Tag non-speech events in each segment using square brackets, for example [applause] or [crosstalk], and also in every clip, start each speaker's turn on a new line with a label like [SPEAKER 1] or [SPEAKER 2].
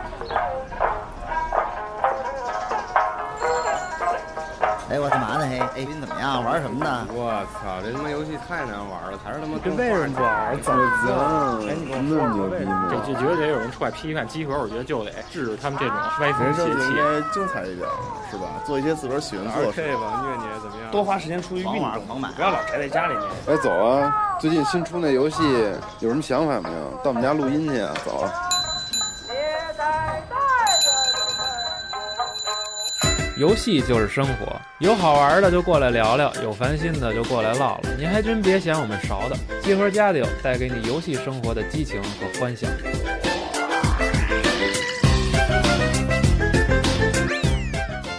[SPEAKER 1] 哎呢？玩什么呢？
[SPEAKER 2] 我操，这他妈游戏太难玩了，还是他妈
[SPEAKER 3] 这为什么不玩？怎么
[SPEAKER 4] 我
[SPEAKER 3] 哎你给
[SPEAKER 4] 操，那
[SPEAKER 3] 我说说
[SPEAKER 4] 么牛
[SPEAKER 3] 为
[SPEAKER 4] 逼
[SPEAKER 3] 什么
[SPEAKER 4] 吗
[SPEAKER 3] 这
[SPEAKER 5] 就就觉得得有人出来批判集合，我觉得就得制止他们这种歪风
[SPEAKER 4] 人
[SPEAKER 5] 邪
[SPEAKER 4] 生就应
[SPEAKER 5] 气。
[SPEAKER 4] 该精彩一点，是吧？做一些自个儿喜欢做的事。
[SPEAKER 3] RK 吧，虐你怎么样？
[SPEAKER 5] 多花时间出去运
[SPEAKER 1] 狂玩
[SPEAKER 5] 动，
[SPEAKER 1] 狂买
[SPEAKER 5] 不要老宅在家里面。
[SPEAKER 4] 哎，走啊！最近新出那游戏有什么想法没有？到我们家录音去啊！走啊！
[SPEAKER 6] 游戏就是生活，有好玩的就过来聊聊，有烦心的就过来唠唠。您还真别嫌我们勺的，集合家里有带给你游戏生活的激情和欢笑。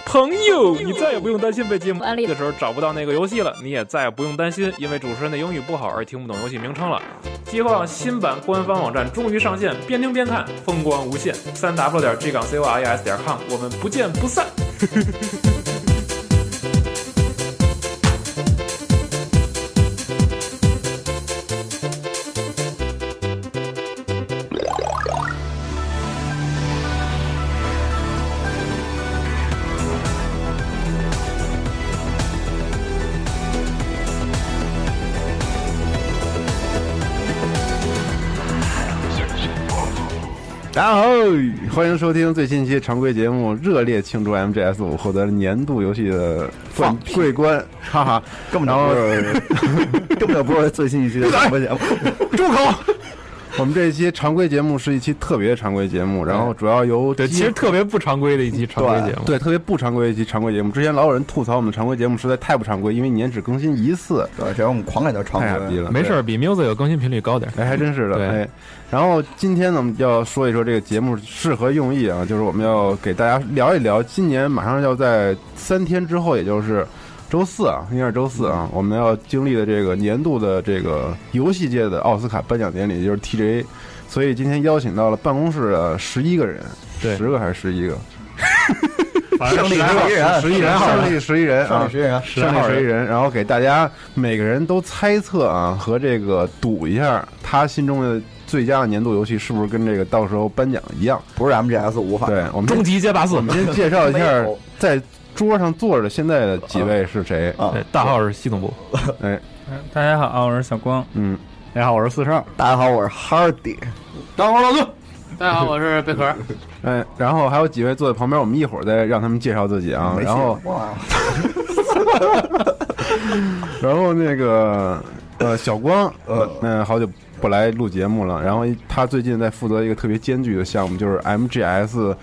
[SPEAKER 7] 朋友，你再也不用担心被节目安利的时候找不到那个游戏了，你也再也不用担心因为主持人的英语不好而听不懂游戏名称了。集合网新版官方网站终于上线，边听边看，风光无限。三 w 点 g 港 c o r e s 点 com，我们不见不散。
[SPEAKER 4] 大家好，欢迎收听最新一期常规节目，热烈庆祝 MGS 五获得年度游戏的冠桂冠，哈哈！
[SPEAKER 1] 根本
[SPEAKER 4] 然后
[SPEAKER 1] 就不是，根本就不是最新一期的直播节
[SPEAKER 7] [laughs]
[SPEAKER 1] 目。
[SPEAKER 4] 住口！ [laughs] 我们这一期常规节目是一期特别常规节目，然后主要由
[SPEAKER 7] 对，其实特别不常规的一期常规节目。
[SPEAKER 4] 对特别不常规的一期常规节目。之前老有人吐槽我们的常规节目实在太不常规，因为一年只更新一次，
[SPEAKER 1] 对，这我们狂给他唱
[SPEAKER 4] 太傻逼
[SPEAKER 1] 歌。
[SPEAKER 4] 了。
[SPEAKER 7] 没事儿，比 music 更新频率高点儿。
[SPEAKER 4] 哎，还真是的，
[SPEAKER 7] 对
[SPEAKER 4] 哎。然后今天呢，我们要说一说这个节目适合用意啊，就是我们要给大家聊一聊，今年马上要在三天之后，也就是周四啊，应该是周四啊，我们要经历的这个年度的这个游戏界的奥斯卡颁奖典礼，也就是 TGA。所以今天邀请到了办公室的十一个人，
[SPEAKER 7] 对
[SPEAKER 4] 十个还是十一个？
[SPEAKER 8] 啊
[SPEAKER 7] 反
[SPEAKER 1] 胜
[SPEAKER 7] 正
[SPEAKER 1] 利十一人，
[SPEAKER 4] 十一人，啊胜利十一人
[SPEAKER 1] 胜
[SPEAKER 4] 啊
[SPEAKER 1] 利，十一人，
[SPEAKER 4] 胜利十一人，然后给大家每个人都猜测啊，和这个赌一下，他心中的最佳的年度游戏是不是跟这个到时候颁奖一样？
[SPEAKER 1] 不是 MGS 无法。
[SPEAKER 4] 对，我们
[SPEAKER 7] 终极街霸四
[SPEAKER 4] 我，们先介绍一
[SPEAKER 1] 没
[SPEAKER 4] 下
[SPEAKER 1] 有
[SPEAKER 4] 在桌上坐着现在的几位是谁？哎
[SPEAKER 1] 啊
[SPEAKER 7] 对，大号是系统部，
[SPEAKER 3] 嗯大家好，我是小光。
[SPEAKER 4] 嗯，
[SPEAKER 3] 大家好，我是四少。
[SPEAKER 1] 大家好，我是 Hardy。
[SPEAKER 4] 大伙老哥，
[SPEAKER 9] [laughs]
[SPEAKER 6] 大家好，我是贝壳。
[SPEAKER 4] 哎，然后还有几位坐在旁边，我们一会儿再让他们介绍自己啊。然后，
[SPEAKER 1] 哇，
[SPEAKER 4] 然后那个呃，小光，
[SPEAKER 1] 呃
[SPEAKER 4] 嗯、好久不来录节目了。然后他最近在负责一个特别艰巨的项目，就是 MGS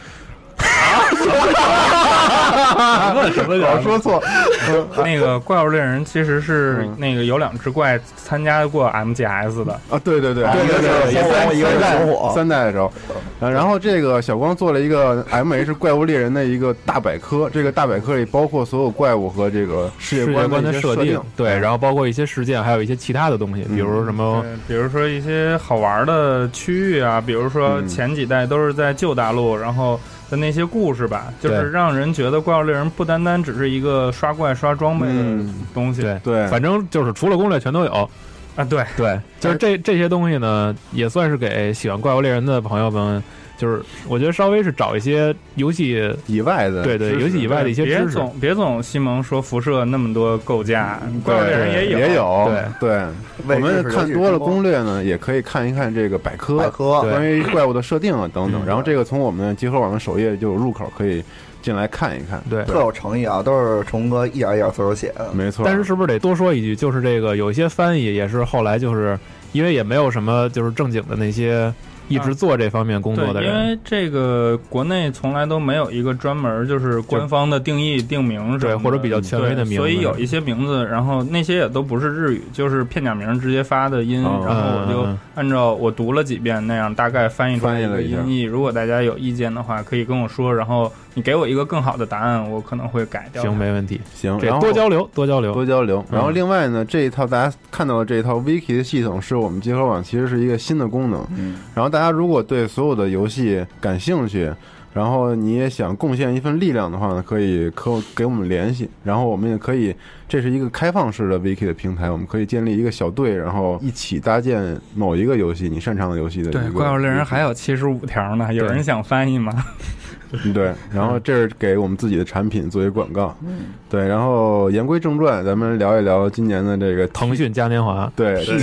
[SPEAKER 3] 什么什
[SPEAKER 8] [laughs]
[SPEAKER 3] 么
[SPEAKER 4] 老说错，
[SPEAKER 3] [laughs]
[SPEAKER 4] 嗯
[SPEAKER 3] 那个怪物猎人其实是那个有两只怪参加过 MGS 的，
[SPEAKER 4] 啊，对对对，
[SPEAKER 1] 一个是小火，一个是小火。
[SPEAKER 4] 三代的时候，呃然后这个小光做了一个 M H 怪物猎人的一个大百科，这个大百科里包括所有怪物和这个世界
[SPEAKER 7] 世界
[SPEAKER 4] 观
[SPEAKER 7] 观
[SPEAKER 4] 的
[SPEAKER 7] 的
[SPEAKER 4] 一些
[SPEAKER 7] 设
[SPEAKER 4] 定嗯
[SPEAKER 7] 定，，对，然后包括一些事件，还有一些其他的东西，比如什么
[SPEAKER 3] 嗯，比如说一些好玩的区域啊，比如说
[SPEAKER 4] 嗯
[SPEAKER 3] 前几代都是在旧大陆，然后的那些故事吧，就
[SPEAKER 7] 对
[SPEAKER 3] 是让人觉得怪物猎人不单单只是一个刷怪刷装备的
[SPEAKER 4] 嗯，
[SPEAKER 3] 东西
[SPEAKER 7] 对
[SPEAKER 4] 对，
[SPEAKER 7] 反正就是除了攻略全都有。
[SPEAKER 3] 啊，对，
[SPEAKER 7] 对，就是这这些东西呢，也算是给喜欢怪物猎人的朋友们，就是我觉得稍微是找一些游戏，
[SPEAKER 4] 以外的，
[SPEAKER 7] 对对，游戏以外的一些
[SPEAKER 3] 别
[SPEAKER 7] 知识。
[SPEAKER 3] 总别总西蒙说辐射那么多构架，怪物猎人
[SPEAKER 4] 也
[SPEAKER 3] 有，
[SPEAKER 4] 嗯也
[SPEAKER 3] 也
[SPEAKER 4] 有，
[SPEAKER 7] 对
[SPEAKER 4] 对，我们看多了攻略呢，也可以看一看这个百科，
[SPEAKER 1] 百科，
[SPEAKER 7] 对
[SPEAKER 4] 关于怪物的设定啊等等。
[SPEAKER 7] 嗯
[SPEAKER 4] 然后这个从我们集合网的首页就有入口可以进来看一看，
[SPEAKER 7] 对，
[SPEAKER 1] 特有诚意啊，都是虫哥一点一点随手写的。
[SPEAKER 4] 没错。
[SPEAKER 7] 但是是不是得多说一句？就是这个有一些翻译也是后来就是因为也没有什么就是正经的那些一直做这方面工
[SPEAKER 3] 对
[SPEAKER 7] 作的，
[SPEAKER 3] 因
[SPEAKER 7] 人，
[SPEAKER 3] 为这个国内从来都没有一个专门就是官方的定义定名什么
[SPEAKER 7] 对
[SPEAKER 3] 的嗯
[SPEAKER 7] 或者比较权威的名字，
[SPEAKER 3] 对所以有一些名字，然后那些也都不是日语，就是片假名直接发的音，
[SPEAKER 4] 哦
[SPEAKER 3] 然后我
[SPEAKER 7] 嗯嗯嗯
[SPEAKER 3] 就按照我读了几遍那样大概翻译出来
[SPEAKER 4] 翻译
[SPEAKER 3] 一
[SPEAKER 4] 了
[SPEAKER 3] 个
[SPEAKER 4] 一下
[SPEAKER 3] 音译。如果大家有意见的话，可以跟我说，然后你给我一个更好的答案，我可能会改掉它。
[SPEAKER 7] 行，没问题。
[SPEAKER 4] 行，
[SPEAKER 7] 这
[SPEAKER 4] 然后
[SPEAKER 7] 多交流，多交流。
[SPEAKER 4] 多交流。
[SPEAKER 7] 嗯
[SPEAKER 4] 然后另外呢，这一套大家看到的这一套 Wiki 的系统，是我们集合网其实是一个新的功能。
[SPEAKER 1] 嗯，
[SPEAKER 4] 然后大家如果对所有的游戏感兴趣，然后你也想贡献一份力量的话呢，可以可给我们联系，然后我们也可以，这是一个开放式的 Wiki 的平台，我们可以建立一个小队，然后一起搭建某一个游戏你擅长的游戏的一个。
[SPEAKER 3] 对，怪物猎人还有七十五条呢，有人想翻译吗？
[SPEAKER 4] [laughs] 对，然后这是给我们自己的产品作为广告，
[SPEAKER 8] 嗯
[SPEAKER 4] 对，然后言归正传，咱们聊一聊今年的这个
[SPEAKER 7] 腾讯嘉年华，
[SPEAKER 4] 对
[SPEAKER 8] 这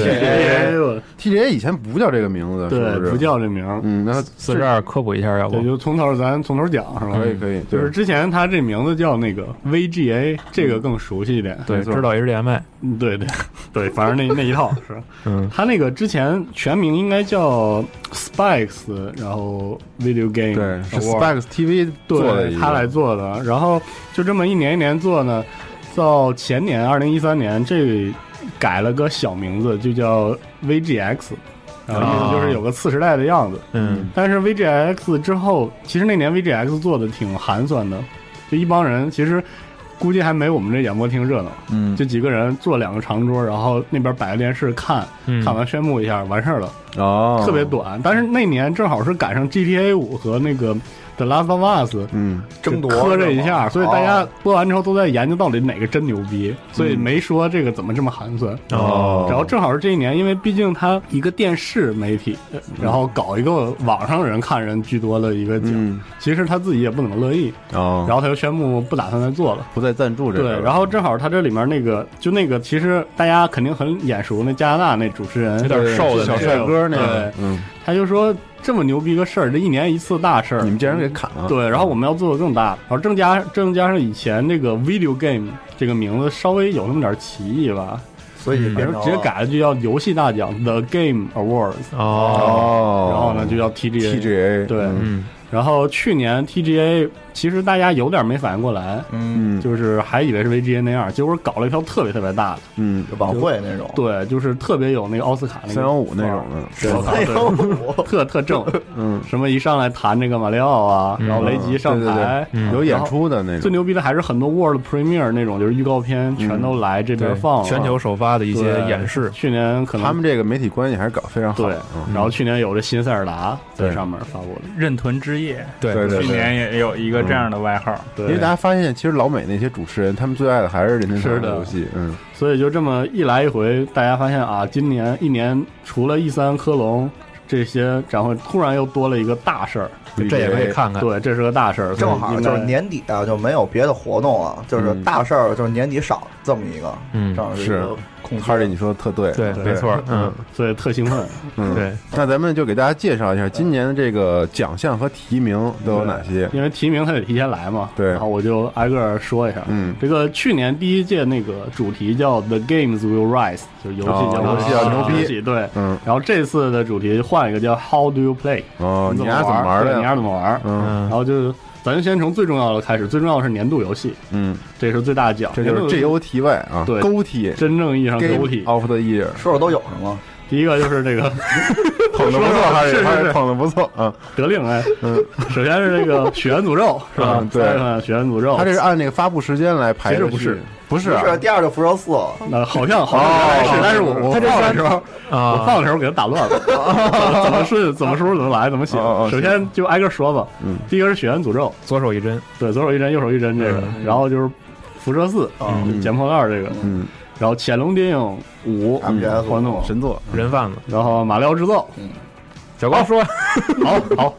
[SPEAKER 8] 个
[SPEAKER 4] TGA 以前不叫这个名字，是
[SPEAKER 8] 哎对
[SPEAKER 4] 是？
[SPEAKER 8] 不，叫这名儿，
[SPEAKER 4] 嗯，那它
[SPEAKER 7] 四十二科普一下，要
[SPEAKER 8] 对，
[SPEAKER 7] 不
[SPEAKER 8] 就从头咱从头讲是吧？
[SPEAKER 4] 可以可以，
[SPEAKER 8] 就
[SPEAKER 4] 对嗯
[SPEAKER 8] 是之前他这名字叫那个 VGA，这个更熟悉一点。
[SPEAKER 7] 对，
[SPEAKER 4] 没错
[SPEAKER 7] 知道 HDMI，
[SPEAKER 8] 嗯对对对，反正那那一套是。
[SPEAKER 7] 嗯，
[SPEAKER 8] 他那个之前全名应该叫 Spikes，然后 Video Game
[SPEAKER 4] 对是
[SPEAKER 8] Award，
[SPEAKER 4] Spikes TV 做的一
[SPEAKER 8] 对
[SPEAKER 4] 个，
[SPEAKER 8] 他来做的。然后就这么一年一年做呢，到前年二零一三年这改了个小名字，就叫 VGX，然
[SPEAKER 4] 哦
[SPEAKER 8] 后意思就是有个次时代的样子。
[SPEAKER 7] 嗯
[SPEAKER 8] 但是 VGX 之后，其实那年 VGX 做的挺寒酸的，就一帮人其实估计还没我们这演播厅热闹，
[SPEAKER 1] 嗯，
[SPEAKER 8] 就几个人坐两个长桌，然后那边摆个电视看，
[SPEAKER 7] 嗯
[SPEAKER 8] 看完宣布一下完事儿了，
[SPEAKER 4] 哦，
[SPEAKER 8] 特别，短。但是那年正好是赶上 GTA 五和那个 The Last of Us
[SPEAKER 4] 嗯，
[SPEAKER 2] 争夺
[SPEAKER 8] 磕这一
[SPEAKER 2] 是
[SPEAKER 8] 下，
[SPEAKER 2] 吗
[SPEAKER 8] 所以大家播完之后都在研究到底哪个真牛逼，所以没说这个怎么这么寒酸。
[SPEAKER 4] 哦
[SPEAKER 8] 然后正好是这一年，因为毕竟它一个电视媒体，
[SPEAKER 7] 嗯
[SPEAKER 8] 呃然后搞一个网上人看人居多的一个奖，
[SPEAKER 4] 嗯，
[SPEAKER 8] 其实他自己也不怎么乐意，
[SPEAKER 4] 哦，
[SPEAKER 8] 然后他就宣布不打算再做了。
[SPEAKER 4] 不再赞助这个，
[SPEAKER 8] 对，然后正好他这里面那个，就那个，其实大家肯定很眼熟，那加拿大那主持人
[SPEAKER 7] 有点瘦的
[SPEAKER 4] 小
[SPEAKER 7] 那
[SPEAKER 8] 对
[SPEAKER 7] 个，
[SPEAKER 4] 帅哥那个
[SPEAKER 8] 对，
[SPEAKER 4] 嗯，
[SPEAKER 8] 他就说这么牛逼个事儿，这一年一次大事儿，
[SPEAKER 4] 你们竟然给砍了，
[SPEAKER 8] 对，然后我们要做的更大，然后正加正加上以前这个 video game 这个名字稍微有那么点歧义吧，
[SPEAKER 1] 所以
[SPEAKER 8] 比如直接改了就叫游戏大奖 The Game Awards，
[SPEAKER 7] 哦，
[SPEAKER 4] 哦，
[SPEAKER 8] 然后呢就叫 TGA。
[SPEAKER 4] TGA，
[SPEAKER 8] 对
[SPEAKER 4] 嗯
[SPEAKER 7] 嗯，
[SPEAKER 8] 然后去年 TGA 其实大家有点没反应过来，
[SPEAKER 1] 嗯
[SPEAKER 4] 嗯
[SPEAKER 8] 就是还以为是 VGA 那样，结果搞了一票特别特别大的，
[SPEAKER 4] 嗯，
[SPEAKER 1] 晚会那种，
[SPEAKER 8] 对，就是特别有那个奥斯卡那个
[SPEAKER 4] 三幺五那种的，
[SPEAKER 8] 范儿，
[SPEAKER 1] 哎
[SPEAKER 8] 对，
[SPEAKER 1] 呦，我
[SPEAKER 8] [laughs] 特特正，
[SPEAKER 4] 嗯，
[SPEAKER 8] 什么一上来弹这个马里奥啊，然后雷吉上
[SPEAKER 4] 对对对
[SPEAKER 8] 台，
[SPEAKER 7] 嗯
[SPEAKER 4] 有演出的那
[SPEAKER 8] 最
[SPEAKER 4] 种，
[SPEAKER 8] 牛逼的还是很多 World Premiere 那种，就是预告片全都来这边
[SPEAKER 7] 对
[SPEAKER 8] 放了，
[SPEAKER 7] 嗯全球首发的一
[SPEAKER 8] 一
[SPEAKER 7] 些演示，
[SPEAKER 8] 去年可能
[SPEAKER 4] 他们这个媒体关系还是搞得非常好嗯
[SPEAKER 8] 对
[SPEAKER 4] 的，，
[SPEAKER 8] 然后去年有这新塞尔达在
[SPEAKER 4] 对
[SPEAKER 8] 上面发布的，
[SPEAKER 3] 任屯之夜，
[SPEAKER 7] 对
[SPEAKER 4] 对对嗯
[SPEAKER 3] 去年也有一个这样的外号，
[SPEAKER 8] 对，
[SPEAKER 4] 因为大家发现，其实老美那些主持人，他们最爱的还是任天堂
[SPEAKER 8] 是的
[SPEAKER 4] 游戏，嗯，
[SPEAKER 8] 所以就这么一来一回，大家发现啊，今年一年除了 E 三科隆这些展会，突然又多了一个大事儿，
[SPEAKER 7] 这也可以看看。
[SPEAKER 8] 对，这是个大事儿，所以
[SPEAKER 1] 正好
[SPEAKER 8] 应
[SPEAKER 1] 就
[SPEAKER 8] 该
[SPEAKER 1] 是年底啊，就没有别的活动了，就是
[SPEAKER 4] 嗯
[SPEAKER 1] 大事儿，就是年底少这么一个，
[SPEAKER 7] 嗯
[SPEAKER 1] 正好一
[SPEAKER 4] 是
[SPEAKER 1] 个空
[SPEAKER 4] 哈
[SPEAKER 1] 缺
[SPEAKER 4] 利，。你说的特对，
[SPEAKER 7] 对，没错，嗯，
[SPEAKER 8] 所以特兴奋。
[SPEAKER 4] 嗯，
[SPEAKER 7] [laughs] 对。
[SPEAKER 4] 那咱们就给大家介绍一下今年的这个奖项和提名都有哪些，
[SPEAKER 8] 因为提名他得提前来嘛，
[SPEAKER 4] 对
[SPEAKER 8] 然后我就挨个儿说一下。
[SPEAKER 4] 嗯
[SPEAKER 8] 这个去年第一届那个主题叫 “The Games Will Rise”，就是游戏
[SPEAKER 4] 哦
[SPEAKER 8] 叫
[SPEAKER 4] 游戏
[SPEAKER 7] 要牛
[SPEAKER 4] 逼
[SPEAKER 8] 游戏对。
[SPEAKER 4] 嗯，
[SPEAKER 8] 然后这次的主题换一个叫 “How do you play”，
[SPEAKER 4] 哦，你
[SPEAKER 8] 怎
[SPEAKER 4] 丫怎么玩
[SPEAKER 8] 对
[SPEAKER 4] 的
[SPEAKER 8] 你
[SPEAKER 4] 呀？
[SPEAKER 8] 丫怎么玩儿？
[SPEAKER 4] 嗯
[SPEAKER 8] 然后就咱就先从最重要的开始，最重要的是年度游戏，
[SPEAKER 4] 嗯，
[SPEAKER 8] 这是最大的奖，
[SPEAKER 4] 这就是
[SPEAKER 8] 年度游戏
[SPEAKER 4] GOT y 啊，
[SPEAKER 8] 对
[SPEAKER 4] 勾 T
[SPEAKER 8] 真正意义上的
[SPEAKER 4] Game
[SPEAKER 8] 主体。
[SPEAKER 4] of the Year，
[SPEAKER 1] 说说都有什么？
[SPEAKER 8] 第一个就是这个 [laughs]
[SPEAKER 4] 捧的不错，还
[SPEAKER 8] 是
[SPEAKER 4] 是
[SPEAKER 8] 是
[SPEAKER 4] 还
[SPEAKER 8] 是
[SPEAKER 4] [laughs] 是捧的不错啊。
[SPEAKER 8] 得令哎，
[SPEAKER 4] 嗯，
[SPEAKER 8] 首先是这个《血源诅咒》是吧
[SPEAKER 4] 嗯？对
[SPEAKER 8] 三月份《血源诅咒》，
[SPEAKER 4] 他这是按那个发布时间来排的
[SPEAKER 8] 其
[SPEAKER 4] 序，
[SPEAKER 8] 实
[SPEAKER 4] 不
[SPEAKER 8] 不是
[SPEAKER 4] 是啊，
[SPEAKER 1] 是第二就辐射四了，
[SPEAKER 3] 嗯
[SPEAKER 8] 那好像好像原来是，但是我我
[SPEAKER 4] 哦他这啊
[SPEAKER 8] 放的
[SPEAKER 4] 是
[SPEAKER 8] 时候，我放的时候给他打乱
[SPEAKER 4] [laughs]
[SPEAKER 8] 了，怎么顺怎么说怎么来怎么写
[SPEAKER 4] 哦哦。
[SPEAKER 8] 首先就挨个说吧
[SPEAKER 4] 嗯，
[SPEAKER 8] 第一个是《血源诅咒
[SPEAKER 7] 左手一针，》，嗯
[SPEAKER 8] 对，左手一针右手一针这个，然后就是《辐射四》啊，就捡破烂这个，
[SPEAKER 4] 嗯，
[SPEAKER 8] 然后《潜龙谍影五》
[SPEAKER 1] MGS
[SPEAKER 8] 欢怒，
[SPEAKER 4] 神作，嗯
[SPEAKER 7] 人贩子，
[SPEAKER 8] 然后《马里奥制造
[SPEAKER 7] 小高说，》，
[SPEAKER 8] 好好，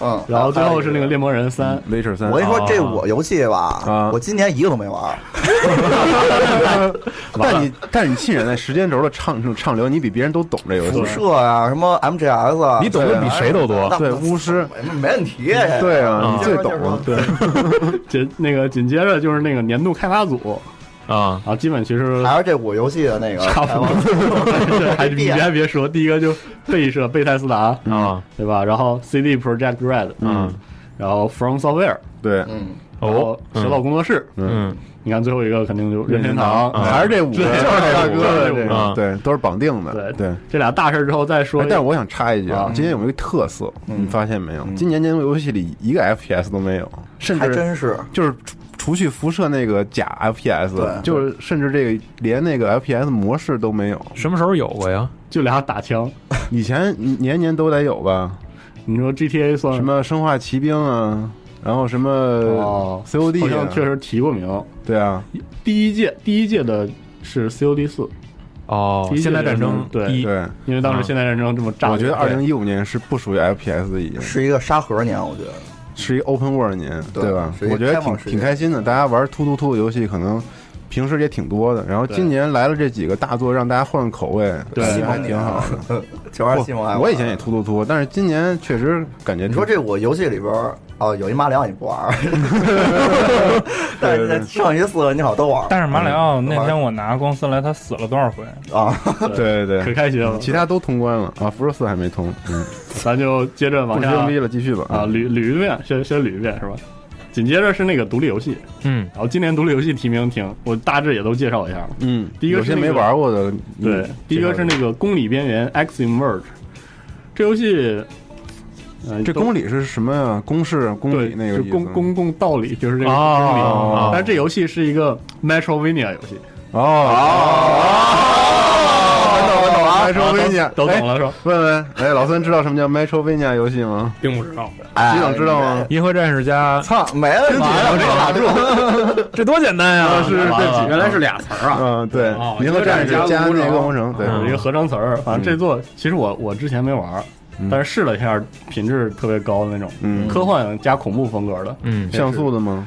[SPEAKER 1] 嗯，
[SPEAKER 8] 然
[SPEAKER 4] 啊
[SPEAKER 8] 后最后是那个《猎魔人三》，
[SPEAKER 4] 《Witcher 嗯三
[SPEAKER 1] 我》跟你说
[SPEAKER 7] 啊，
[SPEAKER 1] 这我游戏吧
[SPEAKER 4] 啊，
[SPEAKER 1] 我今年一个都没玩儿，
[SPEAKER 8] 完了
[SPEAKER 4] 但你但是你信任在时间轴的畅畅流，你比别人都懂这游
[SPEAKER 1] 辐
[SPEAKER 4] 戏，
[SPEAKER 1] 射啊，什么 MGS 啊，
[SPEAKER 7] 你懂得比谁都多
[SPEAKER 1] 那
[SPEAKER 4] 对巫师，
[SPEAKER 1] 没没问题。
[SPEAKER 4] 对啊，
[SPEAKER 7] 啊
[SPEAKER 4] 你最懂
[SPEAKER 1] 接着嗯
[SPEAKER 4] 了
[SPEAKER 1] 说，
[SPEAKER 8] 对，
[SPEAKER 4] [laughs]
[SPEAKER 8] 紧那个紧接着就是那个年度开发组，
[SPEAKER 7] 啊，
[SPEAKER 8] 啊，基本其实
[SPEAKER 1] 还是这五
[SPEAKER 8] [laughs]
[SPEAKER 1] 游戏的那个
[SPEAKER 8] 差不多。这还
[SPEAKER 1] [laughs]
[SPEAKER 8] 你还别说，第一个就贝舍贝塞斯达，
[SPEAKER 7] 啊，
[SPEAKER 8] 对吧？然后 CD Project Red，
[SPEAKER 4] 嗯，
[SPEAKER 8] 然后 From Software，
[SPEAKER 4] 对，
[SPEAKER 1] 嗯，
[SPEAKER 7] 哦，
[SPEAKER 8] 然后蛇岛工作室，
[SPEAKER 7] 嗯，
[SPEAKER 8] 你看最后一个肯定就任天堂，嗯
[SPEAKER 7] 啊
[SPEAKER 4] 还是这五个大哥，
[SPEAKER 8] 对
[SPEAKER 4] 这
[SPEAKER 7] 啊
[SPEAKER 4] 个对，都是绑定嗯的，
[SPEAKER 8] 对
[SPEAKER 4] 对。
[SPEAKER 8] 这俩大事之后再说
[SPEAKER 4] 哎
[SPEAKER 8] 一个。
[SPEAKER 4] 但是我想插一句啊
[SPEAKER 8] 啊，
[SPEAKER 4] 今年有一个特色，
[SPEAKER 1] 嗯
[SPEAKER 4] 你发现没有？今年年度游戏里一个 FPS 都没有，甚
[SPEAKER 1] 还
[SPEAKER 4] 至
[SPEAKER 1] 真是。
[SPEAKER 4] 就是除除去辐射那个假
[SPEAKER 1] 对
[SPEAKER 4] FPS，就是甚至这个连那个 FPS 模式都没有。
[SPEAKER 7] 什么时候有过呀？
[SPEAKER 8] 就俩打枪，
[SPEAKER 4] 以前年年都得有吧？
[SPEAKER 8] 你说 GTA 算
[SPEAKER 4] 什？么生化奇兵啊，然后什么
[SPEAKER 8] 哦
[SPEAKER 4] COD，、
[SPEAKER 8] 好
[SPEAKER 4] 啊、
[SPEAKER 8] 像确实提过名。
[SPEAKER 4] 对啊，
[SPEAKER 8] 第一届第一届的是 COD 四，
[SPEAKER 7] 哦，现代战争
[SPEAKER 8] 对
[SPEAKER 7] 一，
[SPEAKER 4] 对。嗯
[SPEAKER 8] 因为当时现代战争这么炸，
[SPEAKER 4] 我觉得二零一五年是不属于 FPS 的一年，
[SPEAKER 1] 是一个沙盒年，我觉得
[SPEAKER 4] 是一个 open world 年，
[SPEAKER 1] 对
[SPEAKER 4] 对吧
[SPEAKER 1] 是一？个
[SPEAKER 4] 我觉得
[SPEAKER 1] 开放
[SPEAKER 4] 挺
[SPEAKER 1] 世界
[SPEAKER 4] 挺开心的，大家玩突突突的游戏可能。平时也挺多的，然后今年来了这几个大作，让大家换换口味，
[SPEAKER 8] 对
[SPEAKER 4] 感觉还挺好的。
[SPEAKER 1] [laughs] 的。这玩意儿西蒙还玩
[SPEAKER 4] 我以前也突突突，但是今年确实感觉
[SPEAKER 1] 你说这我游戏里边儿哦，有一马里奥你不玩儿，但是在剩下四个你好都玩儿
[SPEAKER 3] 但是马里
[SPEAKER 4] 嗯
[SPEAKER 3] 奥那天我拿公司来，他死了多少回？
[SPEAKER 1] 啊。
[SPEAKER 4] 对对
[SPEAKER 8] 可
[SPEAKER 4] 对，
[SPEAKER 8] 开心了。
[SPEAKER 4] 其他都通关了啊，辐射四还没通，嗯，
[SPEAKER 8] [laughs] 咱就接着
[SPEAKER 4] 不
[SPEAKER 8] 往
[SPEAKER 4] 吹
[SPEAKER 8] 下
[SPEAKER 4] 逼了，继续吧
[SPEAKER 8] 啊，捋捋一遍，先先捋一遍是吧？紧接着是那个独立游戏，
[SPEAKER 7] 嗯，
[SPEAKER 8] 然后今年独立游戏提名挺，我大致也都介绍一下了。
[SPEAKER 4] 嗯，
[SPEAKER 8] 第一个
[SPEAKER 4] 有
[SPEAKER 8] 是
[SPEAKER 4] 些
[SPEAKER 8] 那个
[SPEAKER 4] 没玩过的，你
[SPEAKER 8] 对，第一个
[SPEAKER 4] 介绍
[SPEAKER 8] 是那个《公理边缘》（X Emerge） 这游戏，呃，
[SPEAKER 4] 这
[SPEAKER 8] 都
[SPEAKER 4] 公理是什么呀？公式公
[SPEAKER 8] 对
[SPEAKER 4] 理那个
[SPEAKER 8] 就
[SPEAKER 4] 意思
[SPEAKER 8] 公公共道理就是这个公理。
[SPEAKER 4] 哦
[SPEAKER 8] 但是这游戏是一个 Metrovania 游戏，
[SPEAKER 4] 哦哦，我懂了，我懂了，Metrovania
[SPEAKER 8] 都懂。了是吧？
[SPEAKER 4] 哎问问，哎，老三知道什么叫 Metrovania 游戏吗？
[SPEAKER 5] 并不知道。
[SPEAKER 1] 哎
[SPEAKER 4] 局长知道吗？
[SPEAKER 7] 银河战士家
[SPEAKER 1] 操，没了，完了，卡住。
[SPEAKER 7] 这多简单呀！
[SPEAKER 4] 是这几
[SPEAKER 5] 原来是俩词儿啊！
[SPEAKER 4] 嗯，对，银河战士加那个恶魔城，对，
[SPEAKER 8] 有一个合成词儿，反正啊这座其实我我之前没玩儿
[SPEAKER 4] 嗯，
[SPEAKER 8] 但是试了一下，品质特别高的那种，
[SPEAKER 4] 嗯
[SPEAKER 8] 科幻加恐怖风格的，
[SPEAKER 7] 嗯，
[SPEAKER 4] 像素的吗？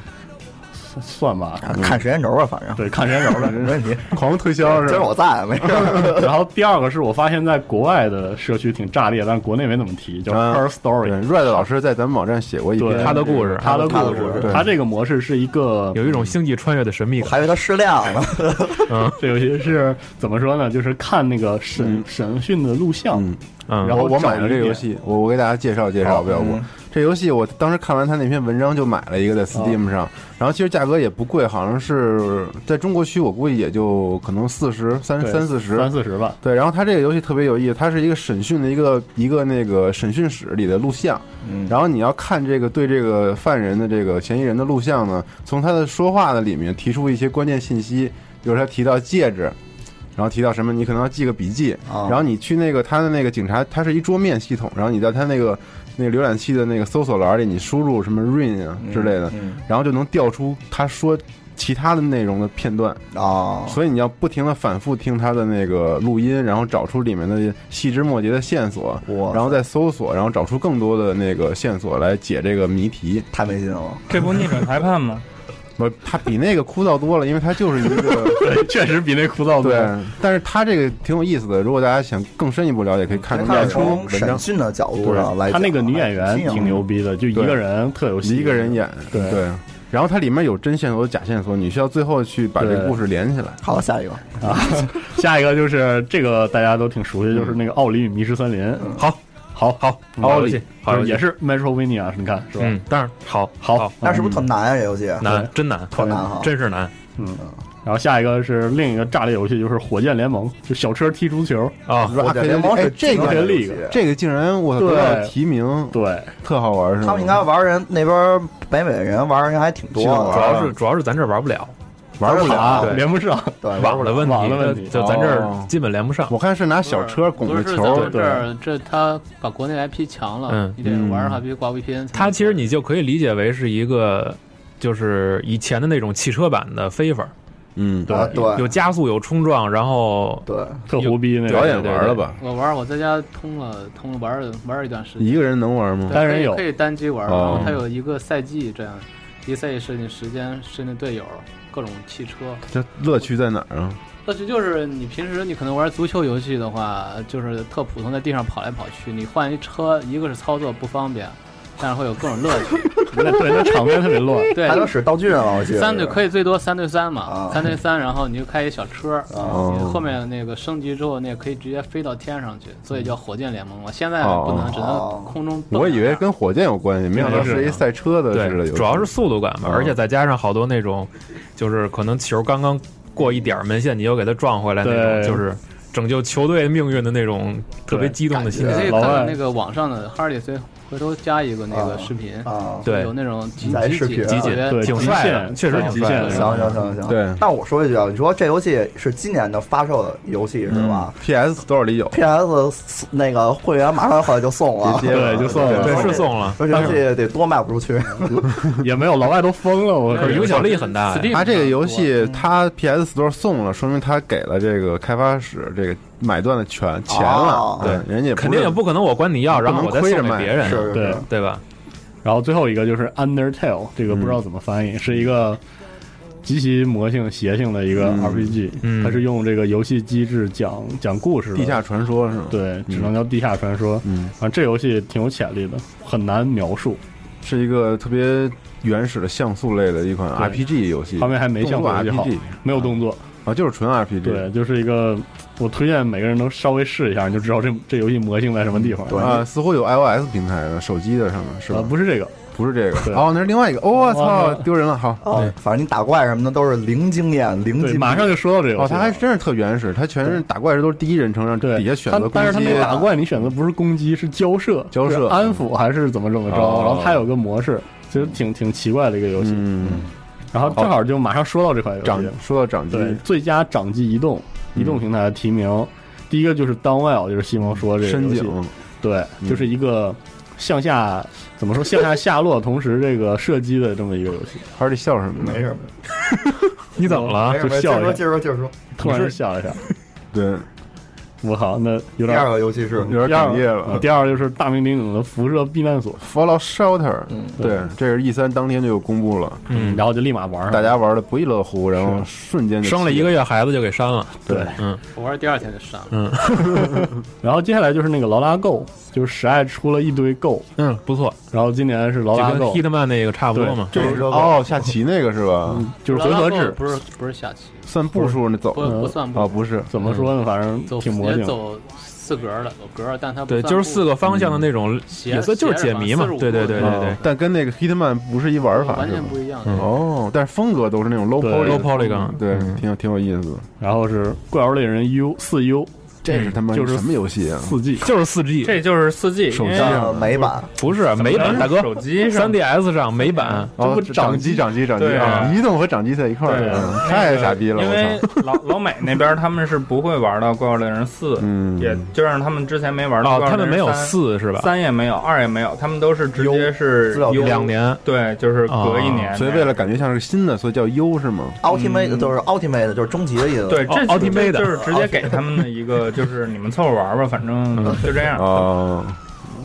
[SPEAKER 8] 算吧，
[SPEAKER 1] 看时间轴吧，反正
[SPEAKER 8] 对，看人手呗。
[SPEAKER 1] 没问题。
[SPEAKER 4] 狂推销
[SPEAKER 1] 今
[SPEAKER 4] 是
[SPEAKER 1] 儿
[SPEAKER 4] 吧？
[SPEAKER 1] 我在，没事儿。
[SPEAKER 8] [laughs] 然后第二个是我发现在国外的社区挺炸裂，但国内没怎么提，叫
[SPEAKER 4] 嗯
[SPEAKER 8] Her
[SPEAKER 4] 对
[SPEAKER 8] Story，
[SPEAKER 4] ，Red 老师在咱们网站写过一篇
[SPEAKER 8] 对
[SPEAKER 7] 他的故事
[SPEAKER 8] 他的
[SPEAKER 1] 他的故
[SPEAKER 8] 故事
[SPEAKER 1] 事，
[SPEAKER 4] 对
[SPEAKER 8] 他这个模式是一个
[SPEAKER 7] 有一种星际穿越的神秘
[SPEAKER 1] 我
[SPEAKER 7] 感。嗯
[SPEAKER 1] 还以为他失恋了呢。
[SPEAKER 8] [laughs] 这游戏是怎么说呢？就是看那个审
[SPEAKER 4] 嗯
[SPEAKER 8] 审讯的录像，
[SPEAKER 4] 嗯
[SPEAKER 7] 嗯，
[SPEAKER 8] 然后
[SPEAKER 4] 我买
[SPEAKER 8] 找
[SPEAKER 4] 了
[SPEAKER 8] 一
[SPEAKER 4] 这个游
[SPEAKER 8] 遍
[SPEAKER 4] 戏，我我给大家介绍介绍，不要过
[SPEAKER 1] 嗯
[SPEAKER 4] 这游戏，我当时看完他那篇文章就买了一个在 Steam 上，然后其实价格也不贵，好像是在中国区我估计也就可能四十三
[SPEAKER 8] 对
[SPEAKER 4] 三四十。
[SPEAKER 8] 三四十吧。
[SPEAKER 4] 对，然后它这个游戏特别有意思，它是一个审讯的一个一个那个审讯室里的录像，
[SPEAKER 1] 嗯
[SPEAKER 4] 然后你要看这个对这个犯人的这个嫌疑人的录像呢，从他的说话的里面提出一些关键信息，比如他提到戒指，然后提到什么，你可能要记个笔记，
[SPEAKER 1] 啊
[SPEAKER 4] 然后你去那个他的那个警察，他是一桌面系统，然后你在他那个那个浏览器的那个搜索栏里，你输入什么 rain 啊之类的，
[SPEAKER 1] 嗯
[SPEAKER 4] 然后就能调出他说其他的内容的片段，
[SPEAKER 1] 啊，
[SPEAKER 4] 所以你要不停的反复听他的那个录音，然后找出里面的细枝末节的线索，
[SPEAKER 1] 哇
[SPEAKER 4] 然后再搜索，然后找出更多的那个线索来解这个谜题。
[SPEAKER 1] 太没劲了。
[SPEAKER 3] 这不逆转裁判吗？
[SPEAKER 4] 不，它比那个枯燥多了，因为它就是一个
[SPEAKER 8] [laughs] 对，确实比那枯燥多。
[SPEAKER 4] 对，但是它这个挺有意思的。如果大家想更深一步了解，可以看
[SPEAKER 1] 他
[SPEAKER 4] 看那
[SPEAKER 1] 是
[SPEAKER 4] 篇
[SPEAKER 1] 从
[SPEAKER 4] 文章
[SPEAKER 1] 审，讯的角度上来
[SPEAKER 8] 他
[SPEAKER 1] 讲，
[SPEAKER 8] 那个女演员
[SPEAKER 1] 还挺
[SPEAKER 8] 挺牛
[SPEAKER 1] 的。
[SPEAKER 8] 逼的，就一
[SPEAKER 4] 对
[SPEAKER 8] 个人特有戏，
[SPEAKER 4] 一个人演，
[SPEAKER 8] 对
[SPEAKER 4] 对。然后它里面有真线索、有假线索，你需要最后去把这个
[SPEAKER 8] 对
[SPEAKER 4] 故事连起来。
[SPEAKER 1] 好，下一个。
[SPEAKER 8] 啊。 [laughs] 下一个就是这个大家都挺熟悉，就是那个《奥利与迷失森林》。
[SPEAKER 7] 好，
[SPEAKER 8] 好，好，
[SPEAKER 7] 嗯好
[SPEAKER 8] 奥
[SPEAKER 7] 游
[SPEAKER 8] 利
[SPEAKER 7] 戏，好游
[SPEAKER 8] 就是
[SPEAKER 7] 戏
[SPEAKER 8] 也是 Metrovania，你看是吧？
[SPEAKER 7] 嗯，当然好，
[SPEAKER 8] 好，嗯
[SPEAKER 1] 但是不是特难啊？这游戏啊
[SPEAKER 7] 难，真难，
[SPEAKER 1] 特难哈。
[SPEAKER 7] 真是难
[SPEAKER 1] 嗯
[SPEAKER 8] 然后下一个是另一个炸裂游戏，就是《火箭联盟》，就小车踢足球。
[SPEAKER 7] 啊！
[SPEAKER 1] 我觉得联盟
[SPEAKER 4] 哎
[SPEAKER 1] 是
[SPEAKER 4] 这个
[SPEAKER 1] 竞争力
[SPEAKER 8] 这
[SPEAKER 1] 游戏
[SPEAKER 4] 这个竟然我操
[SPEAKER 8] 对
[SPEAKER 4] 得到提名，
[SPEAKER 8] 对，
[SPEAKER 4] 特好玩是吗？
[SPEAKER 1] 他们应该玩人那边北美人玩人还挺多
[SPEAKER 4] 系统
[SPEAKER 1] 的啊
[SPEAKER 4] 玩
[SPEAKER 7] 主。要是主要是咱这儿玩不了，
[SPEAKER 4] 玩不了。
[SPEAKER 8] 啊
[SPEAKER 7] 对
[SPEAKER 8] 连不上。
[SPEAKER 1] [laughs] 对，
[SPEAKER 7] [laughs] 网络的问
[SPEAKER 8] 网络问
[SPEAKER 7] 题，
[SPEAKER 8] 题
[SPEAKER 7] 就就咱这
[SPEAKER 4] 哦
[SPEAKER 7] 儿基本连不上。
[SPEAKER 4] 我看是拿小车拱着球
[SPEAKER 8] 不
[SPEAKER 4] 儿
[SPEAKER 8] 是，
[SPEAKER 9] 这
[SPEAKER 4] 对
[SPEAKER 8] 对
[SPEAKER 9] 儿这他把国内 IP 强了，
[SPEAKER 7] 嗯
[SPEAKER 9] 你得玩儿哈，必须挂 VPN 才能玩。
[SPEAKER 7] 它其实你就可以理解为是一个，就是以前的那种汽车版的飞法，
[SPEAKER 4] 嗯，
[SPEAKER 8] 对
[SPEAKER 1] 啊，对
[SPEAKER 7] 有加速，有冲撞，然后
[SPEAKER 1] 对，
[SPEAKER 8] 特胡逼那
[SPEAKER 4] 表
[SPEAKER 8] 个。
[SPEAKER 4] 演玩了吧？
[SPEAKER 9] 我玩儿，我在家通了通了玩儿了玩儿一段时间，
[SPEAKER 4] 一个人能玩吗
[SPEAKER 9] 对？
[SPEAKER 8] 单人
[SPEAKER 9] 可以
[SPEAKER 8] 有
[SPEAKER 9] 可以单机玩儿，
[SPEAKER 4] 嗯哦
[SPEAKER 9] 然后它有一个赛季这样，一赛季设定时间、设定队友、各种汽车。
[SPEAKER 4] 这乐趣在哪儿啊？
[SPEAKER 9] 乐趣就是你平时你可能玩足球游戏的话，就是特普通，在地上跑来跑去。你换一车，一个是操作不方便，但是会有各种乐趣。
[SPEAKER 8] 那对，那场面特别乱。
[SPEAKER 9] 对
[SPEAKER 1] 还，能使道具呢，我记得。
[SPEAKER 9] 三对可
[SPEAKER 1] 以。
[SPEAKER 9] 以最多三对三嘛
[SPEAKER 1] 啊，
[SPEAKER 9] 三对三，然后你就开一小车，
[SPEAKER 1] 哦
[SPEAKER 9] 你后面那个升级之后，那个可以直接飞到天上去，所以叫火箭联盟。我现在不
[SPEAKER 4] 哦
[SPEAKER 9] 能，只能空中蹦。
[SPEAKER 4] 我以为跟火箭有关系，没想到是一赛车的似的
[SPEAKER 7] 对
[SPEAKER 4] 游，戏。
[SPEAKER 7] 主要是速度感吧，
[SPEAKER 4] 嗯
[SPEAKER 7] 而且再加上好多那种，就是可能球刚刚过一点儿门线，你又给它撞回来那
[SPEAKER 8] 对
[SPEAKER 7] 种，就是拯救球队命运的那种特别激动的心
[SPEAKER 9] 你可
[SPEAKER 7] 情。
[SPEAKER 9] 以
[SPEAKER 8] 老
[SPEAKER 9] 看
[SPEAKER 8] 外
[SPEAKER 9] 看那个网上的哈里森，回头加一个那个视频，
[SPEAKER 1] 啊，
[SPEAKER 7] 对
[SPEAKER 9] 有那种集
[SPEAKER 1] 来
[SPEAKER 9] 集
[SPEAKER 1] 视
[SPEAKER 9] 体
[SPEAKER 1] 频啊
[SPEAKER 9] 集
[SPEAKER 8] 对，
[SPEAKER 9] 结
[SPEAKER 7] 挺
[SPEAKER 8] 极
[SPEAKER 7] 帅的
[SPEAKER 8] 限
[SPEAKER 7] 确实
[SPEAKER 8] 对
[SPEAKER 7] 挺
[SPEAKER 8] 极
[SPEAKER 7] 帅
[SPEAKER 8] 限
[SPEAKER 7] 的
[SPEAKER 8] 的。
[SPEAKER 1] 行行行行。
[SPEAKER 4] 对
[SPEAKER 1] 但我说一句啊，你说这游戏是今年的发售的游戏是吧
[SPEAKER 4] PS Store 里有，
[SPEAKER 1] ？PS 那个会员马上好像就送了，
[SPEAKER 4] 别接了
[SPEAKER 8] 对，就算
[SPEAKER 7] 对，
[SPEAKER 8] 了，
[SPEAKER 7] 是送了，
[SPEAKER 1] 说这游戏得多卖不出去。
[SPEAKER 8] 也没有，老外都疯了。 [laughs] 我
[SPEAKER 7] 可是影响力很大呀。
[SPEAKER 9] Steam
[SPEAKER 4] 它这个游
[SPEAKER 9] 上
[SPEAKER 8] 嗯
[SPEAKER 4] 戏它 PS Store 送了，说明它给了这个开发室这个买断的权钱了嗯
[SPEAKER 1] 哦。
[SPEAKER 4] 对，人家
[SPEAKER 7] 肯定也
[SPEAKER 4] 是
[SPEAKER 7] 不可能我管你要，然后我再送
[SPEAKER 4] 不能亏
[SPEAKER 7] 给
[SPEAKER 4] 着卖
[SPEAKER 7] 别人，
[SPEAKER 1] 是是
[SPEAKER 8] 对
[SPEAKER 1] 是，
[SPEAKER 7] 对吧？
[SPEAKER 8] 然后最后一个就是 Undertale，这个不知道怎么翻译，是一个极其魔性、邪性的一个
[SPEAKER 4] 嗯
[SPEAKER 8] RPG，、
[SPEAKER 3] 嗯
[SPEAKER 8] 它是用这个游戏机制讲讲故事的，
[SPEAKER 4] 地下传说是吗？，
[SPEAKER 8] 对，只能叫地下传说。
[SPEAKER 4] 嗯，
[SPEAKER 8] 啊，这游戏挺有潜力的，很难描述，
[SPEAKER 4] 是一个特别原始的像素类的一款
[SPEAKER 8] 对
[SPEAKER 4] RPG 游戏，
[SPEAKER 8] 旁边还没
[SPEAKER 4] 动
[SPEAKER 8] 像素
[SPEAKER 4] 作
[SPEAKER 8] 游戏好
[SPEAKER 4] RPG
[SPEAKER 8] 没有动作，
[SPEAKER 4] 啊，就是纯 RPG。
[SPEAKER 8] 对，就是一个我推荐每个人都稍微试一下，你就知道这这游戏魔性在什么地方。
[SPEAKER 1] 对
[SPEAKER 4] 啊，似乎有 iOS 平台的手机的上面是吧？
[SPEAKER 8] 啊，不是这个，
[SPEAKER 4] 不是这个 [laughs]
[SPEAKER 8] 对，
[SPEAKER 4] 哦，那是另外一个。哦我操
[SPEAKER 8] 哦，
[SPEAKER 4] 丢人了！好，
[SPEAKER 1] 哦，反正你打怪什么的都是零经验、零
[SPEAKER 8] 对，
[SPEAKER 1] 经
[SPEAKER 8] 马上就说到这个游
[SPEAKER 4] 哦，
[SPEAKER 8] 戏
[SPEAKER 4] 它
[SPEAKER 8] 了。
[SPEAKER 4] 还真是特原始，它全是打怪时都是第一人称，让
[SPEAKER 8] 对
[SPEAKER 4] 底下选择
[SPEAKER 8] 它
[SPEAKER 4] 攻
[SPEAKER 8] 但是它那
[SPEAKER 4] 击
[SPEAKER 8] 个。打怪，你选择不是攻击，是交涉，
[SPEAKER 4] 交涉
[SPEAKER 8] 是安抚还是怎么怎么着？
[SPEAKER 4] 哦
[SPEAKER 8] 然后它有个模式，其实挺挺奇怪的一个游戏。
[SPEAKER 4] 嗯，
[SPEAKER 8] 然后正好就马上说到这款游戏
[SPEAKER 4] 掌
[SPEAKER 8] 了，
[SPEAKER 4] 说到掌机，嗯
[SPEAKER 8] 对，最佳掌机移动移动平台的提名，第一个就是 Downwell，就是西蒙说这个
[SPEAKER 4] 深
[SPEAKER 8] 游戏，
[SPEAKER 4] 井，
[SPEAKER 8] 对，
[SPEAKER 4] 嗯
[SPEAKER 8] 就是一个向下怎么说 [laughs] 向下下落，同时这个射击的这么一个游戏，
[SPEAKER 4] 还是得笑什么
[SPEAKER 1] 没
[SPEAKER 4] 的。
[SPEAKER 1] 事儿，
[SPEAKER 8] [laughs] 你怎么了
[SPEAKER 1] 没事儿，
[SPEAKER 8] 就
[SPEAKER 1] 没事
[SPEAKER 8] 笑
[SPEAKER 1] 儿
[SPEAKER 8] 一
[SPEAKER 1] 接着
[SPEAKER 8] 下，
[SPEAKER 1] 说，接着说。
[SPEAKER 8] 突然就笑了一下。
[SPEAKER 4] [laughs] 对，
[SPEAKER 8] 我靠，那
[SPEAKER 1] 第
[SPEAKER 8] 有点
[SPEAKER 1] 二个游戏是
[SPEAKER 4] 有点
[SPEAKER 8] 第二
[SPEAKER 4] 哽咽
[SPEAKER 8] 啊
[SPEAKER 4] 了。
[SPEAKER 8] 第二就是大名鼎鼎的《辐射避难所》，
[SPEAKER 4] Fallout Shelter，对
[SPEAKER 7] 嗯
[SPEAKER 8] 对，
[SPEAKER 4] 这是 E 三当天就公布了，
[SPEAKER 8] 嗯，然后就立马玩上了。
[SPEAKER 4] 大家玩的不亦乐乎，然后瞬间就
[SPEAKER 7] 生了一个月孩子就给删了，
[SPEAKER 8] 对，嗯
[SPEAKER 9] 我玩第二天就删了。
[SPEAKER 4] [laughs]
[SPEAKER 8] 然后接下来就是那个劳拉 Go，就是时爱出了一堆 Go，
[SPEAKER 7] 嗯，不错，
[SPEAKER 8] 然后今年是劳
[SPEAKER 7] 就
[SPEAKER 8] 拉
[SPEAKER 7] 跟
[SPEAKER 8] Go，
[SPEAKER 7] Hitman 那个差不多嘛。
[SPEAKER 4] 这是哦，下棋那个是吧？
[SPEAKER 8] 嗯就是回合制，
[SPEAKER 9] 不是不是下棋，
[SPEAKER 4] 算步数那走
[SPEAKER 9] 不不算步
[SPEAKER 4] 啊，不是
[SPEAKER 8] 怎么说呢？反
[SPEAKER 9] 嗯走
[SPEAKER 8] 正挺魔
[SPEAKER 9] 也
[SPEAKER 8] 性。
[SPEAKER 9] 走四格的，走格儿，但它不
[SPEAKER 7] 对，
[SPEAKER 9] 算
[SPEAKER 7] 就
[SPEAKER 9] 步
[SPEAKER 7] 是四个
[SPEAKER 8] 嗯
[SPEAKER 7] 方向的那种，
[SPEAKER 9] 斜
[SPEAKER 7] 也算就是解谜嘛
[SPEAKER 9] 斜着。吧
[SPEAKER 7] 对对对对对
[SPEAKER 4] 哦但跟那个 Hitman 不是一玩法，
[SPEAKER 9] 完
[SPEAKER 4] 是
[SPEAKER 9] 全
[SPEAKER 4] 吧？
[SPEAKER 9] 不一样。
[SPEAKER 7] 嗯
[SPEAKER 4] 哦，但是风格都是那种 low
[SPEAKER 8] 对
[SPEAKER 4] poly，
[SPEAKER 7] ，Low Polygon，
[SPEAKER 4] 对，
[SPEAKER 7] 嗯
[SPEAKER 4] 挺有挺有意思的。
[SPEAKER 8] 然后是怪物猎人 U 四 U
[SPEAKER 4] 这是他妈
[SPEAKER 8] 就是
[SPEAKER 4] 什么游戏啊？
[SPEAKER 8] 四 G，
[SPEAKER 7] 就是四 G，
[SPEAKER 3] 这就是四 G，
[SPEAKER 4] 手机
[SPEAKER 3] 因为
[SPEAKER 4] 上
[SPEAKER 1] 上美版，
[SPEAKER 7] 不是啊美版，大哥，
[SPEAKER 3] 手机上
[SPEAKER 7] 三 DS 上美版，
[SPEAKER 4] 哦
[SPEAKER 8] 这不
[SPEAKER 4] 掌
[SPEAKER 8] 掌
[SPEAKER 4] 机
[SPEAKER 8] 机
[SPEAKER 4] 掌机掌机
[SPEAKER 3] 对
[SPEAKER 4] 啊！
[SPEAKER 3] 啊
[SPEAKER 4] 移动和掌机在一块儿，
[SPEAKER 3] 对啊
[SPEAKER 4] 嗯太傻逼了！
[SPEAKER 3] 因
[SPEAKER 4] 我
[SPEAKER 3] 为
[SPEAKER 4] 操，
[SPEAKER 3] 老
[SPEAKER 4] [laughs]
[SPEAKER 3] 老美那边他们是不会玩到《怪物猎人四》，
[SPEAKER 4] 嗯，
[SPEAKER 3] 也就让他们之前没玩到
[SPEAKER 7] 哦，
[SPEAKER 3] 怪物猎人三。
[SPEAKER 7] 他们没有四是吧？
[SPEAKER 3] 三也没有，二也没有，他们都是直接是
[SPEAKER 1] 资料
[SPEAKER 3] U
[SPEAKER 7] 两，年，
[SPEAKER 3] 对，就是隔一年。
[SPEAKER 4] 哦啊所以为了感觉像是新的，所以叫 U 是吗？
[SPEAKER 7] 嗯
[SPEAKER 1] Ultimate 就是 Ultimate 就是终极的意思。哦
[SPEAKER 3] 对，这
[SPEAKER 7] 奥奥
[SPEAKER 3] 这
[SPEAKER 7] Ultimate
[SPEAKER 3] 就是直接 [laughs] 给他们的一个，就是你们凑合玩吧，反正就这样。
[SPEAKER 4] 嗯哦，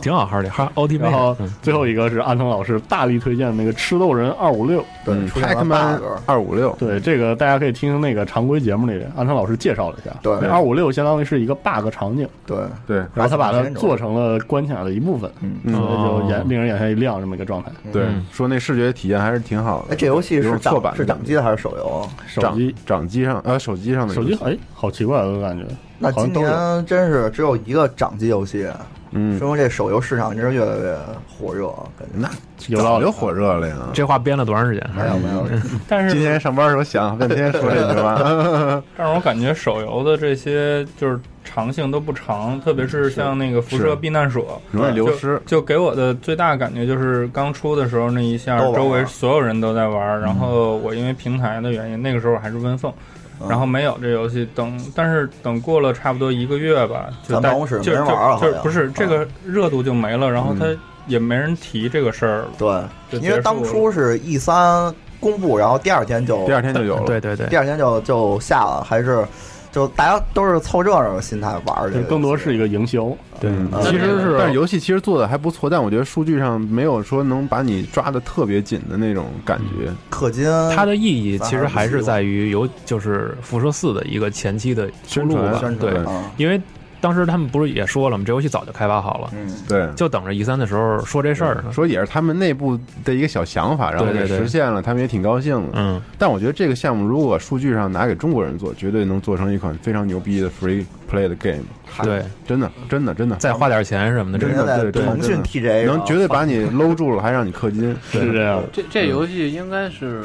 [SPEAKER 7] 挺好玩的，还奥地利
[SPEAKER 8] 然后
[SPEAKER 7] 嗯
[SPEAKER 8] 最后一个是安藤老师大力推荐那个吃豆人二五六，
[SPEAKER 1] 对，出现
[SPEAKER 4] 太
[SPEAKER 1] 了
[SPEAKER 4] 他妈
[SPEAKER 1] bug。
[SPEAKER 4] 嗯二五六，
[SPEAKER 8] 对这个大家可以听听那个常规节目里安藤老师介绍了一下，
[SPEAKER 1] 对
[SPEAKER 8] 二五六相当于是一个 bug 场景，
[SPEAKER 1] 对，
[SPEAKER 4] 对
[SPEAKER 8] 然后他把它做
[SPEAKER 1] 成
[SPEAKER 8] 成了关卡的一部分，
[SPEAKER 1] 嗯，
[SPEAKER 4] 嗯
[SPEAKER 8] 所以就
[SPEAKER 7] 哦
[SPEAKER 8] 眼令人眼前一亮这么一个状态。
[SPEAKER 4] 对
[SPEAKER 7] 嗯，
[SPEAKER 4] 说那视觉体验还是挺好
[SPEAKER 1] 哎，
[SPEAKER 4] 的。
[SPEAKER 1] 这游戏
[SPEAKER 4] 有
[SPEAKER 1] 是
[SPEAKER 4] 种错版
[SPEAKER 1] 掌
[SPEAKER 4] 的
[SPEAKER 1] 是
[SPEAKER 4] 感
[SPEAKER 1] 掌机的还是手游？啊
[SPEAKER 8] 手
[SPEAKER 4] 掌
[SPEAKER 8] 机
[SPEAKER 4] 掌机上呃手机上的
[SPEAKER 8] 手机
[SPEAKER 4] 游戏
[SPEAKER 8] 哎，好奇怪，我感觉
[SPEAKER 1] [laughs] 那
[SPEAKER 8] 好
[SPEAKER 1] 今
[SPEAKER 8] 像都有
[SPEAKER 1] 年真是只有一个掌机游戏，
[SPEAKER 4] 嗯，
[SPEAKER 1] 说明这手游市场真是越来越火热，感觉。
[SPEAKER 4] 那
[SPEAKER 8] 有道
[SPEAKER 4] 早
[SPEAKER 8] 理
[SPEAKER 4] 就火热了呀。
[SPEAKER 7] 这话编了多长时间？
[SPEAKER 1] 没有没有，
[SPEAKER 3] 但
[SPEAKER 4] 今
[SPEAKER 3] 是
[SPEAKER 4] 天上班的时候想半天说这句 [laughs] 话，
[SPEAKER 3] [laughs] 但是我感觉手游的这些就是长性都不长，特别是像那个辐
[SPEAKER 4] 是
[SPEAKER 3] 射避难所，
[SPEAKER 4] 容易流
[SPEAKER 3] 就
[SPEAKER 4] 失。
[SPEAKER 3] 就给我的最大感觉就是刚出的时候那一下
[SPEAKER 1] 都玩，儿
[SPEAKER 3] 周围所有人都在玩儿，然后我因为平台的原因，那个时候我还是 Win 凤，
[SPEAKER 1] 嗯
[SPEAKER 3] 然后没有这游戏。等但是等过了差不多一个月吧，就
[SPEAKER 1] 咱
[SPEAKER 3] 大
[SPEAKER 1] 办公室
[SPEAKER 3] 就
[SPEAKER 1] 没人玩儿了
[SPEAKER 3] 就
[SPEAKER 1] 好
[SPEAKER 3] 就
[SPEAKER 1] 像嗯
[SPEAKER 3] 不是这个热度就没了，然后
[SPEAKER 4] 嗯
[SPEAKER 3] 他也没人提这个事儿了。
[SPEAKER 1] 对，
[SPEAKER 3] 就
[SPEAKER 1] 因为
[SPEAKER 3] 结束
[SPEAKER 1] 当初是 E 三公布，然后第二天就
[SPEAKER 4] 第二天就有了，
[SPEAKER 7] 对对对
[SPEAKER 1] 第，二天就就下了，还是就大家都是凑热闹的心态玩儿这
[SPEAKER 8] 就
[SPEAKER 1] 个游戏，
[SPEAKER 8] 更多是一个营销，
[SPEAKER 4] 对
[SPEAKER 1] 嗯
[SPEAKER 4] 其实是，
[SPEAKER 9] 嗯
[SPEAKER 4] 但是游戏其实做的还不错，但我觉得数据上没有说能把你抓的特别紧的那种感觉。
[SPEAKER 1] 氪金，
[SPEAKER 7] 它的意义其实还是在于有就是辐射四的一个前期的出路啊吧
[SPEAKER 4] 宣传，啊
[SPEAKER 7] 对
[SPEAKER 4] 宣，传
[SPEAKER 1] 嗯
[SPEAKER 7] 因为当时他们不是也说了吗？这游戏早就开发好了，
[SPEAKER 1] 嗯，
[SPEAKER 4] 对，
[SPEAKER 7] 就等着 E 三的时候说这事儿呢。
[SPEAKER 4] 嗯说也是他们内部的一个小想法，然后
[SPEAKER 7] 对
[SPEAKER 4] 给
[SPEAKER 7] 对对
[SPEAKER 4] 实现了，他们也挺高兴的。
[SPEAKER 7] 嗯，
[SPEAKER 4] 但我觉得这个项目如果数据上拿给中国人做，绝对能做成一款非常牛逼的 free play 的 game，
[SPEAKER 7] 对，
[SPEAKER 4] 真的，真的，真的，
[SPEAKER 7] 再花点钱什么的，
[SPEAKER 1] 之
[SPEAKER 4] 真
[SPEAKER 7] 这
[SPEAKER 1] 前
[SPEAKER 4] 的
[SPEAKER 1] 在
[SPEAKER 4] 对真的
[SPEAKER 1] 腾讯 TJ
[SPEAKER 4] 能绝
[SPEAKER 1] 得
[SPEAKER 4] 对把你搂住了，还让你氪金。
[SPEAKER 8] 是这样。
[SPEAKER 9] 这这游戏应该是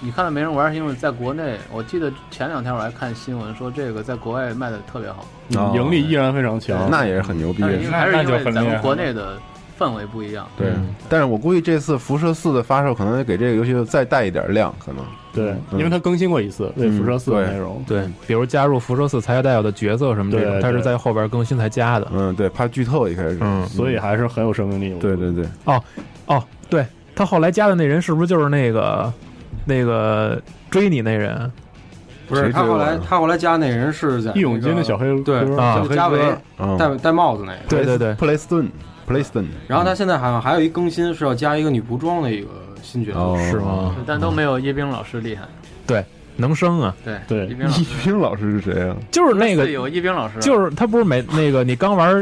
[SPEAKER 9] 你看到没人玩，是因为在国内，我记得前两天我还看新闻说这个在国外卖的特别好，
[SPEAKER 4] 哦
[SPEAKER 8] 盈利依然非常强。
[SPEAKER 4] 那也是很牛逼
[SPEAKER 9] 但
[SPEAKER 4] 的
[SPEAKER 9] 是
[SPEAKER 4] 事
[SPEAKER 9] 因为
[SPEAKER 4] 情。
[SPEAKER 9] 还是
[SPEAKER 3] 那
[SPEAKER 9] 因
[SPEAKER 3] 就
[SPEAKER 9] 为
[SPEAKER 3] 很厉害
[SPEAKER 9] 咱们国内的氛围不一样。
[SPEAKER 4] 对，
[SPEAKER 7] 嗯
[SPEAKER 8] 嗯
[SPEAKER 4] 但是我估计这次辐射四的发售可能得给这个游戏再带一点量，可能。
[SPEAKER 8] 对，
[SPEAKER 4] 嗯
[SPEAKER 8] 因为它更新过一次，对
[SPEAKER 4] 嗯
[SPEAKER 8] 辐射四
[SPEAKER 4] 对
[SPEAKER 8] 的内容，
[SPEAKER 7] 对，比如加入辐射四才带有的角色什么这种，
[SPEAKER 8] 对
[SPEAKER 7] 它是
[SPEAKER 8] 对
[SPEAKER 7] 在后边更新才加的。
[SPEAKER 4] 嗯，对，怕剧透一开始。
[SPEAKER 7] 嗯，
[SPEAKER 8] 所以还是很有生命力。我
[SPEAKER 4] 对对对，
[SPEAKER 7] 哦，对他后来加的那人是不是就是那个那个追你那人？
[SPEAKER 10] 不是
[SPEAKER 4] 谁
[SPEAKER 10] 他
[SPEAKER 4] 追
[SPEAKER 10] 后
[SPEAKER 4] 我
[SPEAKER 10] 来
[SPEAKER 4] 呀
[SPEAKER 10] 他后来加那人是在
[SPEAKER 8] 义勇军的小黑
[SPEAKER 10] 对
[SPEAKER 8] 哥
[SPEAKER 7] 啊
[SPEAKER 10] 就加维
[SPEAKER 4] 嗯，
[SPEAKER 10] 戴戴帽子那个，
[SPEAKER 7] 对对对
[SPEAKER 4] 普雷斯顿， Playstation，
[SPEAKER 10] 然后它现在好像还有一更新是要加一个女仆装的一个新角色，
[SPEAKER 7] 是？吗？
[SPEAKER 9] 但都没有叶冰老师厉害。
[SPEAKER 7] 能生啊，
[SPEAKER 9] 对
[SPEAKER 8] 对
[SPEAKER 9] 叶冰老师
[SPEAKER 4] 易冰老师是谁啊？
[SPEAKER 7] 就是那个，
[SPEAKER 9] 有叶冰老师，啊
[SPEAKER 7] 就是他不是每那个你刚玩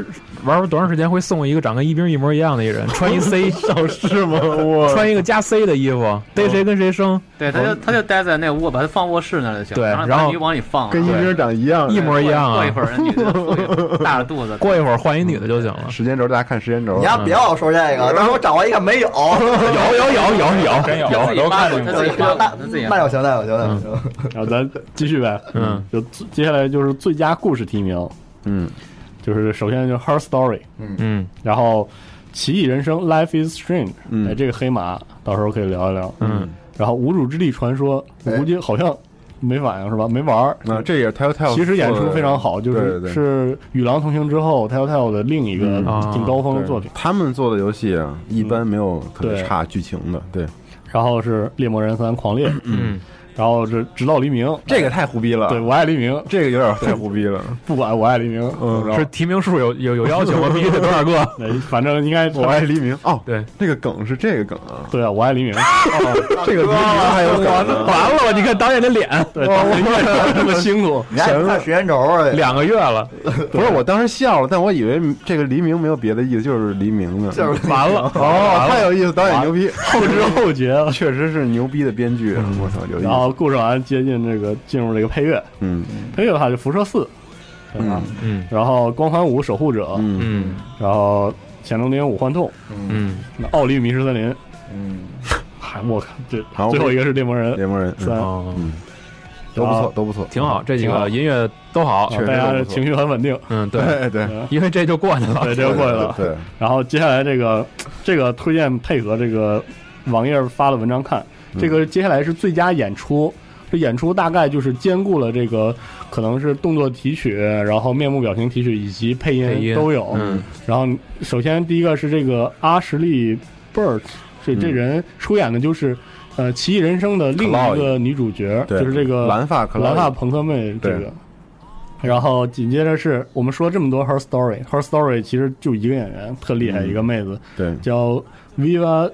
[SPEAKER 7] 玩完多长时间会送一个长跟一兵一模一样的一人，穿一 [laughs] C
[SPEAKER 4] 是吗？ [laughs] 我哦
[SPEAKER 7] 穿一个加 C 的衣服，逮谁跟谁生，
[SPEAKER 9] 对，他就他就待在那卧，把他放卧室那就行，
[SPEAKER 7] 对
[SPEAKER 9] 然后
[SPEAKER 7] 然
[SPEAKER 9] 把
[SPEAKER 7] 后
[SPEAKER 9] 你往里放，
[SPEAKER 4] 跟一
[SPEAKER 9] 对
[SPEAKER 4] 冰长一样，
[SPEAKER 7] 一模一样
[SPEAKER 9] 过一
[SPEAKER 7] 啊。
[SPEAKER 9] 会儿那女的肚子大着肚子，
[SPEAKER 7] 过一会儿换一女的就行了。
[SPEAKER 4] 嗯时间轴，大家看时间轴
[SPEAKER 1] 你。丫别老说这个，到时候我找完一看没有，
[SPEAKER 7] 有有有有有
[SPEAKER 3] 真有
[SPEAKER 7] 有，
[SPEAKER 9] 自己发过，他自己发过，他自己发
[SPEAKER 1] 那就行，那就行，那就 [laughs] 行。
[SPEAKER 8] 嗯然后咱继续呗，
[SPEAKER 7] 嗯，
[SPEAKER 8] 就最接下来就是最佳故事提名，
[SPEAKER 4] 嗯，
[SPEAKER 8] 就是首先就是 Her Story，
[SPEAKER 7] 嗯
[SPEAKER 8] 然后《奇异人生》Life is Strange，
[SPEAKER 4] 嗯
[SPEAKER 8] 哎，这个黑马到时候可以聊一聊，
[SPEAKER 7] 嗯，
[SPEAKER 8] 然后《无主之地传说》，
[SPEAKER 1] 哎
[SPEAKER 8] 我估计好像没反应是吧？没玩儿，
[SPEAKER 4] 啊，这也是 Telltale
[SPEAKER 8] 其实演出非常好，就
[SPEAKER 4] 对
[SPEAKER 8] 是
[SPEAKER 4] 对
[SPEAKER 8] 是《与狼同行》之后 Telltale 的另一个
[SPEAKER 4] 嗯
[SPEAKER 7] 啊
[SPEAKER 8] 挺高峰的作品。嗯
[SPEAKER 4] 他们做的游戏啊，一般没有特别
[SPEAKER 8] 对
[SPEAKER 4] 差剧情的，对，
[SPEAKER 8] 然后是《猎魔人三：狂猎》，
[SPEAKER 7] 嗯，
[SPEAKER 8] 然后是《直到黎明》，
[SPEAKER 4] 这个太胡逼了，
[SPEAKER 8] 对我爱黎明，
[SPEAKER 4] 这个有点太胡逼了，
[SPEAKER 8] 不管我爱黎明，
[SPEAKER 4] 嗯，
[SPEAKER 7] 是提名数有有有要
[SPEAKER 8] [laughs]
[SPEAKER 7] 求吗？必须得多少个？
[SPEAKER 8] 对，反正应该
[SPEAKER 4] 我爱黎明哦，
[SPEAKER 7] 对，
[SPEAKER 4] 这个梗是这个梗啊，
[SPEAKER 8] 对啊，我爱黎明，
[SPEAKER 7] [laughs]
[SPEAKER 4] 这个黎明还有梗呢，
[SPEAKER 7] 完了，你看导演的脸，
[SPEAKER 8] 对，这么辛苦，
[SPEAKER 1] 哦你还得看时间轴啊，
[SPEAKER 7] 两个月了，
[SPEAKER 4] [laughs] 不是我当时笑了，但我以为这个黎明没有别的意思，就是黎明呢， [laughs]
[SPEAKER 1] 就是
[SPEAKER 8] [laughs]
[SPEAKER 7] 完了，
[SPEAKER 4] 哦，太有意思，导演牛逼，
[SPEAKER 8] 后知后觉。
[SPEAKER 4] [laughs]
[SPEAKER 8] 啊嗯
[SPEAKER 4] 确实是牛逼的编剧，啊我操，有意
[SPEAKER 8] 然
[SPEAKER 4] 思，
[SPEAKER 8] 后故事完接近这个进入这个配乐，
[SPEAKER 4] 嗯
[SPEAKER 8] 配乐的话就《辐射四》，对吧？
[SPEAKER 7] 嗯
[SPEAKER 8] 然后《光环五：守护者》，
[SPEAKER 4] 嗯，
[SPEAKER 7] 嗯
[SPEAKER 8] 然后《潜龙谍影五：幻痛》，
[SPEAKER 7] 嗯，
[SPEAKER 8] 《奥利迷失森林》， [laughs]
[SPEAKER 1] 嗯，
[SPEAKER 8] 还我靠，这
[SPEAKER 4] 好
[SPEAKER 8] 最后一个是猎魔人
[SPEAKER 4] 猎魔人
[SPEAKER 8] 三
[SPEAKER 4] 嗯，
[SPEAKER 7] 哦，
[SPEAKER 4] 都不
[SPEAKER 8] 然
[SPEAKER 11] 啊
[SPEAKER 4] 错，
[SPEAKER 8] 后
[SPEAKER 4] 都不错，嗯
[SPEAKER 7] 挺好，这几
[SPEAKER 8] 挺好
[SPEAKER 7] 个音乐都好
[SPEAKER 8] 啊，
[SPEAKER 4] 确实
[SPEAKER 8] 大家
[SPEAKER 4] 都
[SPEAKER 8] 的
[SPEAKER 4] 不错
[SPEAKER 8] 情绪很稳定，
[SPEAKER 7] 嗯，对，
[SPEAKER 4] 对对，
[SPEAKER 7] 因为这就过去了，
[SPEAKER 8] 对，这就过去了。
[SPEAKER 4] 对，
[SPEAKER 8] 然后接下来这个这个推荐配合这个网页发的文章看，
[SPEAKER 4] 嗯
[SPEAKER 8] 这个接下来是最佳演出。这演出大概就是兼顾了这个，可能是动作提取，然后面部表情提取以及配
[SPEAKER 7] 配音
[SPEAKER 8] 音都有。
[SPEAKER 7] 嗯
[SPEAKER 8] 然后首先第一个是这个阿什利·贝尔，这这
[SPEAKER 4] 嗯
[SPEAKER 8] 人出演的就是呃《奇异人生》的另一
[SPEAKER 4] Chloe
[SPEAKER 8] 个女主角，
[SPEAKER 4] 对
[SPEAKER 8] 就是这个
[SPEAKER 4] 蓝发克拉
[SPEAKER 8] 蓝发朋克妹这
[SPEAKER 4] 对
[SPEAKER 8] 个。然后紧接着是我们说这么多 Her Story，Her Story 其实就一个演员，特厉害
[SPEAKER 4] 嗯
[SPEAKER 8] 一个妹子，
[SPEAKER 4] 对
[SPEAKER 8] 叫 Viva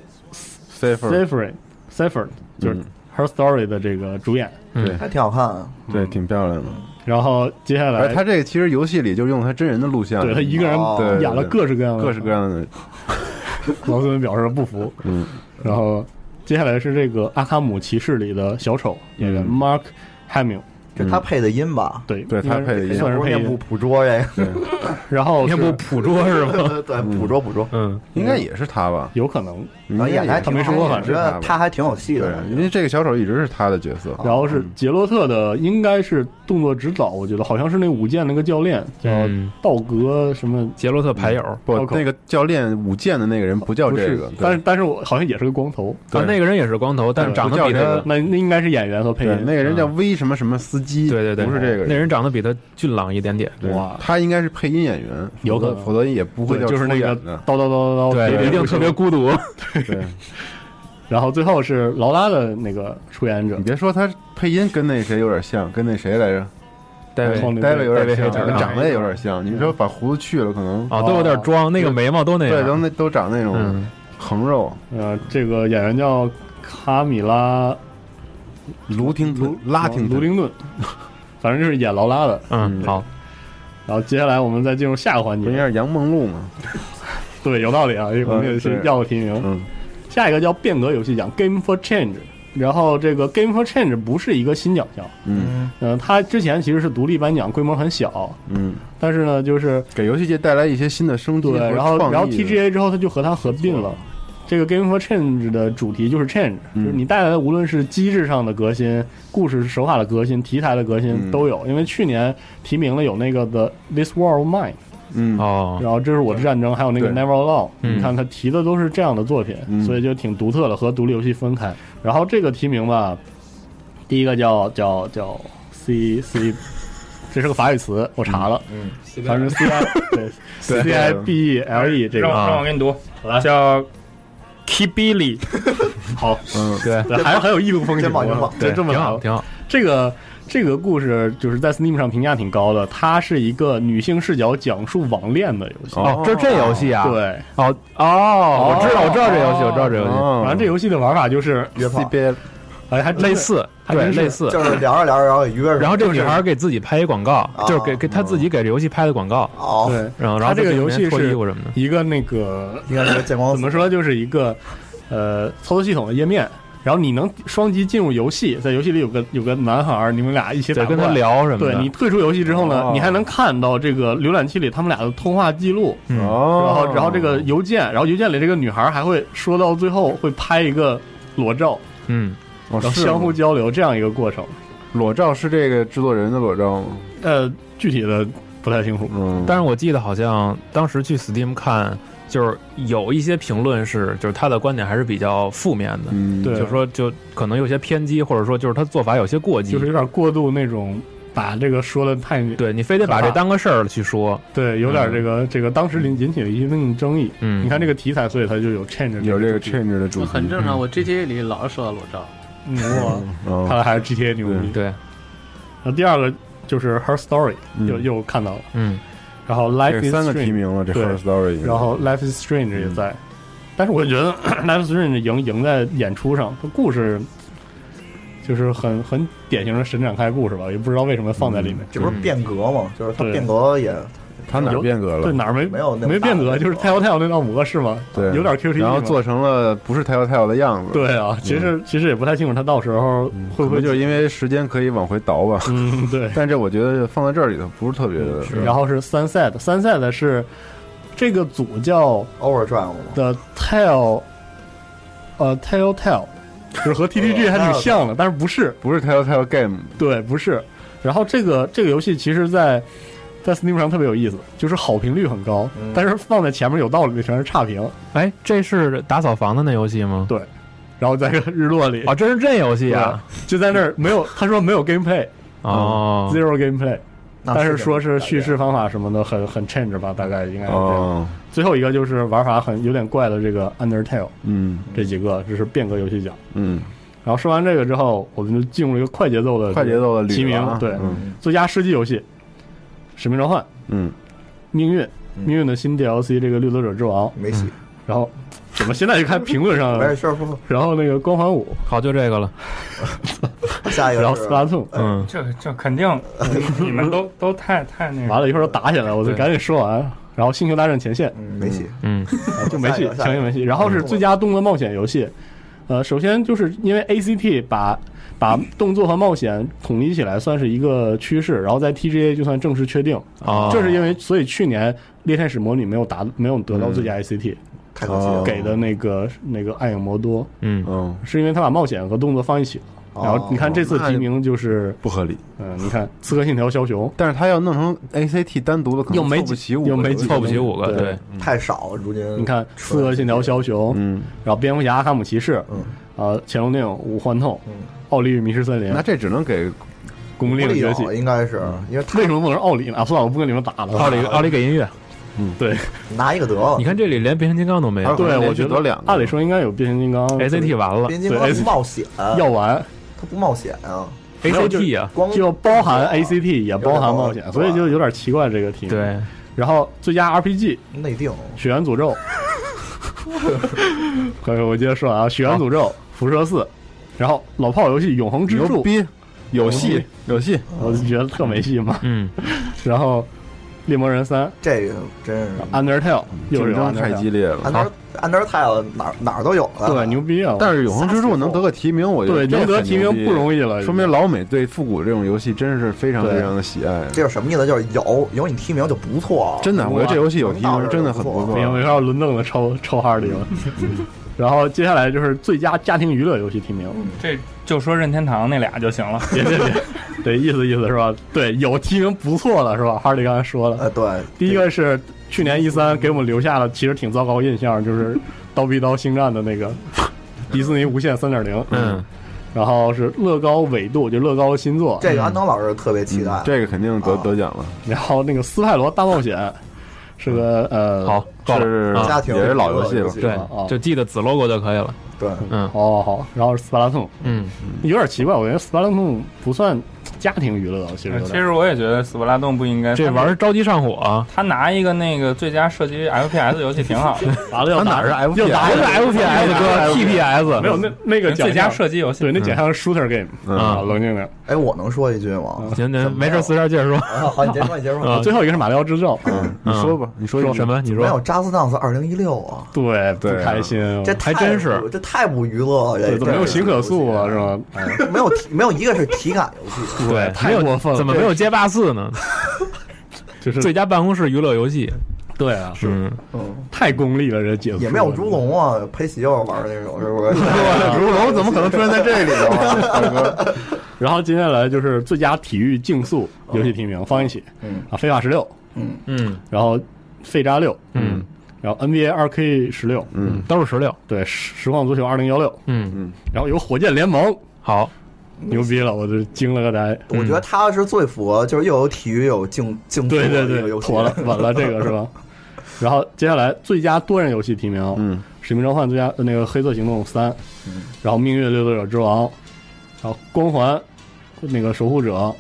[SPEAKER 4] ，safer，
[SPEAKER 8] Seyfried Seyfried，就是
[SPEAKER 4] 嗯
[SPEAKER 8] Her Story 的这个主演。
[SPEAKER 4] 对
[SPEAKER 1] 还挺好看啊。
[SPEAKER 4] 对，挺漂亮的，
[SPEAKER 8] 然后接下
[SPEAKER 4] 而
[SPEAKER 8] 来，
[SPEAKER 4] 他这个其实游戏里就用他真人的录像，
[SPEAKER 8] 对他一个人
[SPEAKER 1] 哦
[SPEAKER 4] 对对
[SPEAKER 8] 演了
[SPEAKER 4] 对
[SPEAKER 8] 各式各样的
[SPEAKER 4] 各式各样
[SPEAKER 8] [laughs]
[SPEAKER 4] 的，
[SPEAKER 8] 劳森表示不服。
[SPEAKER 4] 嗯，
[SPEAKER 8] 然后接下来是这个《阿卡姆骑士》里的小丑演员
[SPEAKER 4] 嗯
[SPEAKER 8] Mark Hamill，
[SPEAKER 1] 就他配的音吧，
[SPEAKER 8] 对
[SPEAKER 4] 对他配的音
[SPEAKER 8] 算是
[SPEAKER 1] 不
[SPEAKER 8] 配
[SPEAKER 1] 是面部
[SPEAKER 8] 音。
[SPEAKER 1] 捕捉这
[SPEAKER 8] 然后
[SPEAKER 7] 面部
[SPEAKER 8] 是
[SPEAKER 7] 捕捉是吗？
[SPEAKER 8] [laughs]
[SPEAKER 1] 个，对， [laughs] 捕捉捕捉。
[SPEAKER 7] 嗯，
[SPEAKER 4] [laughs] 应该也是他吧？
[SPEAKER 8] 有可能，
[SPEAKER 1] 然
[SPEAKER 4] 应该
[SPEAKER 1] 后呃演的还
[SPEAKER 8] 他
[SPEAKER 1] 挺
[SPEAKER 8] 没
[SPEAKER 1] 好
[SPEAKER 8] 说过
[SPEAKER 1] 我
[SPEAKER 8] 反
[SPEAKER 1] 觉得他还挺有戏
[SPEAKER 4] 对
[SPEAKER 1] 的，哦感，
[SPEAKER 4] 因
[SPEAKER 1] 觉
[SPEAKER 4] 为这个小丑一直是他的角色，嗯
[SPEAKER 8] 然后是杰洛特的，应该是动作指导，我觉得好像是那舞剑那个教练叫
[SPEAKER 7] 嗯
[SPEAKER 8] 道格什么，
[SPEAKER 7] 杰洛特牌友啊，
[SPEAKER 4] 嗯不
[SPEAKER 8] 包，括
[SPEAKER 4] 那个教练舞剑的那个人不叫
[SPEAKER 8] 哦不
[SPEAKER 4] 这
[SPEAKER 8] 是
[SPEAKER 4] 个，，
[SPEAKER 8] 但是
[SPEAKER 4] 对
[SPEAKER 8] 但是我好像也是个光头，
[SPEAKER 4] 对
[SPEAKER 7] 呃啊那个人也是光头，但是长得比
[SPEAKER 4] 不叫这
[SPEAKER 7] 他
[SPEAKER 4] 个，
[SPEAKER 8] 那那应该是演员和配
[SPEAKER 4] 对
[SPEAKER 8] 音。
[SPEAKER 4] 那个人叫 V 什么什么司机，
[SPEAKER 7] 对对对，
[SPEAKER 4] 不是这个
[SPEAKER 7] 那人长得比他俊朗一点点，
[SPEAKER 4] 对
[SPEAKER 8] 哇
[SPEAKER 4] 他应该是配音演员，
[SPEAKER 8] 有可能
[SPEAKER 4] 否则否则也不会
[SPEAKER 8] 对
[SPEAKER 4] 叫
[SPEAKER 8] 就是那个
[SPEAKER 4] 出演的
[SPEAKER 8] 叨叨叨叨叨，喋喋
[SPEAKER 7] 对，一定
[SPEAKER 8] 不休
[SPEAKER 7] 特别。孤独，
[SPEAKER 4] 对，
[SPEAKER 8] [laughs] 然后最后是劳拉的那个出演者
[SPEAKER 4] 你，别说他配音跟那谁有点像，跟那谁来着？
[SPEAKER 7] 戴维
[SPEAKER 8] 黄
[SPEAKER 4] 戴维有点像，
[SPEAKER 7] 戴维黑
[SPEAKER 4] 但
[SPEAKER 7] 长
[SPEAKER 4] 长得也有
[SPEAKER 8] 啊
[SPEAKER 4] 点像。你别说把胡子去了，可能
[SPEAKER 7] 啊，都有点装，那个眉毛都那
[SPEAKER 4] 哦对，都
[SPEAKER 7] 样，
[SPEAKER 4] 那都长那种
[SPEAKER 7] 嗯，
[SPEAKER 4] 横肉。
[SPEAKER 8] 呃，这个演员叫卡米拉
[SPEAKER 4] 卢廷卢拉廷
[SPEAKER 8] 卢
[SPEAKER 7] [laughs]
[SPEAKER 8] 丁顿，反正就是演劳拉的。
[SPEAKER 7] 嗯，好，
[SPEAKER 8] 然后接下来我们再进入下个环
[SPEAKER 4] 不应该
[SPEAKER 8] 节，
[SPEAKER 4] 是杨梦露吗？
[SPEAKER 8] [laughs] 对，有道理啊，我们也是要个提名。
[SPEAKER 4] 嗯，
[SPEAKER 8] 下一个叫变革游戏奖 Game for Change，然后这个 Game for Change 不是一个新奖项，
[SPEAKER 4] 嗯
[SPEAKER 8] 嗯，它之前其实是独立颁奖，规模很小，
[SPEAKER 10] [laughs]
[SPEAKER 4] 嗯，
[SPEAKER 8] 但是呢，就是
[SPEAKER 4] 给游戏界带来一些新的生机
[SPEAKER 8] 对，
[SPEAKER 4] 和
[SPEAKER 8] 然后
[SPEAKER 4] 创意
[SPEAKER 8] 然后
[SPEAKER 4] 的
[SPEAKER 8] TGA 之后，它就和它合并了。这个 Game for Change 的主题就是 change，、
[SPEAKER 4] 嗯
[SPEAKER 8] 就是你带来的无论是机制上的革新、故事手法的革新、题材的革新
[SPEAKER 4] 嗯
[SPEAKER 8] 都有。因为去年提名了有那个 The This War of Mine，
[SPEAKER 4] 嗯
[SPEAKER 7] 哦，
[SPEAKER 8] 然后这是我的战争，还有那个
[SPEAKER 4] 对
[SPEAKER 8] Never Alone，、
[SPEAKER 7] 嗯
[SPEAKER 8] 你看他提的都是这样的作品，
[SPEAKER 4] 嗯
[SPEAKER 8] 所以就挺独特的，和独立游戏分开。然后这个提名吧，第一个叫叫叫 C C，这是个法语词，我查了，嗯，反正 C I [laughs] 对 C I B E L E 这
[SPEAKER 3] 让
[SPEAKER 8] 个
[SPEAKER 3] 我让我给你读，叫 Kibili，
[SPEAKER 8] 好， [laughs]
[SPEAKER 4] 嗯
[SPEAKER 7] 对，
[SPEAKER 8] 嗯还是很有异度风情
[SPEAKER 1] 肩膀嗯
[SPEAKER 8] 的
[SPEAKER 1] 肩膀，
[SPEAKER 8] 就这么
[SPEAKER 7] 挺
[SPEAKER 8] 好
[SPEAKER 7] 好，。挺好，
[SPEAKER 8] 这个这个故事就是在 Steam 上评价挺高的，它是一个女性视角讲述网恋的游戏。
[SPEAKER 11] 哦，这这游戏啊，
[SPEAKER 8] 对，
[SPEAKER 11] 哦哦，我知道，我知道这游戏，我知道这游戏，
[SPEAKER 8] 反正这游戏的玩法就是约炮，哎，还
[SPEAKER 11] 类似，
[SPEAKER 8] 还
[SPEAKER 11] 对，
[SPEAKER 8] 真是
[SPEAKER 11] 类似，
[SPEAKER 1] 就是
[SPEAKER 11] [laughs]
[SPEAKER 1] 聊着聊着，然后给约上，
[SPEAKER 11] 然后这个
[SPEAKER 1] 就
[SPEAKER 11] 女
[SPEAKER 1] 是
[SPEAKER 11] 孩给自己拍一广告，
[SPEAKER 4] 哦
[SPEAKER 11] 就是给给她自己给这游戏拍的广告，
[SPEAKER 1] 哦，
[SPEAKER 8] 对，
[SPEAKER 11] 然后然
[SPEAKER 8] 它
[SPEAKER 11] 后
[SPEAKER 8] 这个游戏
[SPEAKER 11] 脱
[SPEAKER 8] 是
[SPEAKER 11] 衣服什么的，
[SPEAKER 8] 一个那个
[SPEAKER 1] 应该是个见光
[SPEAKER 8] 怎
[SPEAKER 1] 死
[SPEAKER 8] 么说，就是一个呃操作系统的页面。然后你能双击进入游戏，在游戏里有个有个男孩儿，你们俩一起打
[SPEAKER 11] 对，跟
[SPEAKER 8] 怪
[SPEAKER 11] 她聊什么的，
[SPEAKER 8] 对你退出游戏之后呢，
[SPEAKER 11] 哦
[SPEAKER 8] 你还能看到这个浏览器里他们俩的通话记录，
[SPEAKER 11] 嗯
[SPEAKER 4] 哦，
[SPEAKER 8] 然后然后这个邮件，然后邮件里这个女孩还会说到最后会拍一个裸照，
[SPEAKER 11] 嗯，
[SPEAKER 4] 哦
[SPEAKER 8] 然后
[SPEAKER 4] 是
[SPEAKER 8] 相互交流这样一个过程。
[SPEAKER 4] 裸照是这个制作人的裸照吗？
[SPEAKER 8] 呃，具体的不太清楚。
[SPEAKER 4] 嗯，
[SPEAKER 11] 但是我记得好像当时去 Steam 看，就是有一些评论是，就是他的观点还是比较负面的，
[SPEAKER 4] 嗯，
[SPEAKER 8] 对啊
[SPEAKER 11] 就说就可能有些偏激，或者说就是他做法有些过激，
[SPEAKER 8] 就是有点过度那种把这个说的太
[SPEAKER 11] 对你非得把这当个事儿去说，
[SPEAKER 8] 对，有点这个这个当时引引起了一定争议。
[SPEAKER 11] 嗯，
[SPEAKER 8] 你看这个题材，所以它就有 change
[SPEAKER 4] 有这个
[SPEAKER 8] 主题
[SPEAKER 4] change 的主
[SPEAKER 9] 就
[SPEAKER 4] 题，
[SPEAKER 9] 很正常。我 GTA 里老是说到裸照，
[SPEAKER 8] [laughs] 嗯哇，
[SPEAKER 4] 嗯
[SPEAKER 8] 看来还是 GTA 牛逼。
[SPEAKER 11] 对，
[SPEAKER 8] 然后第二个就是 Her Story，
[SPEAKER 4] 嗯
[SPEAKER 8] 又又看到了，
[SPEAKER 11] 嗯，
[SPEAKER 8] 然后
[SPEAKER 4] 这
[SPEAKER 8] Life is
[SPEAKER 4] 三个
[SPEAKER 8] Strange
[SPEAKER 4] 提名了，这
[SPEAKER 8] 对
[SPEAKER 4] Her Story，
[SPEAKER 8] 然后《Life is Strange》也在，
[SPEAKER 4] 嗯
[SPEAKER 8] 但是我觉得 [clears throat] 《Life is Strange》赢赢在演出上，它故事就是很很典型的神展开故事吧，也不知道为什么放在里面。
[SPEAKER 1] 这不是变革吗？就是他
[SPEAKER 8] 对
[SPEAKER 1] 变革也
[SPEAKER 4] 嗯他哪儿
[SPEAKER 8] 有
[SPEAKER 4] 变革
[SPEAKER 8] 对
[SPEAKER 4] 了？
[SPEAKER 8] 哪儿没
[SPEAKER 1] 没有那么
[SPEAKER 8] 没变
[SPEAKER 1] 大
[SPEAKER 8] 革，
[SPEAKER 1] 的
[SPEAKER 8] 就是
[SPEAKER 1] 变革
[SPEAKER 8] 太阳太阳那套模式嘛，
[SPEAKER 4] 对，
[SPEAKER 8] 有点 QTE
[SPEAKER 4] 然后
[SPEAKER 8] 嘛
[SPEAKER 4] 做成了不是太有太有的样子，嗯
[SPEAKER 8] 对啊，其实其实也不太清楚他到时候会
[SPEAKER 4] 可
[SPEAKER 8] 不会
[SPEAKER 4] 能就是因为时间可以往回倒吧？
[SPEAKER 8] 嗯对，
[SPEAKER 4] [laughs] 但这我觉得放在这里头不是特别的，
[SPEAKER 8] 然后嗯是 Sunset，Sunset 是这个组叫
[SPEAKER 1] overdrive 嘛，
[SPEAKER 8] The Tell，呃
[SPEAKER 4] [laughs]
[SPEAKER 8] Tell Tell，就是和 TTG 还挺像的，但是不是。
[SPEAKER 4] 不是太有太有 game，
[SPEAKER 8] 对，不是。然后这个这个游戏其实在，在 Steam 上特别有意思，就是好评率很高，
[SPEAKER 1] 嗯
[SPEAKER 8] 但是放在前面有道理的全是差评。
[SPEAKER 11] 哎，这是打扫房的那游戏吗？
[SPEAKER 8] 然后在一个日落里，
[SPEAKER 11] 哦，这是这游戏啊，
[SPEAKER 8] 就在那儿没有，他说没有 gameplay，zero
[SPEAKER 11] 哦，
[SPEAKER 8] gameplay，、
[SPEAKER 1] 那
[SPEAKER 8] 但是说
[SPEAKER 1] 这么
[SPEAKER 8] 是
[SPEAKER 1] 改
[SPEAKER 8] 叙
[SPEAKER 1] 变
[SPEAKER 8] 事方法什么的很很 change 吧，大概应该是这样。
[SPEAKER 4] 哦，
[SPEAKER 8] 最后一个就是玩法很有点怪的这个 Undertale，
[SPEAKER 4] 嗯
[SPEAKER 8] 这几个这是变革游戏奖。
[SPEAKER 4] 嗯，
[SPEAKER 8] 然后说完这个之后，我们就进入一个快节奏的
[SPEAKER 4] 快节奏的
[SPEAKER 8] 提
[SPEAKER 4] 旅
[SPEAKER 8] 名
[SPEAKER 4] 啊
[SPEAKER 8] 对
[SPEAKER 4] 嗯
[SPEAKER 8] 最佳射击游戏，《使命召唤》《
[SPEAKER 4] 嗯，
[SPEAKER 8] 命运》《命运的新 DLC》这个《掠夺者之王》，
[SPEAKER 1] 嗯
[SPEAKER 8] 嗯
[SPEAKER 1] 没戏，
[SPEAKER 8] 然后怎么现在就看评论上
[SPEAKER 1] [laughs] 没事，
[SPEAKER 8] 了？
[SPEAKER 1] 事儿不
[SPEAKER 8] [laughs] 然后那个《光环五
[SPEAKER 11] 好，就这个了，》，
[SPEAKER 1] [laughs] 下一个
[SPEAKER 8] 然后《
[SPEAKER 1] 是哎
[SPEAKER 8] Splatoon
[SPEAKER 11] 嗯，
[SPEAKER 3] 这这
[SPEAKER 8] [laughs]
[SPEAKER 3] 肯定，你们都都太太那》，
[SPEAKER 8] 完
[SPEAKER 3] 个，
[SPEAKER 8] 了，一会儿都打起来，我就
[SPEAKER 11] 对
[SPEAKER 8] 赶紧说完。然后《星球大战前线
[SPEAKER 1] 嗯，没戏， [laughs]
[SPEAKER 8] 啊就没戏
[SPEAKER 1] 下一，个下一个
[SPEAKER 8] 强行没戏。然后是最佳动作冒险游戏，呃，首先就是因为 ACT 把把动作和冒险统一起来，算是一个趋势，然后在 TGA 就算正式确定。
[SPEAKER 11] 哦，
[SPEAKER 8] 就是因为所以去年《猎天使魔女》没有达没有得到最佳 ACT，、
[SPEAKER 1] 嗯太可惜了
[SPEAKER 4] 哦。
[SPEAKER 8] 给的那个那个暗影魔多，
[SPEAKER 11] 嗯，
[SPEAKER 4] 嗯，哦
[SPEAKER 8] 是因为他把冒险和动作放一起了。然后你看这次提名就是，
[SPEAKER 4] 不合理。
[SPEAKER 8] 嗯、你看《刺客信条：枭雄
[SPEAKER 4] [laughs] 但是他要弄成 ACT 单独的，可能
[SPEAKER 8] 又没
[SPEAKER 4] 凑不齐五个，
[SPEAKER 8] 又没几
[SPEAKER 11] 凑不齐五个，
[SPEAKER 8] 对
[SPEAKER 11] 对，
[SPEAKER 1] 嗯太少了，如今》，
[SPEAKER 8] 你看《刺客信条：枭雄》
[SPEAKER 4] 嗯，
[SPEAKER 8] 然后《蝙蝠侠：阿卡姆骑士》，
[SPEAKER 1] 嗯，
[SPEAKER 8] 呃，《潜龙电影：无幻痛》，奥利与迷失森林》，
[SPEAKER 4] 嗯那这只能给
[SPEAKER 8] 攻略
[SPEAKER 1] 力
[SPEAKER 8] 崛
[SPEAKER 1] 有
[SPEAKER 8] 起》。
[SPEAKER 1] 应该是因为他
[SPEAKER 8] 为什么不能是奥利呢？啊，算了，我不跟你们打了。[laughs]
[SPEAKER 11] 奥利奥利给音乐，
[SPEAKER 4] 嗯
[SPEAKER 8] 对
[SPEAKER 1] 拿一个得
[SPEAKER 4] 哦
[SPEAKER 1] 了
[SPEAKER 11] 你，看这里连变形金刚都没有
[SPEAKER 4] 啊
[SPEAKER 8] 对，我觉
[SPEAKER 4] 连续得
[SPEAKER 8] 得
[SPEAKER 4] 两个
[SPEAKER 8] 按理说应该有变形金刚
[SPEAKER 11] ，ACT 完了
[SPEAKER 1] 变形金刚
[SPEAKER 8] 对
[SPEAKER 1] 不冒险，
[SPEAKER 8] 要完
[SPEAKER 1] 他不冒险啊，
[SPEAKER 11] ，ACT 啊，
[SPEAKER 1] 光
[SPEAKER 8] 就包含 ACT 也包含冒险，
[SPEAKER 1] 有点冒险
[SPEAKER 8] 所以就有点奇怪这个题目。，
[SPEAKER 11] 对，
[SPEAKER 8] 然后最佳 RPG《
[SPEAKER 1] 内定，
[SPEAKER 8] 血缘诅咒》，可以，我接着说啊，《血缘诅咒》《辐射四》，然后老炮游戏《永恒之
[SPEAKER 4] 牛
[SPEAKER 8] 柱》，
[SPEAKER 4] 逼，有戏有戏，
[SPEAKER 8] 我就觉得特没戏嘛。
[SPEAKER 11] 嗯，
[SPEAKER 8] 然后《猎魔人三》
[SPEAKER 1] 这个真是。
[SPEAKER 8] Undertale 又
[SPEAKER 4] 竞
[SPEAKER 8] 是
[SPEAKER 4] 争太
[SPEAKER 8] Undertale
[SPEAKER 4] 激烈了。
[SPEAKER 1] 安德安德泰尔哪儿哪儿都有了，
[SPEAKER 8] 对，牛逼啊！
[SPEAKER 4] 但是永恒之柱能得个提名，我觉
[SPEAKER 8] 对
[SPEAKER 4] 得
[SPEAKER 8] 能得提名不
[SPEAKER 4] 易，
[SPEAKER 8] 容易了，
[SPEAKER 4] 说明老美对复古这种游戏真是非常
[SPEAKER 8] 对
[SPEAKER 4] 非常的喜爱。
[SPEAKER 1] 这是什么意思？就是有有你提名就不错，
[SPEAKER 4] 真的，我觉得这游戏有提名真的很不
[SPEAKER 8] 没有
[SPEAKER 4] 错。嗯
[SPEAKER 8] 没法轮凳的抽抽哈里了。 [laughs] 然后接下来就是最佳家庭娱乐游戏提名，
[SPEAKER 3] 这就说任天堂那俩就行了。
[SPEAKER 8] 别别别，对，意思意思是吧？对，有提名不错了是吧？哈里刚才说了，
[SPEAKER 1] 呃，对，
[SPEAKER 8] 第一个是去年一三给我们留下了其实挺糟糕印象，就是《刀逼刀星战》
[SPEAKER 4] [laughs]
[SPEAKER 8] 的那个迪士尼无限三点零，
[SPEAKER 11] 嗯，
[SPEAKER 8] 然后是乐高纬度，就乐高新作，
[SPEAKER 4] 嗯
[SPEAKER 1] 这个安东老师特别期
[SPEAKER 8] 嗯
[SPEAKER 1] 待，
[SPEAKER 4] 这个肯定得
[SPEAKER 1] 啊
[SPEAKER 4] 得奖了，
[SPEAKER 8] 然后那个斯派罗大冒险是个呃，
[SPEAKER 11] 好，够了，
[SPEAKER 4] 是
[SPEAKER 11] 啊
[SPEAKER 1] 家庭
[SPEAKER 4] 也是老游戏
[SPEAKER 1] 游
[SPEAKER 4] 了
[SPEAKER 1] 戏，啊
[SPEAKER 11] 对
[SPEAKER 8] 哦，
[SPEAKER 11] 就记得紫 logo 就可以了，
[SPEAKER 1] 对，
[SPEAKER 11] 嗯
[SPEAKER 8] 好好好，然后是斯巴达通，
[SPEAKER 11] 嗯，
[SPEAKER 8] 有点奇怪，我觉得斯巴达通不算家庭娱乐，其实有
[SPEAKER 3] 其
[SPEAKER 8] 点
[SPEAKER 3] 实我也觉得斯普拉顿不应
[SPEAKER 11] 哎
[SPEAKER 3] 该，
[SPEAKER 8] 这
[SPEAKER 3] 他
[SPEAKER 8] 玩意儿
[SPEAKER 11] 着急上火、啊
[SPEAKER 3] 他拿一个那个最佳射击 FPS 游戏挺好的，
[SPEAKER 8] 完了又打
[SPEAKER 3] 哪
[SPEAKER 8] 又打又打 FPS 哥
[SPEAKER 11] TPS
[SPEAKER 8] 没有那那个奖项
[SPEAKER 3] 最佳射击游戏，
[SPEAKER 8] 对，那奖项是 shooter game
[SPEAKER 11] 嗯
[SPEAKER 8] 啊，冷静点。
[SPEAKER 1] 哎，我能说一句吗？
[SPEAKER 11] [laughs]
[SPEAKER 8] 嗯
[SPEAKER 11] 行，您没事，四少接着说。
[SPEAKER 1] 啊好，你接着说，你接着说。
[SPEAKER 8] 啊最后一个是马里奥嗯制造，
[SPEAKER 4] 嗯
[SPEAKER 11] 你说吧你说一句什么你说
[SPEAKER 1] 没有《扎斯 dance 二零一六》啊？
[SPEAKER 8] 对，不
[SPEAKER 1] 对啊
[SPEAKER 8] 开心啊，
[SPEAKER 1] 这太不这太不娱乐了，
[SPEAKER 8] 对，
[SPEAKER 1] 这
[SPEAKER 8] 怎么没有行可塑啊，是吧？
[SPEAKER 1] 这 [laughs] 没有体没有一个是体感游
[SPEAKER 4] [laughs]
[SPEAKER 1] 戏，
[SPEAKER 11] 对，
[SPEAKER 8] 太过分了
[SPEAKER 11] 怎么没有街霸四呢？
[SPEAKER 8] [laughs] 就是
[SPEAKER 11] 最佳办公室娱乐游戏。
[SPEAKER 8] 对啊，
[SPEAKER 11] 是
[SPEAKER 1] 嗯，
[SPEAKER 8] 太功利了，这解
[SPEAKER 1] 也没有猪笼啊，陪媳妇儿玩儿那种，是不是？
[SPEAKER 4] 如龙怎么可能出现在这里头
[SPEAKER 1] [laughs]
[SPEAKER 4] 啊？
[SPEAKER 8] 然后接下来就是最佳体育竞速游戏提名放一起，
[SPEAKER 1] 嗯
[SPEAKER 8] 啊，非法十六，
[SPEAKER 1] 嗯
[SPEAKER 11] 嗯，
[SPEAKER 8] 然后废渣六，
[SPEAKER 11] 嗯，
[SPEAKER 8] 然后 NBA 二 K 十六，
[SPEAKER 4] 嗯，
[SPEAKER 11] 都是十六，
[SPEAKER 8] 对，实实况足球二零幺六，
[SPEAKER 11] 嗯
[SPEAKER 4] 嗯，
[SPEAKER 8] 然后有火箭联盟，
[SPEAKER 11] 好，
[SPEAKER 8] 牛逼了，我就惊了个呆，
[SPEAKER 1] 我觉得他是最符合，就是又有体育又有竞竞速的
[SPEAKER 8] 嗯对对
[SPEAKER 1] 一个游戏
[SPEAKER 8] 对，
[SPEAKER 1] [laughs]
[SPEAKER 8] 妥了，稳了，这个是吧？然后接下来最佳多人游戏提名，
[SPEAKER 4] 嗯，
[SPEAKER 8] 《使命召唤》最佳呃那个《黑色行动三》，然后《命运掠夺者之王》，然后《光环》那个《守护者》，《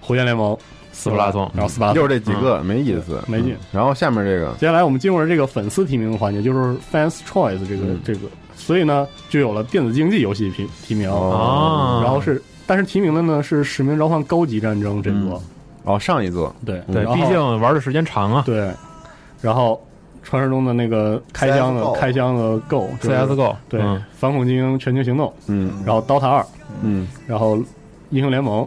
[SPEAKER 8] 火焰联盟》，
[SPEAKER 11] 斯普拉通
[SPEAKER 8] 然后斯普拉嗯通
[SPEAKER 4] 又是这几个，没意思，
[SPEAKER 8] 没劲
[SPEAKER 4] 嗯。然后下面这个，
[SPEAKER 8] 接下来我们进入了这个粉丝提名的环节，就是 fans choice 这个、
[SPEAKER 4] 嗯
[SPEAKER 8] 这个，所以呢就有了电子竞技游戏提提名
[SPEAKER 11] 啊
[SPEAKER 4] 哦
[SPEAKER 8] 然后是但是提名的呢是《使命召唤：高级战争》这个，
[SPEAKER 4] 哦，上一座，
[SPEAKER 8] 对
[SPEAKER 11] 对，毕竟玩的时间长啊。
[SPEAKER 8] 对，然后传说中的那个开箱的
[SPEAKER 1] CS:GO
[SPEAKER 8] 开箱的 Go 就是
[SPEAKER 11] CS:GO
[SPEAKER 8] 对，
[SPEAKER 11] 嗯
[SPEAKER 8] 反恐精英全球行动，
[SPEAKER 4] 嗯
[SPEAKER 8] 然后 DOTA 二，
[SPEAKER 4] 嗯，
[SPEAKER 8] 然后英雄联盟，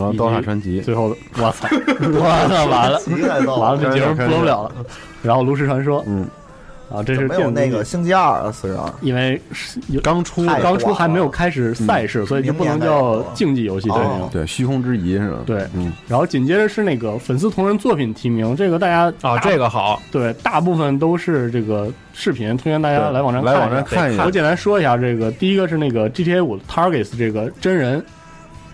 [SPEAKER 4] 然后
[SPEAKER 8] 以及
[SPEAKER 4] 刀塔传奇，
[SPEAKER 8] 最后的，我操，我操， [laughs] 完了，
[SPEAKER 1] 极太逗
[SPEAKER 8] 完
[SPEAKER 1] 了，
[SPEAKER 8] 了，这节目播不了了。然后炉石传说，
[SPEAKER 4] 嗯，
[SPEAKER 8] 啊，这是
[SPEAKER 1] 没有
[SPEAKER 8] 电子竞
[SPEAKER 1] 那
[SPEAKER 8] 技
[SPEAKER 1] 个星期二啊，四十二。
[SPEAKER 8] 因为是有
[SPEAKER 4] 刚出
[SPEAKER 1] 太
[SPEAKER 8] 刚出
[SPEAKER 1] 晚
[SPEAKER 8] 还没有
[SPEAKER 1] 了嗯
[SPEAKER 8] 开始赛事，所以就不能
[SPEAKER 1] 明年再
[SPEAKER 8] 叫
[SPEAKER 1] 有了
[SPEAKER 8] 竞技游戏对
[SPEAKER 1] 哦
[SPEAKER 4] 对，虚空之遗是吧？
[SPEAKER 8] 对
[SPEAKER 4] 嗯，
[SPEAKER 8] 然后紧接着是那个粉丝同人作品提名，这个大家
[SPEAKER 11] 啊，这个好，
[SPEAKER 8] 对大部分都是这个视频，推荐大家
[SPEAKER 4] 对
[SPEAKER 8] 来网站
[SPEAKER 4] 来网站
[SPEAKER 8] 一下
[SPEAKER 4] 看一下
[SPEAKER 8] 我简单说一下这个，第一个是那个 GTA 五 Targets 这个真人，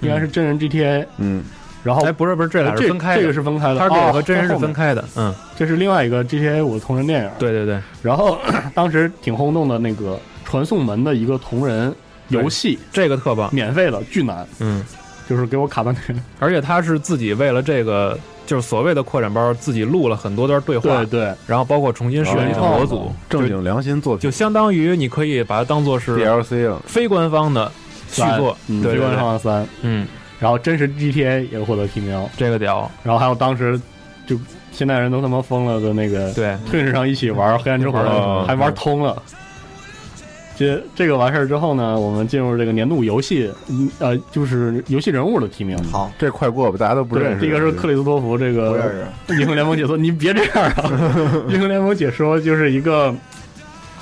[SPEAKER 8] 应该是真人 GTA，
[SPEAKER 4] 嗯，
[SPEAKER 8] 然后
[SPEAKER 11] 哎，不是不是，这俩是
[SPEAKER 8] 这
[SPEAKER 11] 分开的，
[SPEAKER 8] 这个是分开的，
[SPEAKER 11] 它这
[SPEAKER 8] 哦
[SPEAKER 11] 个和真人
[SPEAKER 8] 在
[SPEAKER 11] 是
[SPEAKER 8] 后面
[SPEAKER 11] 分开的。嗯，
[SPEAKER 8] 这是另外一个 GTA 五同人电影。
[SPEAKER 11] 对对对，
[SPEAKER 8] 然后 [clears throat] 当时挺轰动的那个《传送门》的一个同人游戏，
[SPEAKER 11] 这个特棒。
[SPEAKER 8] 免费的，巨难，
[SPEAKER 11] 嗯，
[SPEAKER 8] 就是给我卡半天。
[SPEAKER 11] 而且他是自己为了这个，就是所谓的扩展包，自己录了很多段对话
[SPEAKER 8] 对，对，哦
[SPEAKER 11] 然后包括重新设计的模组，
[SPEAKER 4] 正经良心作
[SPEAKER 11] 就
[SPEAKER 4] 品
[SPEAKER 11] 相当于你可以把它当做是
[SPEAKER 4] DLC 了，
[SPEAKER 11] 非官方的续作，
[SPEAKER 8] 嗯，
[SPEAKER 11] 对
[SPEAKER 8] 最
[SPEAKER 11] 对
[SPEAKER 8] 关
[SPEAKER 11] 对，
[SPEAKER 8] 上三，
[SPEAKER 11] 嗯，
[SPEAKER 8] 然后真实 GTA 也获得提名，
[SPEAKER 11] 这个屌，
[SPEAKER 8] 然后还有当时就现在人都他妈疯了的那个
[SPEAKER 11] 对，嗯
[SPEAKER 8] Twitch 上一起玩《黑暗之魂》
[SPEAKER 4] 哦
[SPEAKER 8] 还玩通了。这这个完事儿之后呢，我们进入这个年度游戏，嗯呃，就是游戏人物的提名。
[SPEAKER 1] 好，
[SPEAKER 4] 这快过吧，大家都不认
[SPEAKER 8] 对，
[SPEAKER 4] 识。
[SPEAKER 8] 第一个是克里斯托弗，这
[SPEAKER 1] 不认
[SPEAKER 8] 个
[SPEAKER 1] 识。
[SPEAKER 8] 英雄联盟解说，你别这样
[SPEAKER 1] [laughs]
[SPEAKER 8] 啊！英雄联盟解说就是一个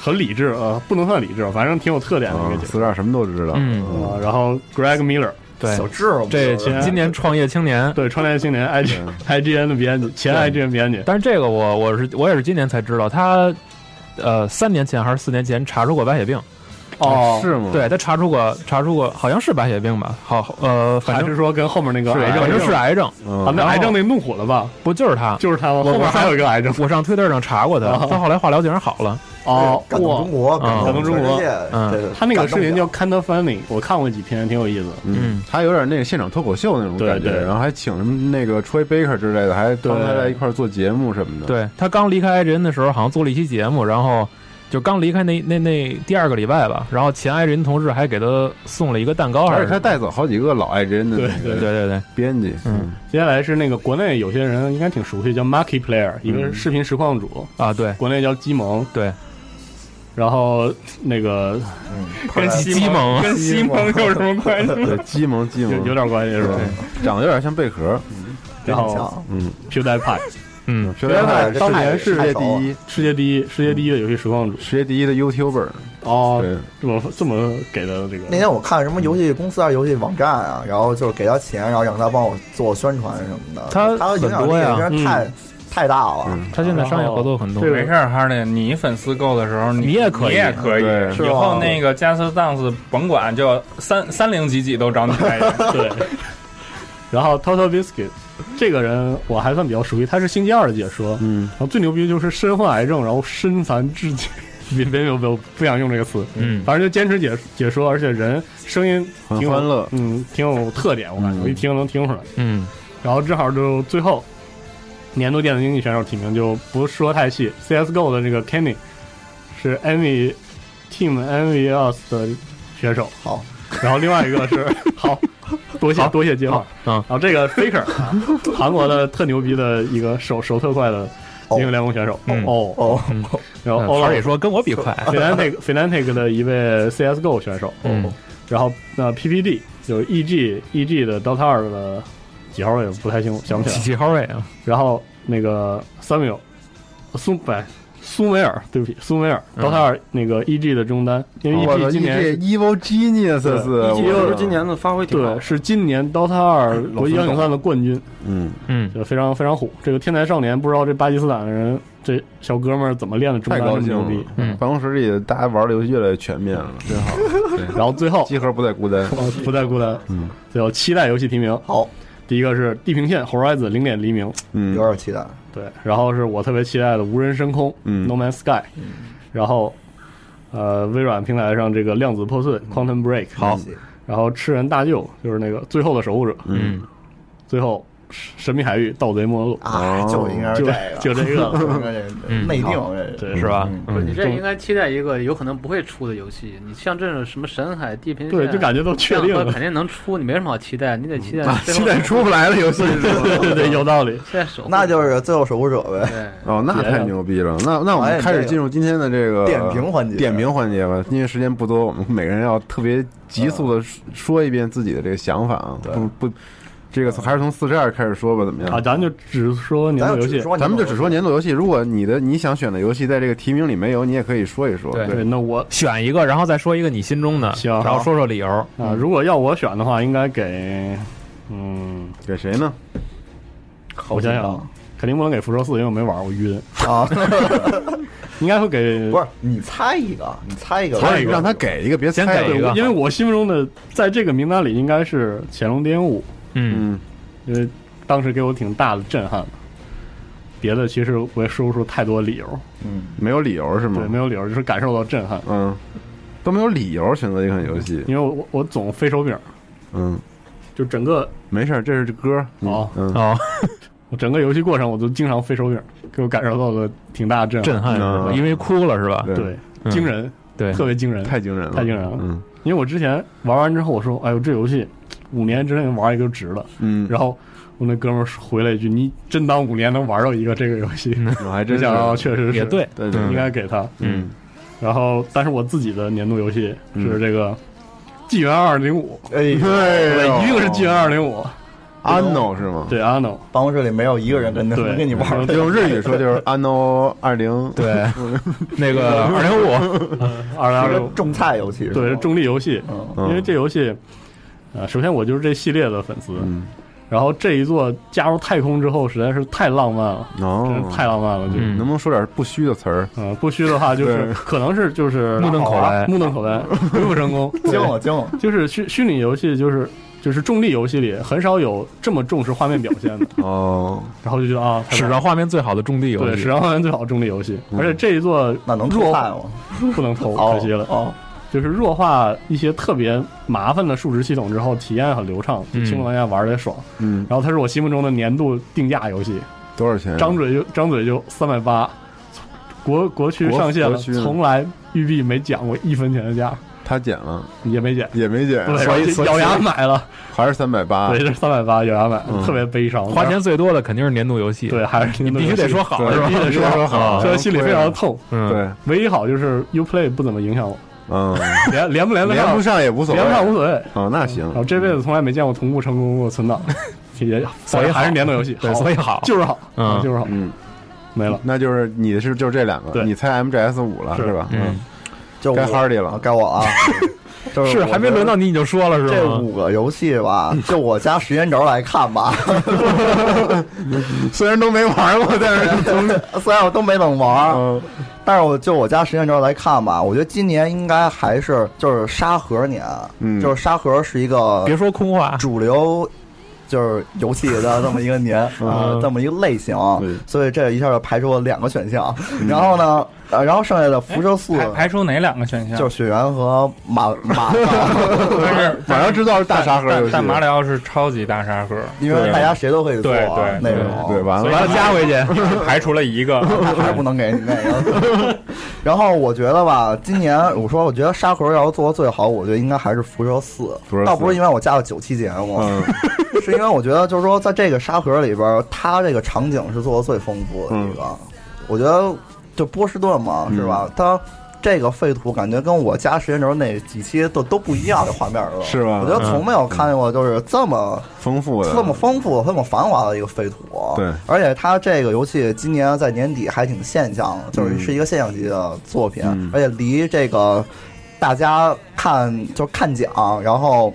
[SPEAKER 8] 很理智，呃，不能算理智，反正挺有特点的一个
[SPEAKER 4] 嗯，
[SPEAKER 8] 解
[SPEAKER 4] 四
[SPEAKER 8] 说。
[SPEAKER 4] 十二什么都知道，
[SPEAKER 11] 嗯，
[SPEAKER 8] 啊，然后 Greg Miller，
[SPEAKER 11] 对
[SPEAKER 1] 小，智，我
[SPEAKER 11] 这
[SPEAKER 1] 不知道
[SPEAKER 11] 今年创业青年，
[SPEAKER 8] 对，创业青年 IG
[SPEAKER 4] 嗯
[SPEAKER 8] IGN 的编辑，前 IGN 编辑，
[SPEAKER 11] 但是这个我我是我也是今年才知道，他呃三年前还是四年前查出过白血病，
[SPEAKER 8] 哦，
[SPEAKER 4] 是吗？
[SPEAKER 11] 对他查出过查出过好像是白血病吧，好呃反
[SPEAKER 8] 还
[SPEAKER 11] 正
[SPEAKER 8] 是说跟后面那个癌症
[SPEAKER 11] 反正是癌症，
[SPEAKER 8] 啊，
[SPEAKER 4] 嗯，
[SPEAKER 8] 那癌症那怒火了吧？
[SPEAKER 11] 不就是他？
[SPEAKER 8] 就是他吗？后
[SPEAKER 11] 我
[SPEAKER 8] 面还有一个癌症
[SPEAKER 11] 我上推特上查过他，
[SPEAKER 8] 啊
[SPEAKER 11] 他后来化疗竟然好了。
[SPEAKER 8] 哦，
[SPEAKER 1] 感动中国，
[SPEAKER 8] 哇，
[SPEAKER 11] 感
[SPEAKER 8] 动
[SPEAKER 1] 动
[SPEAKER 8] 中
[SPEAKER 1] 全
[SPEAKER 8] 国
[SPEAKER 1] 世界
[SPEAKER 11] 嗯
[SPEAKER 1] 对对
[SPEAKER 8] 他那个
[SPEAKER 1] 感动
[SPEAKER 8] 视频
[SPEAKER 1] 不
[SPEAKER 8] 叫
[SPEAKER 1] 了
[SPEAKER 8] 《Kind of Funny》，我看过几篇，挺有意思的。
[SPEAKER 11] 嗯，
[SPEAKER 4] 他有点那个现场脱口秀那种感觉，
[SPEAKER 8] 对对
[SPEAKER 4] 然后还请什么那个 Troy Baker 之类的，还帮他来一块儿做节目什么的。，
[SPEAKER 11] 对他刚离开 IGN 的时候，好像做了一期节目，然后就刚离开那那那第二个礼拜吧，然后前 IGN 同事还给他送了一个蛋糕，还
[SPEAKER 4] 而
[SPEAKER 11] 是
[SPEAKER 4] 且他带走好几个老爱真的那
[SPEAKER 11] 对
[SPEAKER 4] 个
[SPEAKER 11] 对对，
[SPEAKER 4] 编辑，
[SPEAKER 11] 嗯
[SPEAKER 8] 接下来是那个国内有些人应该挺熟悉，叫 Marky Player，一个是视频实况主，
[SPEAKER 11] 嗯啊对
[SPEAKER 8] 国内叫鸡萌，
[SPEAKER 11] 对，
[SPEAKER 8] 然后那个
[SPEAKER 4] 嗯
[SPEAKER 3] 跟西
[SPEAKER 11] 鸡萌
[SPEAKER 3] 跟西蒙
[SPEAKER 8] [laughs]
[SPEAKER 3] 有什么关系？
[SPEAKER 4] 对，鸡萌鸡
[SPEAKER 8] 有有
[SPEAKER 4] 萌，
[SPEAKER 8] 点关系是吧？
[SPEAKER 4] 长得有点像贝壳，
[SPEAKER 8] 然
[SPEAKER 1] 真
[SPEAKER 8] 后
[SPEAKER 1] 强
[SPEAKER 8] PewDiePie
[SPEAKER 11] 嗯，
[SPEAKER 4] 皮带派
[SPEAKER 1] 这
[SPEAKER 8] 当年
[SPEAKER 4] 世
[SPEAKER 8] 是
[SPEAKER 4] 界第一，
[SPEAKER 8] 世界第一，世界第一的游戏实况主。
[SPEAKER 4] 世界第一的 YouTuber，
[SPEAKER 8] 哦，
[SPEAKER 4] 对，
[SPEAKER 8] 这么这么给的这个
[SPEAKER 1] 那天我看什么游戏公司啊、游戏网站啊，然后就是给他钱，然后让他帮我做宣传什么的。
[SPEAKER 11] 他
[SPEAKER 1] 他的影响
[SPEAKER 11] 很
[SPEAKER 1] 力
[SPEAKER 11] 多呀
[SPEAKER 1] 真是太太大了，
[SPEAKER 4] 嗯
[SPEAKER 11] 他现在商业合作很多
[SPEAKER 8] 这。个
[SPEAKER 3] 没事儿，哈利，你粉丝够的时候，
[SPEAKER 11] 你
[SPEAKER 3] 你
[SPEAKER 11] 也可以
[SPEAKER 3] 你也可以。哦
[SPEAKER 4] 对
[SPEAKER 1] 是
[SPEAKER 3] 以后
[SPEAKER 1] 吧？
[SPEAKER 3] 那个加斯 dance 甭管，就三三零几几都找你代
[SPEAKER 11] [laughs]
[SPEAKER 3] 言。
[SPEAKER 8] 对。然后 Total Biscuit 这个人我还算比较熟悉，他是星期二的解说，
[SPEAKER 4] 嗯，
[SPEAKER 8] 然后最牛逼就是身患癌症，然后身残志坚， [laughs] 别别别别不想用这个词，
[SPEAKER 11] 嗯，
[SPEAKER 8] 反正就坚持解解说，而且人声音挺有
[SPEAKER 4] 很欢乐，
[SPEAKER 8] 嗯，挺有特点，我感
[SPEAKER 4] 嗯
[SPEAKER 8] 觉我一听能听出来。
[SPEAKER 11] 嗯，
[SPEAKER 8] 然后正好就最后年度电子竞技选手提名就不说太细，CSGO 的这个 Kenny 是 Envy Team Envy Us 的选手，
[SPEAKER 1] 好，
[SPEAKER 8] 然后另外一个是好， [laughs] 多谢多谢接话，
[SPEAKER 11] 啊，
[SPEAKER 8] 然后这个 Faker，啊 [laughs] 韩国的特牛逼的一个手手特快的英雄联盟选手，哦
[SPEAKER 1] 哦，
[SPEAKER 8] 然后
[SPEAKER 11] 嗯
[SPEAKER 8] 欧老
[SPEAKER 11] 还得说跟我比
[SPEAKER 8] [laughs]
[SPEAKER 11] 快 [laughs]
[SPEAKER 8] Fnatic Fnatic 的一位 CSGO 选手，哦
[SPEAKER 11] 嗯，
[SPEAKER 8] 然后那 PPD 就是 EG EG 的 Dota 二的几号位不太清楚，想不起来
[SPEAKER 11] 几号位啊？
[SPEAKER 8] 然后那个 Samuel 苏不苏梅尔，对不起，苏梅尔
[SPEAKER 4] 嗯
[SPEAKER 8] Dota 二那个 EG 的中单，因为
[SPEAKER 4] 哦我操 E
[SPEAKER 8] EG 今年
[SPEAKER 4] EG Evil Genius [laughs]
[SPEAKER 8] 对
[SPEAKER 4] 是我
[SPEAKER 8] 是
[SPEAKER 4] 今
[SPEAKER 10] 年的发挥
[SPEAKER 8] 挺好，对，是今年 DOTA 二国际邀请赛的冠军，
[SPEAKER 4] 嗯
[SPEAKER 11] 嗯，
[SPEAKER 8] 就非常非常虎。这个天才少年，不知道这巴基斯坦的人，这小哥们儿怎么练的中
[SPEAKER 4] 太
[SPEAKER 8] 单那
[SPEAKER 4] 高
[SPEAKER 8] 么
[SPEAKER 4] 兴
[SPEAKER 8] 牛
[SPEAKER 4] 了
[SPEAKER 8] 逼。！嗯
[SPEAKER 11] 嗯
[SPEAKER 4] 办公室里大家玩的游戏越来越全面了，真好。
[SPEAKER 8] [laughs] 然后最后
[SPEAKER 4] 集合不再孤单，
[SPEAKER 8] [laughs] 哦不再孤单，
[SPEAKER 4] 嗯，
[SPEAKER 8] 最后期待游戏提名。
[SPEAKER 1] 好，
[SPEAKER 8] 第一个是《地平线 Horizon 零点黎明》，
[SPEAKER 4] 嗯
[SPEAKER 1] 有点期待。
[SPEAKER 8] 对，然后是我特别期待的《无人深空》
[SPEAKER 4] 嗯
[SPEAKER 8] No Man's Sky），然后呃，微软平台上这个《量子破碎》（Quantum Break），
[SPEAKER 4] 好，
[SPEAKER 8] 然后《吃人大舅》就是那个《最后的守护者》，
[SPEAKER 4] 嗯，
[SPEAKER 8] 最后《神秘海域》《盗贼末路》
[SPEAKER 1] 啊，就应该是
[SPEAKER 8] 哦就
[SPEAKER 1] 这
[SPEAKER 8] 就
[SPEAKER 1] 个，
[SPEAKER 8] 这个
[SPEAKER 1] [laughs]
[SPEAKER 8] 了
[SPEAKER 1] 应该是内定这嗯
[SPEAKER 8] 对嗯
[SPEAKER 1] 个
[SPEAKER 11] 是吧？
[SPEAKER 9] 嗯你这应该期待一个有可能不会出的游戏。你像这种什么神海、地平线，
[SPEAKER 8] 对就感觉都确定了嗯
[SPEAKER 9] 这样的肯定能出，你没什么好期待，你得期待最后
[SPEAKER 4] 期待出不来的游戏是吧？
[SPEAKER 8] [laughs] 对对对，有道理。
[SPEAKER 9] 期待守护。
[SPEAKER 1] 那就是最后守护者呗。哎
[SPEAKER 9] 对，
[SPEAKER 4] 哦，那太牛逼了！那那我
[SPEAKER 8] 哎
[SPEAKER 4] 们开始进入今天的这个
[SPEAKER 1] 点评环
[SPEAKER 8] 啊
[SPEAKER 1] 节
[SPEAKER 4] 点评环节吧，因为时间不多，我们每个人要特别急速的
[SPEAKER 8] 啊
[SPEAKER 4] 说一遍自己的这个想法啊，不不，这个还是从四十二开始说吧，怎么
[SPEAKER 8] 啊，
[SPEAKER 4] 样？
[SPEAKER 8] 咱就只说年
[SPEAKER 1] 咱
[SPEAKER 8] 度
[SPEAKER 1] 就
[SPEAKER 8] 游
[SPEAKER 1] 只
[SPEAKER 8] 戏。
[SPEAKER 1] 说
[SPEAKER 4] 咱们就只说年度游戏，如果你的你想选的游戏在这个提名里没有，你也可以说一说。
[SPEAKER 11] 对
[SPEAKER 8] 对，那我
[SPEAKER 11] 选一个，然后再说一个你心中的，
[SPEAKER 8] 行
[SPEAKER 11] 然后说说理由。
[SPEAKER 8] 啊，如果要我选的话，应该给嗯，
[SPEAKER 4] 给谁呢？
[SPEAKER 8] 我想想啊，肯定不能给辐射四，因为我没玩，我晕。
[SPEAKER 1] 啊，
[SPEAKER 8] 应该会给
[SPEAKER 1] 不是你猜一个，你猜一个，
[SPEAKER 8] 猜一个
[SPEAKER 4] 让他给一个，别
[SPEAKER 11] 先
[SPEAKER 4] 猜
[SPEAKER 11] 给
[SPEAKER 4] 了
[SPEAKER 11] 一个
[SPEAKER 8] 因为我心目中的在这个名单里应该是《潜龙谍影五》，
[SPEAKER 11] 嗯，
[SPEAKER 4] 嗯，
[SPEAKER 8] 因为当时给我挺大的震撼的。别的其实我也说不出太多理由，
[SPEAKER 4] 没有理由是吗
[SPEAKER 8] 对，？没有理由，就是感受到震撼。
[SPEAKER 4] 嗯，都没有理由选择一款游戏。
[SPEAKER 8] 因为我我我总飞手柄，
[SPEAKER 4] 嗯，
[SPEAKER 8] 就整个
[SPEAKER 4] 没事儿，这是歌。嗯
[SPEAKER 8] 哦
[SPEAKER 4] 嗯，
[SPEAKER 11] 哦，
[SPEAKER 8] [laughs] 我整个游戏过程，我都经常飞手柄，给我感受到了挺大的震撼。
[SPEAKER 11] 震撼是
[SPEAKER 4] 嗯
[SPEAKER 11] 吧？因为哭了是吧？
[SPEAKER 8] 啊嗯对，
[SPEAKER 11] 嗯
[SPEAKER 8] 惊人，
[SPEAKER 11] 对，
[SPEAKER 8] 特别惊人。
[SPEAKER 4] 太惊人了，
[SPEAKER 8] 太惊人了 [laughs]
[SPEAKER 4] 嗯
[SPEAKER 8] 因为我之前玩完之后，我说：“哎呦，这游戏五年之内玩一个就值了。”
[SPEAKER 4] 嗯，
[SPEAKER 8] 然后我那哥们儿回了一句：“你真当五年能玩到一个这个游戏？”
[SPEAKER 4] 我还
[SPEAKER 8] 没
[SPEAKER 4] 真
[SPEAKER 8] 想到
[SPEAKER 4] 是
[SPEAKER 8] 确实是
[SPEAKER 11] 嗯也对，
[SPEAKER 4] 对对
[SPEAKER 8] 应
[SPEAKER 4] 对
[SPEAKER 8] 该给他。
[SPEAKER 11] 嗯，
[SPEAKER 8] 然后，但是我自己的年度游戏是
[SPEAKER 4] 嗯
[SPEAKER 8] 这个《纪元二零五》，
[SPEAKER 1] 哎
[SPEAKER 8] [laughs]
[SPEAKER 1] 呦，
[SPEAKER 4] 对
[SPEAKER 8] 一定是《纪元二零五》，
[SPEAKER 4] anno 是吗？
[SPEAKER 8] 对阿 n
[SPEAKER 1] 办公室里没有一个人跟能
[SPEAKER 8] 对
[SPEAKER 1] 跟你玩儿的。
[SPEAKER 4] 用日语说就是 anno 二零，
[SPEAKER 11] 对，
[SPEAKER 4] [laughs]
[SPEAKER 11] 那个二
[SPEAKER 1] [laughs]
[SPEAKER 11] 零五，
[SPEAKER 8] 二零二
[SPEAKER 1] 是
[SPEAKER 8] 零
[SPEAKER 1] 个种菜游戏，
[SPEAKER 8] 对，
[SPEAKER 1] 是
[SPEAKER 8] 是
[SPEAKER 1] 吧
[SPEAKER 8] 中立游戏，
[SPEAKER 4] 嗯
[SPEAKER 8] 因为这游戏，呃，首先我就是这系列的粉丝，
[SPEAKER 4] 嗯，
[SPEAKER 8] 然后这一座加入太空之后，实在是太浪漫了，真
[SPEAKER 4] 哦
[SPEAKER 8] 是，太浪漫了，就。
[SPEAKER 11] 嗯
[SPEAKER 4] 能不能说点不虚的词儿？
[SPEAKER 8] 嗯，不虚的话就是
[SPEAKER 4] 对
[SPEAKER 8] 可能是 [laughs] 就是啊
[SPEAKER 11] 目瞪口呆
[SPEAKER 8] 目瞪口
[SPEAKER 4] [laughs]
[SPEAKER 8] 呆，鬼斧神工。
[SPEAKER 1] 惊了惊了，
[SPEAKER 8] 就是虚虚拟游戏，就是就是重力游戏里很少有这么重视画面表现的，
[SPEAKER 4] 哦，
[SPEAKER 8] 然后就觉得啊，太
[SPEAKER 11] 史
[SPEAKER 8] 棒
[SPEAKER 11] 上画面最好的种地游
[SPEAKER 8] 对
[SPEAKER 11] 戏
[SPEAKER 8] 史，上画面最好的重力游戏，
[SPEAKER 4] 嗯
[SPEAKER 8] 而且这一座
[SPEAKER 1] 那能做
[SPEAKER 8] 弱
[SPEAKER 1] 饭
[SPEAKER 8] 化
[SPEAKER 1] 吗？
[SPEAKER 8] [laughs] 不能投，
[SPEAKER 1] 哦
[SPEAKER 8] 可惜了，
[SPEAKER 1] 哦，
[SPEAKER 8] 就是弱化一些特别麻烦的数值系统之后，体验很流畅，就
[SPEAKER 11] 嗯
[SPEAKER 8] 轻度玩家玩的也爽。
[SPEAKER 4] 嗯，
[SPEAKER 8] 然后它是我心目中的年度定价游戏，
[SPEAKER 4] 多少钱？
[SPEAKER 8] 张嘴就张嘴就三百八，国国区上线
[SPEAKER 4] 国
[SPEAKER 8] 了，
[SPEAKER 4] 国区呢
[SPEAKER 8] 从来育碧没讲过一分钱的价，
[SPEAKER 4] 他减了，
[SPEAKER 8] 也没减，
[SPEAKER 4] 也没减，
[SPEAKER 8] 对，
[SPEAKER 4] 所
[SPEAKER 8] 然
[SPEAKER 4] 以
[SPEAKER 8] 后
[SPEAKER 4] 所以
[SPEAKER 8] 咬牙买了，
[SPEAKER 4] 还是三百八
[SPEAKER 8] 对，。这三百八咬牙买，
[SPEAKER 4] 嗯
[SPEAKER 8] 特别悲伤，
[SPEAKER 11] 花钱最多的肯定是年度游戏。
[SPEAKER 8] 对，还是
[SPEAKER 11] [laughs] 你必须得说好
[SPEAKER 4] 对
[SPEAKER 11] 是吧？
[SPEAKER 4] 必须得说好啊
[SPEAKER 8] 虽然啊心里非常的痛。
[SPEAKER 11] 嗯，
[SPEAKER 4] 哦对，
[SPEAKER 8] 唯一好就是 Uplay 不怎么影响我，
[SPEAKER 4] 嗯，
[SPEAKER 8] 连连不 [laughs] 连得
[SPEAKER 4] 连
[SPEAKER 8] 上
[SPEAKER 4] 不，上也无所谓，
[SPEAKER 8] 连不上无所谓。
[SPEAKER 4] 哦，那
[SPEAKER 8] 然后
[SPEAKER 4] 行，
[SPEAKER 8] 这辈子从来没见过同步成功过存档，也
[SPEAKER 11] 所以好
[SPEAKER 8] 还是年度游戏，
[SPEAKER 11] 对，
[SPEAKER 8] 好
[SPEAKER 11] 所以好，
[SPEAKER 8] [laughs] 就是好，啊
[SPEAKER 11] 嗯
[SPEAKER 8] 就是好，
[SPEAKER 4] 嗯，
[SPEAKER 8] 没了。
[SPEAKER 4] 那就是你的是就是这两个，
[SPEAKER 8] 对
[SPEAKER 4] 你猜 MGS 五了
[SPEAKER 1] 啊
[SPEAKER 8] 是
[SPEAKER 4] 是吧？
[SPEAKER 11] 嗯，
[SPEAKER 1] 就
[SPEAKER 4] 该
[SPEAKER 1] 我
[SPEAKER 4] 哈利了
[SPEAKER 1] 啊该我
[SPEAKER 4] [laughs]
[SPEAKER 1] 了啊，就是我
[SPEAKER 11] 还没轮到你你就说了是
[SPEAKER 1] 这
[SPEAKER 11] 吗？
[SPEAKER 1] 五个游戏
[SPEAKER 4] [laughs]
[SPEAKER 1] 吧，就我家时间轴来看吧，
[SPEAKER 4] 虽然都没玩
[SPEAKER 1] [laughs]
[SPEAKER 4] 过，但是
[SPEAKER 1] 虽然我都没怎么玩儿，
[SPEAKER 4] 嗯
[SPEAKER 1] 但是我就我家时间轴来看吧，我觉得今年应该还是就是沙盒年，
[SPEAKER 4] 嗯
[SPEAKER 1] 就是沙盒是一个
[SPEAKER 11] 别说空话，
[SPEAKER 1] 主流就是游戏的这么一个
[SPEAKER 4] [laughs]
[SPEAKER 1] 年
[SPEAKER 4] 嗯
[SPEAKER 1] 啊，这么一个类型，所以这一下就排除了两个选项。
[SPEAKER 4] 嗯
[SPEAKER 1] 然后呢，呃，然后剩下的辐射素
[SPEAKER 3] 排排除哪两个选项？ [laughs]
[SPEAKER 1] 就是雪原和马马，
[SPEAKER 4] [laughs] 马上知道是大沙盒游戏
[SPEAKER 3] 但但马里奥是超级大沙盒，
[SPEAKER 1] 因为大家谁都会做啊
[SPEAKER 3] 对对
[SPEAKER 1] 那种，
[SPEAKER 4] 对完
[SPEAKER 3] 所以
[SPEAKER 4] 了
[SPEAKER 3] 加回去， [laughs] 排除了一个，
[SPEAKER 1] [laughs] 还不能给你那个。然后我觉得吧，今年我说，我觉得沙盒要是做的最好，我觉得应该还是辐射四
[SPEAKER 4] 辐射，四
[SPEAKER 1] 倒不是因为我加了九期节目，
[SPEAKER 4] 嗯
[SPEAKER 1] [laughs] 是因为我觉得就是说，在这个沙盒里边儿，它这个场景是做的最丰富的一
[SPEAKER 4] 嗯
[SPEAKER 1] 个。我觉得就波士顿嘛，是吧？它这个废土感觉跟我加时间轴那几期都都不一样的画面了，
[SPEAKER 4] 是吧嗯
[SPEAKER 1] 我觉得从没有看见过就是这么。
[SPEAKER 4] 丰富的
[SPEAKER 1] 这么丰富、这么繁华的一个废土，
[SPEAKER 4] 对
[SPEAKER 1] 而且它这个游戏今年在年底还挺现象，就是
[SPEAKER 4] 嗯
[SPEAKER 1] 是一个现象级的作品，
[SPEAKER 4] 嗯
[SPEAKER 1] 而且离这个大家看就是看奖，然后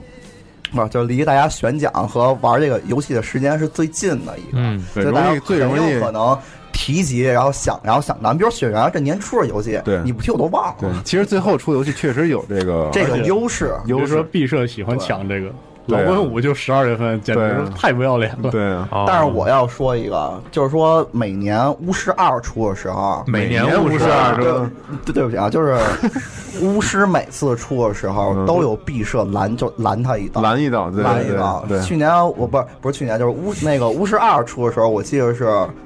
[SPEAKER 1] 不是就是离大家选奖和玩这个游戏的时间是最近的一个，
[SPEAKER 11] 嗯，
[SPEAKER 4] 对，
[SPEAKER 1] 就大
[SPEAKER 4] 容
[SPEAKER 1] 家
[SPEAKER 4] 易最容
[SPEAKER 1] 很
[SPEAKER 4] 易
[SPEAKER 1] 有可能提及，然后想，然后想到，比如《雪原》这年初的游戏，
[SPEAKER 4] 对
[SPEAKER 1] 你不提我都忘
[SPEAKER 4] 对
[SPEAKER 1] 了。，
[SPEAKER 4] 其实最后出游戏确实有这个
[SPEAKER 1] 这个优势，
[SPEAKER 8] 比
[SPEAKER 4] 优
[SPEAKER 8] 如说
[SPEAKER 4] 势，
[SPEAKER 8] 毕设喜欢抢这个，
[SPEAKER 4] 对
[SPEAKER 8] 老
[SPEAKER 4] 啊
[SPEAKER 8] 温五就十二月份，简直
[SPEAKER 4] 对啊
[SPEAKER 8] 是太不要脸了。
[SPEAKER 4] 对啊，
[SPEAKER 11] 哦
[SPEAKER 1] 但是我要说一个，就是说每年巫师二出的时候，
[SPEAKER 11] 每年
[SPEAKER 4] 年
[SPEAKER 11] 五
[SPEAKER 4] 五
[SPEAKER 11] 十
[SPEAKER 4] 十二周，
[SPEAKER 1] 对对不起啊，就是巫师每次出的时候
[SPEAKER 4] 嗯
[SPEAKER 1] 都有必射拦，就拦他一刀，
[SPEAKER 4] 蓝一道，对
[SPEAKER 1] 拦一刀
[SPEAKER 4] 对。对，
[SPEAKER 1] 去年我不是不是去年，就是巫那个巫师二出的时候，我记得是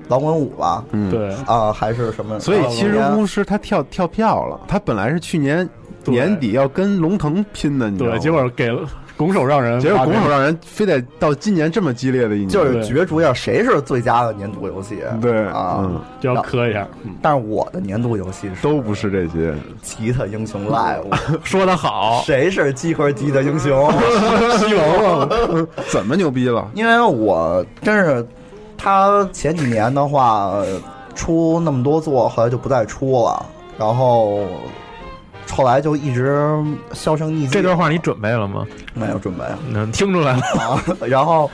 [SPEAKER 1] 摇滚舞吧，
[SPEAKER 4] 嗯
[SPEAKER 8] 对，
[SPEAKER 1] 啊还是什么？
[SPEAKER 4] 所以其实
[SPEAKER 1] 啊
[SPEAKER 4] 巫师他跳跳票了，他本来是去年年底要跟龙腾拼的，你知道
[SPEAKER 8] 对，
[SPEAKER 4] 吗？
[SPEAKER 8] 结果给了拱手让人，
[SPEAKER 4] 结果拱手让人非得到今年这么激烈的一年，
[SPEAKER 1] 就是角逐一下谁是最佳的年度游戏，
[SPEAKER 4] 对
[SPEAKER 1] 啊。
[SPEAKER 4] 嗯，
[SPEAKER 8] 就要磕一下，
[SPEAKER 1] 但是我的年度游戏是
[SPEAKER 4] 都不是这些，
[SPEAKER 1] 吉他英雄 Live，
[SPEAKER 11] [laughs] 说的好，
[SPEAKER 1] 哎谁是鸡壳吉他英
[SPEAKER 11] [laughs]
[SPEAKER 1] 雄？
[SPEAKER 8] 西
[SPEAKER 11] 啊
[SPEAKER 8] 蒙了，
[SPEAKER 4] 怎么牛逼了？
[SPEAKER 1] 因为我真是他前几年的话呃出那么多作，后来就不再出了，然后后来就一直销声匿迹。
[SPEAKER 11] 这段话你准备了吗？
[SPEAKER 1] 没有准备
[SPEAKER 11] 能听出来了，
[SPEAKER 1] 啊，然后。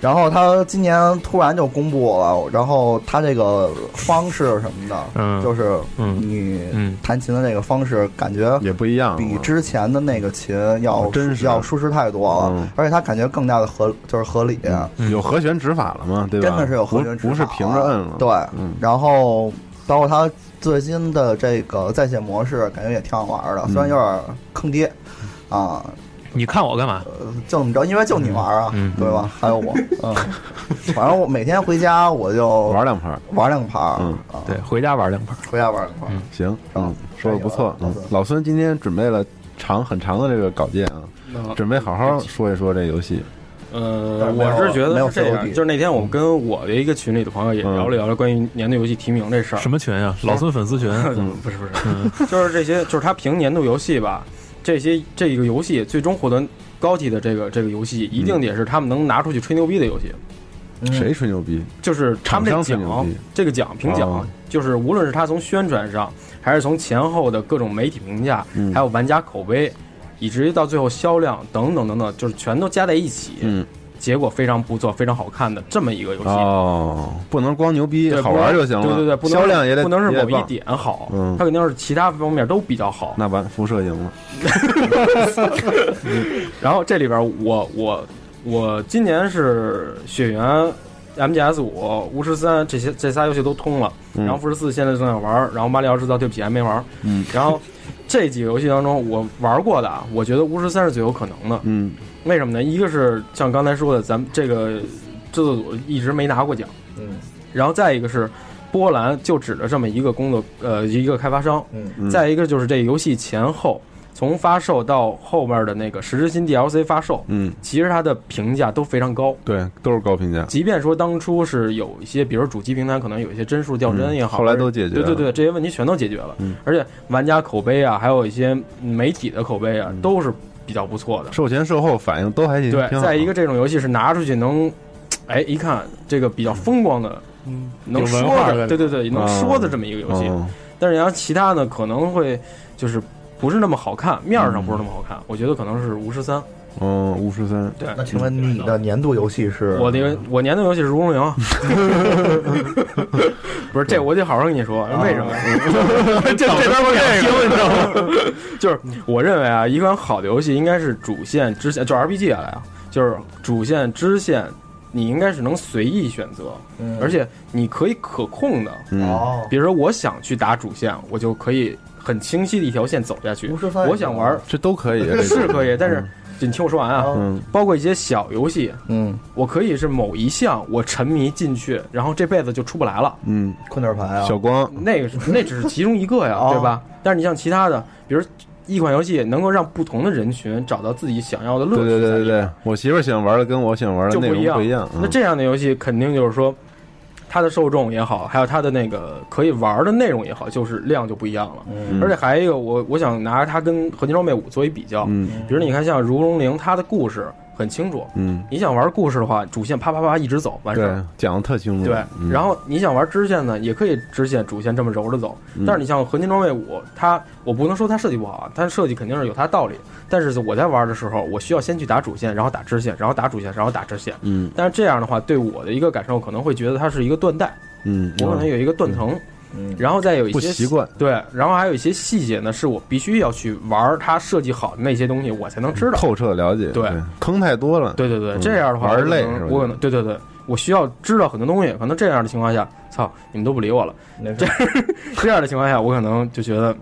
[SPEAKER 1] 然后他今年突然就公布了，然后他这个方式什么的，
[SPEAKER 11] 嗯
[SPEAKER 1] 就是
[SPEAKER 11] 嗯
[SPEAKER 1] 你
[SPEAKER 11] 嗯
[SPEAKER 1] 弹琴的这个方式，感觉
[SPEAKER 4] 也不一样，
[SPEAKER 1] 比之前的那个琴要
[SPEAKER 4] 哦真是
[SPEAKER 1] 要舒适太多了，
[SPEAKER 4] 嗯
[SPEAKER 1] 而且他感觉更加的合就是合理。
[SPEAKER 4] 有和弦指法了嘛，对
[SPEAKER 1] 嗯
[SPEAKER 4] 吧？
[SPEAKER 1] 真的是有和弦指
[SPEAKER 4] 不不是
[SPEAKER 1] 法
[SPEAKER 4] 平着摁了，
[SPEAKER 1] 对，
[SPEAKER 4] 嗯
[SPEAKER 1] 然后包括它最新的这个在线模式，感觉也挺好玩
[SPEAKER 4] 嗯
[SPEAKER 1] 的，虽然有点坑爹啊，
[SPEAKER 11] 你看我干嘛？
[SPEAKER 1] 呃就这么着，因为就你玩啊，
[SPEAKER 11] 嗯嗯
[SPEAKER 1] 对吧？还有我，嗯，反正我每天回家我就
[SPEAKER 4] 玩两盘，
[SPEAKER 1] 玩两盘儿，
[SPEAKER 4] 嗯
[SPEAKER 1] 啊，
[SPEAKER 11] 对，回家玩两盘。
[SPEAKER 1] 回家玩两盘儿。
[SPEAKER 4] 行，嗯
[SPEAKER 1] 嗯，
[SPEAKER 4] 说的不错，
[SPEAKER 1] 嗯
[SPEAKER 4] 嗯，老孙今天准备了长很长的这个稿件啊，
[SPEAKER 1] 嗯
[SPEAKER 4] 准备好好说一说这游戏，
[SPEAKER 10] 呃，我是觉
[SPEAKER 1] 没有
[SPEAKER 10] 得是这样，
[SPEAKER 1] COD
[SPEAKER 10] 就是那天我跟我的一个群里的朋友也
[SPEAKER 4] 嗯
[SPEAKER 10] 聊了聊了关于年度游戏提名这事儿。嗯
[SPEAKER 11] 什么群啊？老孙粉丝群。
[SPEAKER 10] 不是不
[SPEAKER 12] 嗯
[SPEAKER 10] 是， [laughs] 就是这些，就是他评年度游戏吧，这些这个游戏最终获得高级的这个这个游戏，一定得是他们能拿出去吹牛逼的游戏。
[SPEAKER 1] 嗯
[SPEAKER 4] 谁吹牛逼？
[SPEAKER 10] 就是他们这
[SPEAKER 4] 厂商吹牛
[SPEAKER 10] 奖
[SPEAKER 4] 逼，
[SPEAKER 10] 这个奖评
[SPEAKER 4] 哦
[SPEAKER 10] 奖，就是无论是他从宣传上，还是从前后的各种媒体评价，
[SPEAKER 4] 嗯
[SPEAKER 10] 还有玩家口碑，以至于到最后销量等等等等，就是全都加在一起，
[SPEAKER 4] 嗯，
[SPEAKER 10] 结果非常不错、非常好看的这么一个游戏。
[SPEAKER 4] 哦，不能光牛逼，
[SPEAKER 10] 对
[SPEAKER 4] 好玩就行了，
[SPEAKER 10] 对对对，不能
[SPEAKER 4] 销量也得
[SPEAKER 10] 不能是
[SPEAKER 4] 也得
[SPEAKER 10] 某一
[SPEAKER 4] 棒，
[SPEAKER 10] 点好，
[SPEAKER 4] 嗯
[SPEAKER 10] 它肯定是其他方面都比较好。
[SPEAKER 4] 那完辐射赢
[SPEAKER 10] [laughs]
[SPEAKER 4] 了，
[SPEAKER 10] 然后这里边我我我今年是血缘、MGS 五、巫师三这些这仨游戏都通了，
[SPEAKER 4] 嗯
[SPEAKER 10] 然后辐十四现在正在玩儿，然后马里奥制造对不起还没玩儿，
[SPEAKER 4] 嗯
[SPEAKER 10] 然后这几个游戏当中我玩过的啊，我觉得巫师三是最有可能的，
[SPEAKER 4] 嗯
[SPEAKER 10] 为什么呢？一个是像刚才说的，咱们这个制作组一直没拿过奖，
[SPEAKER 1] 嗯
[SPEAKER 10] 然后再一个是波兰就指着这么一个工作呃一个开发商，
[SPEAKER 1] 嗯
[SPEAKER 4] 嗯
[SPEAKER 10] 再一个就是这游戏前后从发售到后面的那个实时新 DLC 发售，
[SPEAKER 4] 嗯，
[SPEAKER 10] 其实它的评价都非常高。
[SPEAKER 4] 对，都是高评价，
[SPEAKER 10] 即便说当初是有一些，比如主机平台可能有一些帧数掉帧也好，
[SPEAKER 4] 嗯后来都解决了
[SPEAKER 10] 对对对，这些问题全都解决了。
[SPEAKER 4] 嗯
[SPEAKER 10] 而且玩家口碑啊，还有一些媒体的口碑啊，
[SPEAKER 4] 嗯
[SPEAKER 10] 都是比较不错的。
[SPEAKER 4] 售前售后反应都还行，
[SPEAKER 10] 对
[SPEAKER 4] 挺，好
[SPEAKER 10] 再一个这种游戏是拿出去能，哎，一看这个比较风光的，
[SPEAKER 8] 嗯，
[SPEAKER 10] 能
[SPEAKER 8] 有文
[SPEAKER 10] 说
[SPEAKER 8] 化
[SPEAKER 10] 的，
[SPEAKER 8] 的嗯
[SPEAKER 10] 对对对，能
[SPEAKER 4] 哦
[SPEAKER 10] 说的这么一个游戏。
[SPEAKER 4] 哦
[SPEAKER 10] 但是你要其他呢，可能会就是不是那么好看，面儿上不是那么好看。我觉得可能是巫师三，
[SPEAKER 4] [laughs] 嗯，五十三，
[SPEAKER 10] 对
[SPEAKER 1] 那请问你的年度游戏是？
[SPEAKER 10] 我那个我年度游戏是《如龙营》，不是这我得好好跟你说为什么？这这边不这 [laughs] 个，就是我认为啊，一款好的游戏应该是主线支线，就 RPG 来啊。就是主线、支线，你应该是能随意选择，
[SPEAKER 1] 嗯
[SPEAKER 10] 而且你可以可控的。
[SPEAKER 1] 嗯哦
[SPEAKER 10] 比如说我想去打主线，我就可以很清晰的一条线走下去。
[SPEAKER 1] 犯
[SPEAKER 10] 我想玩，
[SPEAKER 4] 这嗯
[SPEAKER 10] [laughs]
[SPEAKER 4] 都可以
[SPEAKER 10] 是可以，但是。你听我说完啊，
[SPEAKER 4] 嗯
[SPEAKER 10] 包括一些小游戏，
[SPEAKER 1] 嗯，
[SPEAKER 10] 我可以是某一项我沉迷进去，然后这辈子就出不来了，
[SPEAKER 4] 嗯，
[SPEAKER 1] 困点牌啊，
[SPEAKER 4] 小光，哦
[SPEAKER 10] 那个是那只是其中一个呀，对吧？但是你像其他的，比如一款游戏能够让不同的人群找到自己想要的乐
[SPEAKER 4] 对
[SPEAKER 10] 趣，
[SPEAKER 4] 对对对对，我媳妇儿喜欢玩的跟我喜欢玩的
[SPEAKER 10] 就
[SPEAKER 4] 内容
[SPEAKER 10] 一样。
[SPEAKER 4] 不一样。嗯
[SPEAKER 10] 那这样的游戏肯定就是说，它的受众也好，还有它的那个可以玩的内容也好，就是量就不一样了。
[SPEAKER 4] 嗯
[SPEAKER 10] 而且还有一个，我我想拿它跟《合金装备五》作为比较，
[SPEAKER 4] 嗯
[SPEAKER 10] 比如你看像《如龙零》，它的故事很清楚。
[SPEAKER 4] 嗯，
[SPEAKER 10] 你想玩故事的话，主线啪啪啪一直走完事
[SPEAKER 4] 对
[SPEAKER 10] 儿，，
[SPEAKER 4] 讲的特清楚。
[SPEAKER 10] 对，
[SPEAKER 4] 嗯
[SPEAKER 10] 然后你想玩支线呢，也可以支线主线这么揉着走。
[SPEAKER 4] 嗯
[SPEAKER 10] 但是你像合金装备五，它我不能说它设计不好啊，它设计肯定是有它道理。但是我在玩的时候，我需要先去打主线，然后打支线，然后打主线，然后打支线。
[SPEAKER 4] 嗯
[SPEAKER 10] 但是这样的话，对我的一个感受可能会觉得它是一个断代，
[SPEAKER 4] 嗯，
[SPEAKER 10] 我可能有一个断层，
[SPEAKER 13] 嗯
[SPEAKER 10] 然后再有一些
[SPEAKER 4] 不习惯
[SPEAKER 10] 对，然后还有一些细节呢，是我必须要去玩它设计好的那些东西，我才能知道。
[SPEAKER 4] 透彻的了解，
[SPEAKER 10] 对，
[SPEAKER 4] 坑太多了。
[SPEAKER 10] 对对对，
[SPEAKER 4] 嗯
[SPEAKER 10] 这样的话，
[SPEAKER 4] 玩累
[SPEAKER 10] 我可
[SPEAKER 4] 是吧
[SPEAKER 10] 能我可能对对对，我需要知道很多东西。可能这样的情况下，操，你们都不理我了。这 [laughs] 这样的情况下，我可能就觉得，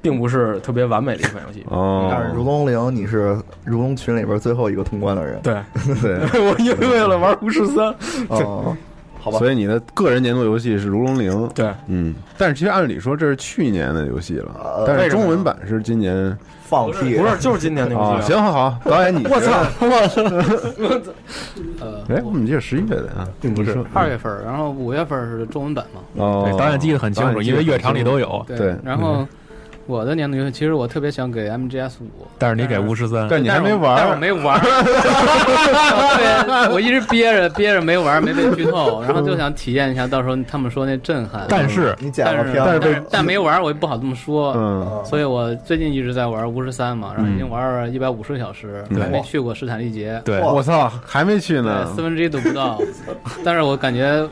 [SPEAKER 10] 并不是特别完美的一款游戏。 [laughs]
[SPEAKER 4] 哦
[SPEAKER 1] 但是如龙零，你是如龙群里边最后一个通关的人。 [laughs]
[SPEAKER 10] 对
[SPEAKER 4] 对
[SPEAKER 10] [laughs] 我因为为了玩巫师三，
[SPEAKER 9] [laughs]
[SPEAKER 1] 哦，好吧
[SPEAKER 4] 所以你的个人年度游戏是《如龙零》，
[SPEAKER 10] 对，
[SPEAKER 4] 嗯，但是其实按理说这是去年的游戏
[SPEAKER 9] 呃
[SPEAKER 4] 了，但是中文版是今年
[SPEAKER 1] 放
[SPEAKER 10] 屁不是就是今年的游戏
[SPEAKER 4] 啊。行好好，导演你
[SPEAKER 10] 我操
[SPEAKER 9] 我操
[SPEAKER 1] [laughs]
[SPEAKER 10] 我操！
[SPEAKER 4] 哎，我们这是十一月的啊，并不是
[SPEAKER 9] 呃二月份儿，然后五月份儿是中文版嘛？
[SPEAKER 4] 哦对导演记得很清楚导演记得因为乐场里都有嗯
[SPEAKER 9] 对，
[SPEAKER 4] 对
[SPEAKER 9] 然后我的年度游戏，其实我特别想给 MGS 五，
[SPEAKER 11] 但是你给巫师三，
[SPEAKER 9] 但是你还没玩儿但是我没玩儿对我一直憋着憋着没玩儿，没被剧透，然后就想体验一下，到时候他们说那震撼。
[SPEAKER 11] 但是
[SPEAKER 9] 嗯
[SPEAKER 11] 你
[SPEAKER 1] 剪了
[SPEAKER 9] 但是
[SPEAKER 1] 片儿
[SPEAKER 9] 但
[SPEAKER 1] 但是
[SPEAKER 9] 是
[SPEAKER 1] 被
[SPEAKER 9] 但没玩儿，我也不好这么说。
[SPEAKER 4] 嗯
[SPEAKER 9] 所以我最近一直在玩巫师三嘛，然后已经玩了一百五十个小时，
[SPEAKER 4] 嗯
[SPEAKER 9] 还没去过斯坦利杰。
[SPEAKER 4] 我操，还没去呢
[SPEAKER 9] 哎对，四分之一都不
[SPEAKER 4] [laughs]
[SPEAKER 9] 到。但是我感觉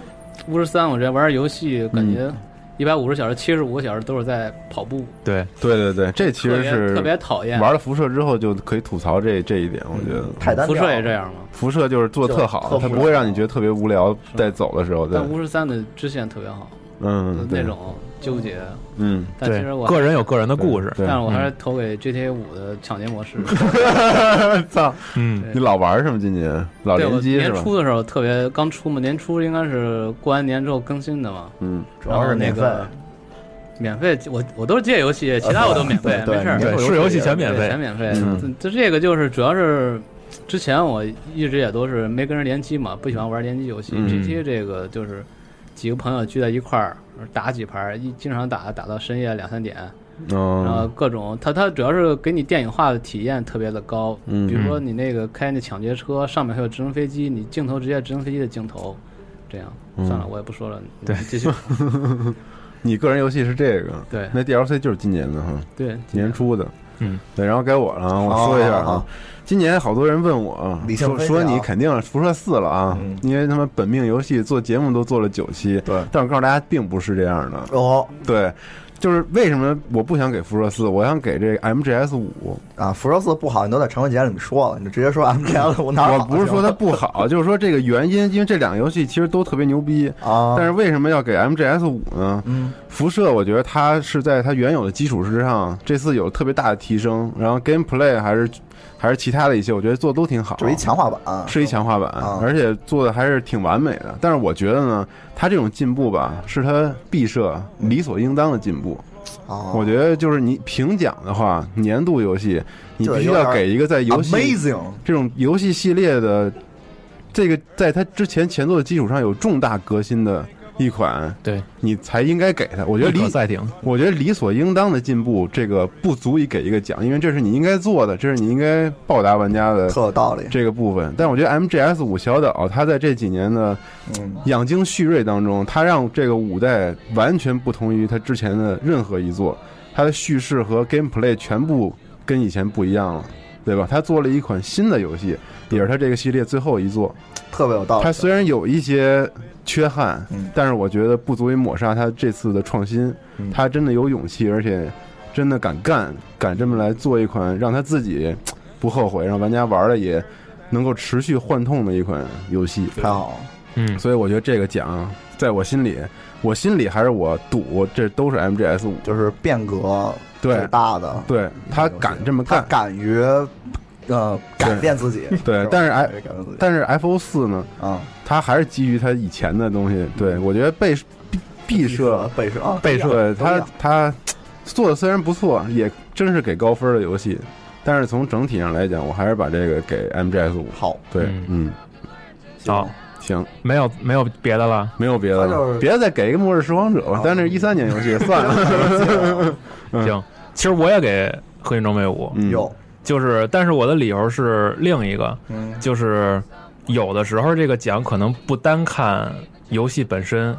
[SPEAKER 9] 巫师三，我这玩游戏感
[SPEAKER 4] 嗯
[SPEAKER 9] 觉一百五十小时、七十五个小时都是在跑步。
[SPEAKER 4] 对对对对，这其实是
[SPEAKER 9] 特别特别讨厌嗯
[SPEAKER 4] 玩了辐射之后就可以吐槽这这一点，我觉得
[SPEAKER 9] 太单调了辐射也这样吗？
[SPEAKER 4] 辐射就是做得特
[SPEAKER 9] 就特
[SPEAKER 4] 好，
[SPEAKER 9] 无聊
[SPEAKER 4] 它不会让你觉得特别无聊，在走的时候，对
[SPEAKER 9] 但，巫师三的支线特别好，
[SPEAKER 4] 嗯，对
[SPEAKER 9] 那种纠结。
[SPEAKER 4] 嗯
[SPEAKER 9] 但其
[SPEAKER 4] 对
[SPEAKER 9] 实我
[SPEAKER 4] 个人有个人的故事对
[SPEAKER 9] 但是我
[SPEAKER 4] 嗯
[SPEAKER 9] 还是投给 GTA 五的抢劫模式。
[SPEAKER 4] [laughs] 操，
[SPEAKER 11] 嗯
[SPEAKER 4] 你老玩什么？今年老
[SPEAKER 9] 对，我
[SPEAKER 4] 联机是
[SPEAKER 9] 年
[SPEAKER 4] 吧？
[SPEAKER 9] 初的时候特别刚出嘛，年初应该是过完年之后更新的嘛。
[SPEAKER 4] 嗯，
[SPEAKER 1] 主要是
[SPEAKER 9] 那
[SPEAKER 1] 免费
[SPEAKER 9] 个免费，我我都是借游戏，其他我都免费，
[SPEAKER 1] 对对
[SPEAKER 9] 没事儿。
[SPEAKER 1] 对是游戏全免费
[SPEAKER 9] 对全免费。
[SPEAKER 1] 嗯
[SPEAKER 9] 这这个就是主要是之前我一直也都是没跟人联机嘛，不喜欢玩联机游戏。
[SPEAKER 4] 嗯
[SPEAKER 9] GTA 这个就是几个朋友聚在一块儿打几盘儿，一经常打打到深夜两三点。
[SPEAKER 1] 嗯
[SPEAKER 9] 然后
[SPEAKER 4] 哦，
[SPEAKER 9] 各种，它它主要是给你电影化的体验特别的高，
[SPEAKER 4] 嗯
[SPEAKER 9] 比如说你那个开那抢劫车，上面还有直升飞机，你镜头直接直升飞机的镜头，这样、
[SPEAKER 4] 嗯
[SPEAKER 9] 算了，我也不说了，你
[SPEAKER 4] 对
[SPEAKER 1] [laughs]
[SPEAKER 9] 继续。
[SPEAKER 4] [laughs] 你个人游戏是这个，
[SPEAKER 9] 对
[SPEAKER 4] 那 DLC 就是今年的哈，
[SPEAKER 9] 对，哦
[SPEAKER 4] 年初的，
[SPEAKER 11] 嗯，
[SPEAKER 4] 对，然后该我了啊，我说一下
[SPEAKER 1] 好好
[SPEAKER 4] 啊
[SPEAKER 1] 好，
[SPEAKER 4] 今年好多人问我
[SPEAKER 1] 理，性
[SPEAKER 4] 说
[SPEAKER 1] 分析
[SPEAKER 4] 说
[SPEAKER 1] 啊
[SPEAKER 4] 你肯定辐射四了啊，
[SPEAKER 9] 嗯
[SPEAKER 4] 因为他们本命游戏做节目都做了九期，对，但我告诉大家并不是这样的
[SPEAKER 1] 哦，
[SPEAKER 4] 对。就是为什么我不想给辐射四，我想给这 MGS 五
[SPEAKER 1] 啊，辐射四不好，你都在常会节里面说了，你就直接说 M G L 我哪儿
[SPEAKER 4] [laughs] 我
[SPEAKER 1] 好
[SPEAKER 4] 不是
[SPEAKER 1] [laughs]
[SPEAKER 4] 说它不好，就是说这个原因，因为这两个游戏其实都特别牛逼
[SPEAKER 1] 啊
[SPEAKER 4] 但是为什么要给 MGS 五呢？
[SPEAKER 1] 嗯，
[SPEAKER 4] 辐射我觉得它是在它原有的基础之上，这次有特别大的提升，然后 gameplay 还是还是其他的一些，我觉得做得都挺好，啊
[SPEAKER 1] 就是一强化版，啊
[SPEAKER 4] 是一强化版，而且做的还是挺完美的。但是我觉得呢，它这种进步吧，是它毕设理所应当的进步。
[SPEAKER 1] 嗯哦
[SPEAKER 4] 我觉得就是你评奖的话，年度游戏你
[SPEAKER 1] 这
[SPEAKER 4] 必须
[SPEAKER 1] 有点
[SPEAKER 4] 要给一个在游戏
[SPEAKER 1] amazing
[SPEAKER 4] 这种游戏系列的这个在它之前前作的基础上有重大革新的一款，
[SPEAKER 11] 对
[SPEAKER 4] 你才应该给它。我觉得
[SPEAKER 11] 一
[SPEAKER 4] 理
[SPEAKER 11] 可赛艇，
[SPEAKER 4] 我觉得理所应当的进步，这个不足以给一个奖，因为这是你应该做的，这是你应该报答玩家的，
[SPEAKER 1] 特有道理
[SPEAKER 4] 这个部分。但我觉得 MGS 五小岛，它在这几年的养精蓄锐当中，它让这个五代完全不同于它之前的任何一作，它的叙事和 gameplay 全部跟以前不一样了。对吧？它做了一款新的游戏，也是它这个系列最后一作，
[SPEAKER 1] 特别有道理嗯
[SPEAKER 4] 它虽然有一些缺憾，但是我觉得不足以抹杀它这次的创新。
[SPEAKER 1] 嗯
[SPEAKER 4] 它真的有勇气，而且真的敢干，敢这么来做一款让他自己不后悔，让玩家玩的也能够持续换痛的一款游戏。
[SPEAKER 1] 太好，
[SPEAKER 4] 嗯，所以我觉得这个奖在我心里，我心里还是我赌，这都是 MGS 五，
[SPEAKER 1] 就是变革
[SPEAKER 4] 对
[SPEAKER 1] 大的，
[SPEAKER 4] 对他敢这么干，
[SPEAKER 1] 敢于呃改变自己，
[SPEAKER 4] 对
[SPEAKER 1] 是吧，
[SPEAKER 4] 但是哎 F
[SPEAKER 1] 敢于改变自己
[SPEAKER 4] 但是 F O 四呢，
[SPEAKER 1] 啊，
[SPEAKER 4] 它还是基于它以前的东西，对我觉得被毕毕设
[SPEAKER 1] 被设啊
[SPEAKER 4] 被
[SPEAKER 1] 都一样
[SPEAKER 4] 设，
[SPEAKER 1] 都一
[SPEAKER 4] 它
[SPEAKER 1] 样
[SPEAKER 4] 它做的虽然不错，也真是给高分的游戏，但是从整体上来讲，我还是把这个给 M G S 五
[SPEAKER 1] 好，
[SPEAKER 4] 对
[SPEAKER 7] 嗯，
[SPEAKER 4] 嗯，
[SPEAKER 7] 好，
[SPEAKER 4] 行，
[SPEAKER 7] 没有没有别的了，
[SPEAKER 4] 没有别的
[SPEAKER 7] 它就是
[SPEAKER 4] 了，呃别的再给一个末日拾荒者吧，但是一三年游戏算
[SPEAKER 7] [laughs]
[SPEAKER 4] 了，嗯
[SPEAKER 7] 行，其实我也给黑云装备五，
[SPEAKER 1] 有，
[SPEAKER 7] 就是，但是我的理由是另一个，
[SPEAKER 1] 嗯
[SPEAKER 7] 就是有的时候这个奖可能不单看游戏本身，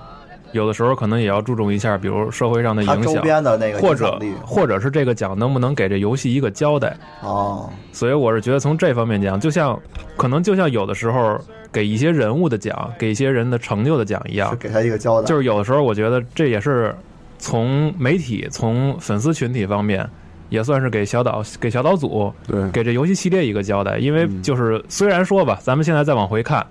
[SPEAKER 7] 有的时候可能也要注重一下，比如社会上的
[SPEAKER 1] 它
[SPEAKER 7] 影响，
[SPEAKER 1] 周边的那个
[SPEAKER 7] 或
[SPEAKER 1] 影响
[SPEAKER 7] 者
[SPEAKER 1] 力
[SPEAKER 7] 或者是这个奖能不能给这游戏一个交代。
[SPEAKER 1] 哦，
[SPEAKER 7] 所以我是觉得从这方面讲，就像可能就像有的时候给一些人物的奖，给一些人的成就的奖一样，
[SPEAKER 1] 给他一个交代，
[SPEAKER 7] 就是有的时候我觉得这也是从媒体、从粉丝群体方面。也算是给小岛、给小岛组、
[SPEAKER 4] 对
[SPEAKER 7] 给这游戏系列一个交代，因为
[SPEAKER 1] 嗯
[SPEAKER 7] 就是虽然说吧，咱们现在再往回看，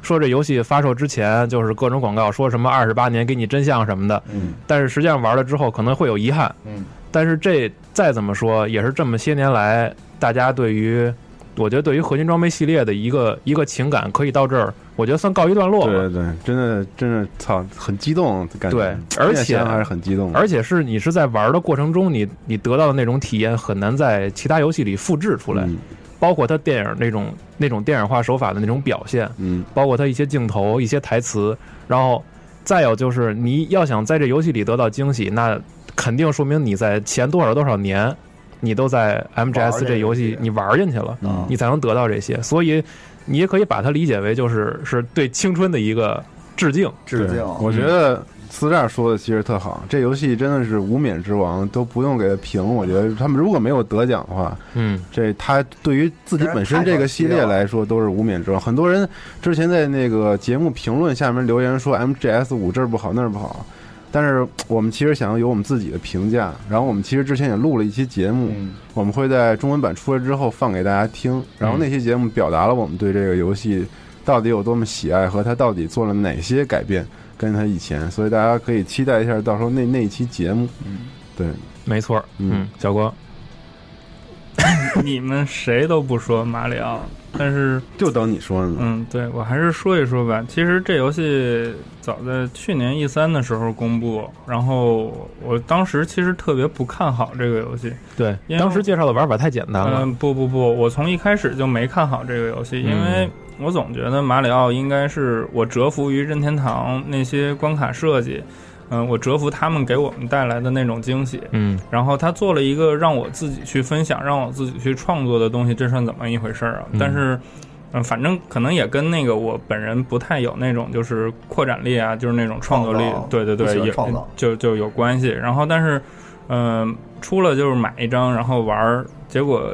[SPEAKER 7] 说这游戏发售之前就是各种广告说什么二十八年给你真相什么的，
[SPEAKER 1] 嗯，
[SPEAKER 7] 但是实际上玩了之后可能会有遗憾，
[SPEAKER 1] 嗯，
[SPEAKER 7] 但是这再怎么说也是这么些年来大家对于，我觉得对于合金装备系列的一个一个情感可以到这儿，我觉得算告一段落吧。
[SPEAKER 4] 对对，真的真的操，很激动，感觉
[SPEAKER 7] 对而且
[SPEAKER 4] 现在想想还是很激动的，
[SPEAKER 7] 而且是你是在玩的过程中，你你得到的那种体验很难在其他游戏里复制出来，
[SPEAKER 4] 嗯
[SPEAKER 7] 包括它电影那种那种电影化手法的那种表现，
[SPEAKER 4] 嗯，
[SPEAKER 7] 包括它一些镜头、一些台词，然后再有就是你要想在这游戏里得到惊喜，那肯定说明你在前多少多少年，你都在
[SPEAKER 1] 玩这
[SPEAKER 7] MGS 这
[SPEAKER 1] 个
[SPEAKER 7] 游戏你玩进去了，
[SPEAKER 1] 嗯
[SPEAKER 7] 你才能得到这些，所以你也可以把它理解为就是是对青春的一个致敬，
[SPEAKER 4] 对我觉得四战说的其实特好，这游戏真的是无冕之王，都不用给他评。我觉得他们如果没有得奖的话，
[SPEAKER 7] 嗯，
[SPEAKER 4] 这他对于自己本身这个系列来说都是无冕之王。很多人之前在那个节目评论下面留言说 MGS 五这儿不好那儿不好，但是我们其实想要有我们自己的评价。然后我们其实之前也录了一期节目，
[SPEAKER 7] 嗯
[SPEAKER 4] 我们会在中文版出来之后放给大家听。然
[SPEAKER 7] 嗯
[SPEAKER 4] 后那期节目表达了我们对这个游戏到底有多么喜爱和它到底做了哪些改变，跟它以前，所以大家可以期待一下到时候那那一期节目。嗯，对，
[SPEAKER 7] 没错，
[SPEAKER 4] 嗯，
[SPEAKER 7] 小郭，
[SPEAKER 3] [laughs] 你们谁都不说马里奥，但是
[SPEAKER 4] 就等你说呢。
[SPEAKER 3] 嗯，对我还是说一说吧。其实这游戏早在去年 E 三的时候公布，然后我当时其实特别不看好这个游戏。
[SPEAKER 7] 对，
[SPEAKER 3] 因为
[SPEAKER 7] 当时介绍的玩法太简单了，
[SPEAKER 3] 嗯，不不不，我从一开始就没看好这个游戏，因
[SPEAKER 7] 嗯
[SPEAKER 3] 为我总觉得马里奥应该是我折服于任天堂那些关卡设计，嗯，我折服他们给我们带来的那种惊喜。
[SPEAKER 7] 嗯，
[SPEAKER 3] 然后他做了一个让我自己去分享、让我自己去创作的东西，这算怎么一回事儿啊？
[SPEAKER 7] 嗯
[SPEAKER 3] 但是，嗯，反正可能也跟那个我本人不太有那种就是扩展力啊，就是那种创作力
[SPEAKER 1] 创造，
[SPEAKER 3] 对对
[SPEAKER 1] 不喜
[SPEAKER 3] 对，
[SPEAKER 1] 欢
[SPEAKER 3] 也
[SPEAKER 1] 创造
[SPEAKER 3] 就就有关系。然后，但是，嗯、出了就是买一张，然后玩儿，结果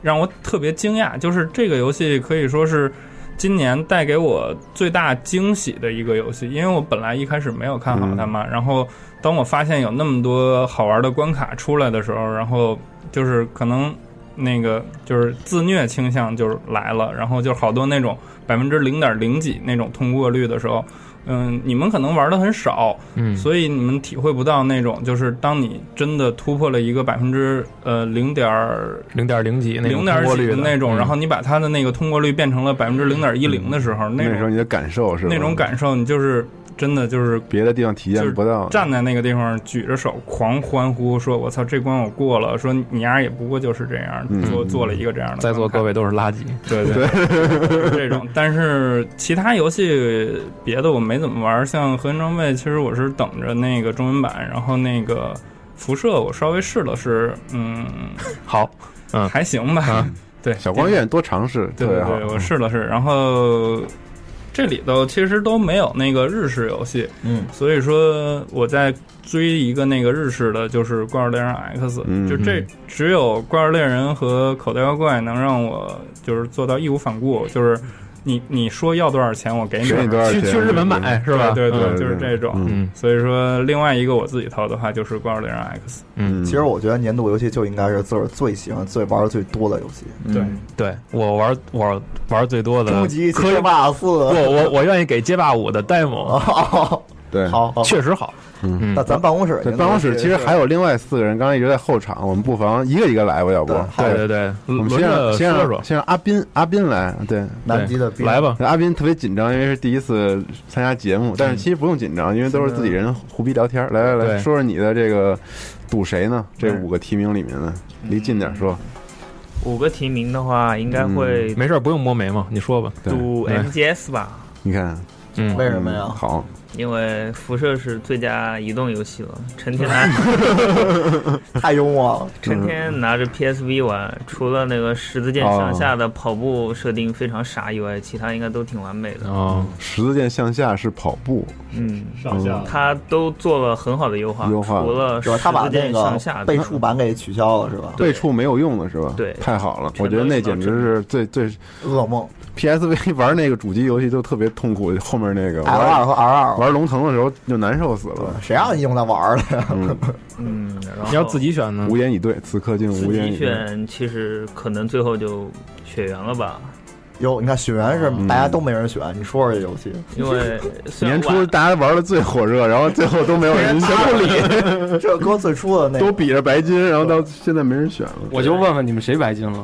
[SPEAKER 3] 让我特别惊讶，就是这个游戏可以说是。今年带给我最大惊喜的一个游戏，因为我本来一开始没有看好它嘛，然
[SPEAKER 7] 嗯
[SPEAKER 3] 后当我发现有那么多好玩的关卡出来的时候，然后就是可能那个就是自虐倾向就是来了，然后就好多那种百分之零点零几那种通过率的时候，嗯，你们可能玩的很少，
[SPEAKER 7] 嗯
[SPEAKER 3] 所以你们体会不到那种就是当你真的突破了一个百分之呃零点
[SPEAKER 7] 零点零几那
[SPEAKER 3] 零
[SPEAKER 7] 种
[SPEAKER 3] 点
[SPEAKER 7] 通过
[SPEAKER 3] 几
[SPEAKER 7] 率
[SPEAKER 3] 的那种，
[SPEAKER 7] 嗯
[SPEAKER 3] 然后你把它的那个通过率变成了百分之零点一零的时候，那
[SPEAKER 4] 嗯那时
[SPEAKER 3] 种
[SPEAKER 4] 候你的感受是吧
[SPEAKER 3] 那种感受，你就是真的就是
[SPEAKER 4] 别的地方体
[SPEAKER 3] 就是
[SPEAKER 4] 验不到。
[SPEAKER 3] 站在那个地方举着手狂欢呼，说：“我操，这关我过了！”说你丫也不过就是这样，
[SPEAKER 7] 嗯
[SPEAKER 3] 做做了一个这样的。
[SPEAKER 7] 在座各位都是垃圾，
[SPEAKER 4] [laughs]
[SPEAKER 3] 对就是这种。但是其他游戏别的我没怎么玩，像《合金装备》，其实我是等着那个中文版，然后那个辐射我稍微试了试，嗯，
[SPEAKER 7] [laughs] 好，嗯，
[SPEAKER 3] 还行吧。 [laughs] 对，
[SPEAKER 4] 啊小光愿意多尝试，特
[SPEAKER 3] 对
[SPEAKER 4] 别
[SPEAKER 3] 对
[SPEAKER 4] 好
[SPEAKER 3] 对，我试了试，然后这里头其实都没有那个日式游戏，
[SPEAKER 1] 嗯，
[SPEAKER 3] 所以说我在追一个那个日式的，就是《怪兽猎人 X》，
[SPEAKER 4] 嗯
[SPEAKER 3] 就这
[SPEAKER 7] 嗯
[SPEAKER 3] 只有《怪兽猎人》和《口袋妖怪》能让我就是做到义无反顾，就是你你说要多少钱，我给你
[SPEAKER 11] 给你多少钱去去日本买是吧
[SPEAKER 3] 对对
[SPEAKER 11] 嗯
[SPEAKER 3] 对，就是这种。
[SPEAKER 11] 嗯
[SPEAKER 3] 所以说，另外一个我自己掏的话就是《怪物猎人 X》。
[SPEAKER 11] 嗯
[SPEAKER 1] 其实我觉得年度游戏就应该是自个儿最喜欢、最玩的最多的游戏。
[SPEAKER 3] 对
[SPEAKER 11] 对我玩我玩最多的
[SPEAKER 1] 终极
[SPEAKER 11] 可以
[SPEAKER 1] 街霸四，哦
[SPEAKER 11] 不，我我愿意给街霸五的 demo，
[SPEAKER 4] [laughs] 对，
[SPEAKER 1] 好好
[SPEAKER 11] 确实好。
[SPEAKER 4] 嗯
[SPEAKER 1] 那咱办公室
[SPEAKER 4] 对，办公室其实还有另外四个人，刚刚一直在后场，我们不妨一个一个来吧，要不？
[SPEAKER 11] 对对对
[SPEAKER 4] 我们
[SPEAKER 11] 轮
[SPEAKER 4] 先
[SPEAKER 11] 着
[SPEAKER 4] 让先
[SPEAKER 11] 说说
[SPEAKER 4] 让先让阿斌阿斌来，对，
[SPEAKER 11] 南极的斌来吧。
[SPEAKER 4] 阿斌特别紧张，因为是第一次参加节目，
[SPEAKER 3] 嗯
[SPEAKER 4] 但是其实不用紧张，因为都是自己人胡逼聊天儿。来来来，
[SPEAKER 11] 对
[SPEAKER 4] 说说你的这个赌谁呢？这五个提名里面的，离近点说。
[SPEAKER 13] 五个提名的话，应该会
[SPEAKER 11] 嗯没事儿，不用摸眉毛，你说吧。
[SPEAKER 13] 赌
[SPEAKER 11] 对
[SPEAKER 13] MGS 吧，
[SPEAKER 4] 你看，
[SPEAKER 11] 嗯
[SPEAKER 13] 为什么呀
[SPEAKER 4] 嗯好，
[SPEAKER 13] 因为辐射是最佳移动游戏了。成天拿，
[SPEAKER 1] [laughs]
[SPEAKER 11] [laughs]
[SPEAKER 1] 太幽默了，
[SPEAKER 13] 成天拿着 PSV 玩，除了那个十字剑
[SPEAKER 11] 哦
[SPEAKER 13] 上下的跑步设定非常傻以外，其他应该都挺完美
[SPEAKER 3] 嗯
[SPEAKER 13] 的。
[SPEAKER 11] 哦，
[SPEAKER 4] 十字剑向下是跑步，
[SPEAKER 13] 嗯，
[SPEAKER 4] 上下
[SPEAKER 13] 他都做了很好的优化，
[SPEAKER 4] 优化
[SPEAKER 13] 除了
[SPEAKER 1] 是吧？他把
[SPEAKER 13] 十字
[SPEAKER 1] 那
[SPEAKER 13] 剑上
[SPEAKER 1] 个
[SPEAKER 13] 下
[SPEAKER 1] 倍数嗯版给取消了，是吧？
[SPEAKER 4] 对触没有用了是吧？
[SPEAKER 13] 对
[SPEAKER 4] 太好了，我觉得那简直是最最
[SPEAKER 1] 噩梦。
[SPEAKER 4] PSV 玩那个主机游戏都特别痛苦，后面那个
[SPEAKER 1] R 二和 R 二
[SPEAKER 4] 玩龙腾的时候就难受死了。
[SPEAKER 1] 谁让你用它玩了呀？ [laughs]
[SPEAKER 13] 嗯，然后
[SPEAKER 11] 你要自己选呢？
[SPEAKER 4] 无言以对，此刻竟
[SPEAKER 13] 自
[SPEAKER 4] 无言
[SPEAKER 13] 己
[SPEAKER 4] 以对。
[SPEAKER 13] 选，其实可能最后就血缘了吧，
[SPEAKER 1] 有，你看雪原是大家都没人选，你说说这游戏，
[SPEAKER 13] 因为虽然
[SPEAKER 4] 嗯年
[SPEAKER 13] 晚
[SPEAKER 4] 初大家玩的最火热，然后最后都没有人全不理，
[SPEAKER 1] 这搁最初的那
[SPEAKER 4] 都比着白金，然后到现在没人选了。
[SPEAKER 10] 我就问问你们谁白金了？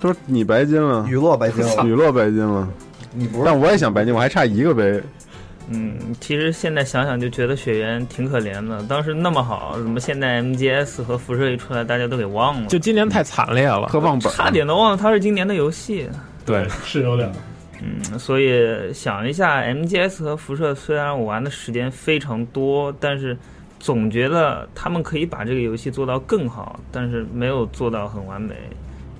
[SPEAKER 4] 都是你白金了，
[SPEAKER 1] 雨落白金了
[SPEAKER 4] 雨落白金了。
[SPEAKER 1] 你不
[SPEAKER 13] 是
[SPEAKER 4] 但我也想白金，我还差一个呗。
[SPEAKER 13] 嗯，其实现在想想就觉得雪原挺可怜的，当时那么好，怎么现在 MGS 和辐射一出来，大家都给忘了？
[SPEAKER 11] 就今年太惨烈了，
[SPEAKER 4] 特忘本
[SPEAKER 13] 差点都忘了它是今年的游戏。
[SPEAKER 11] 对，
[SPEAKER 8] 是有点。
[SPEAKER 13] 嗯，所以想一下，MGS 和辐射虽然我玩的时间非常多，但是总觉得他们可以把这个游戏做到更好，但是没有做到很完美。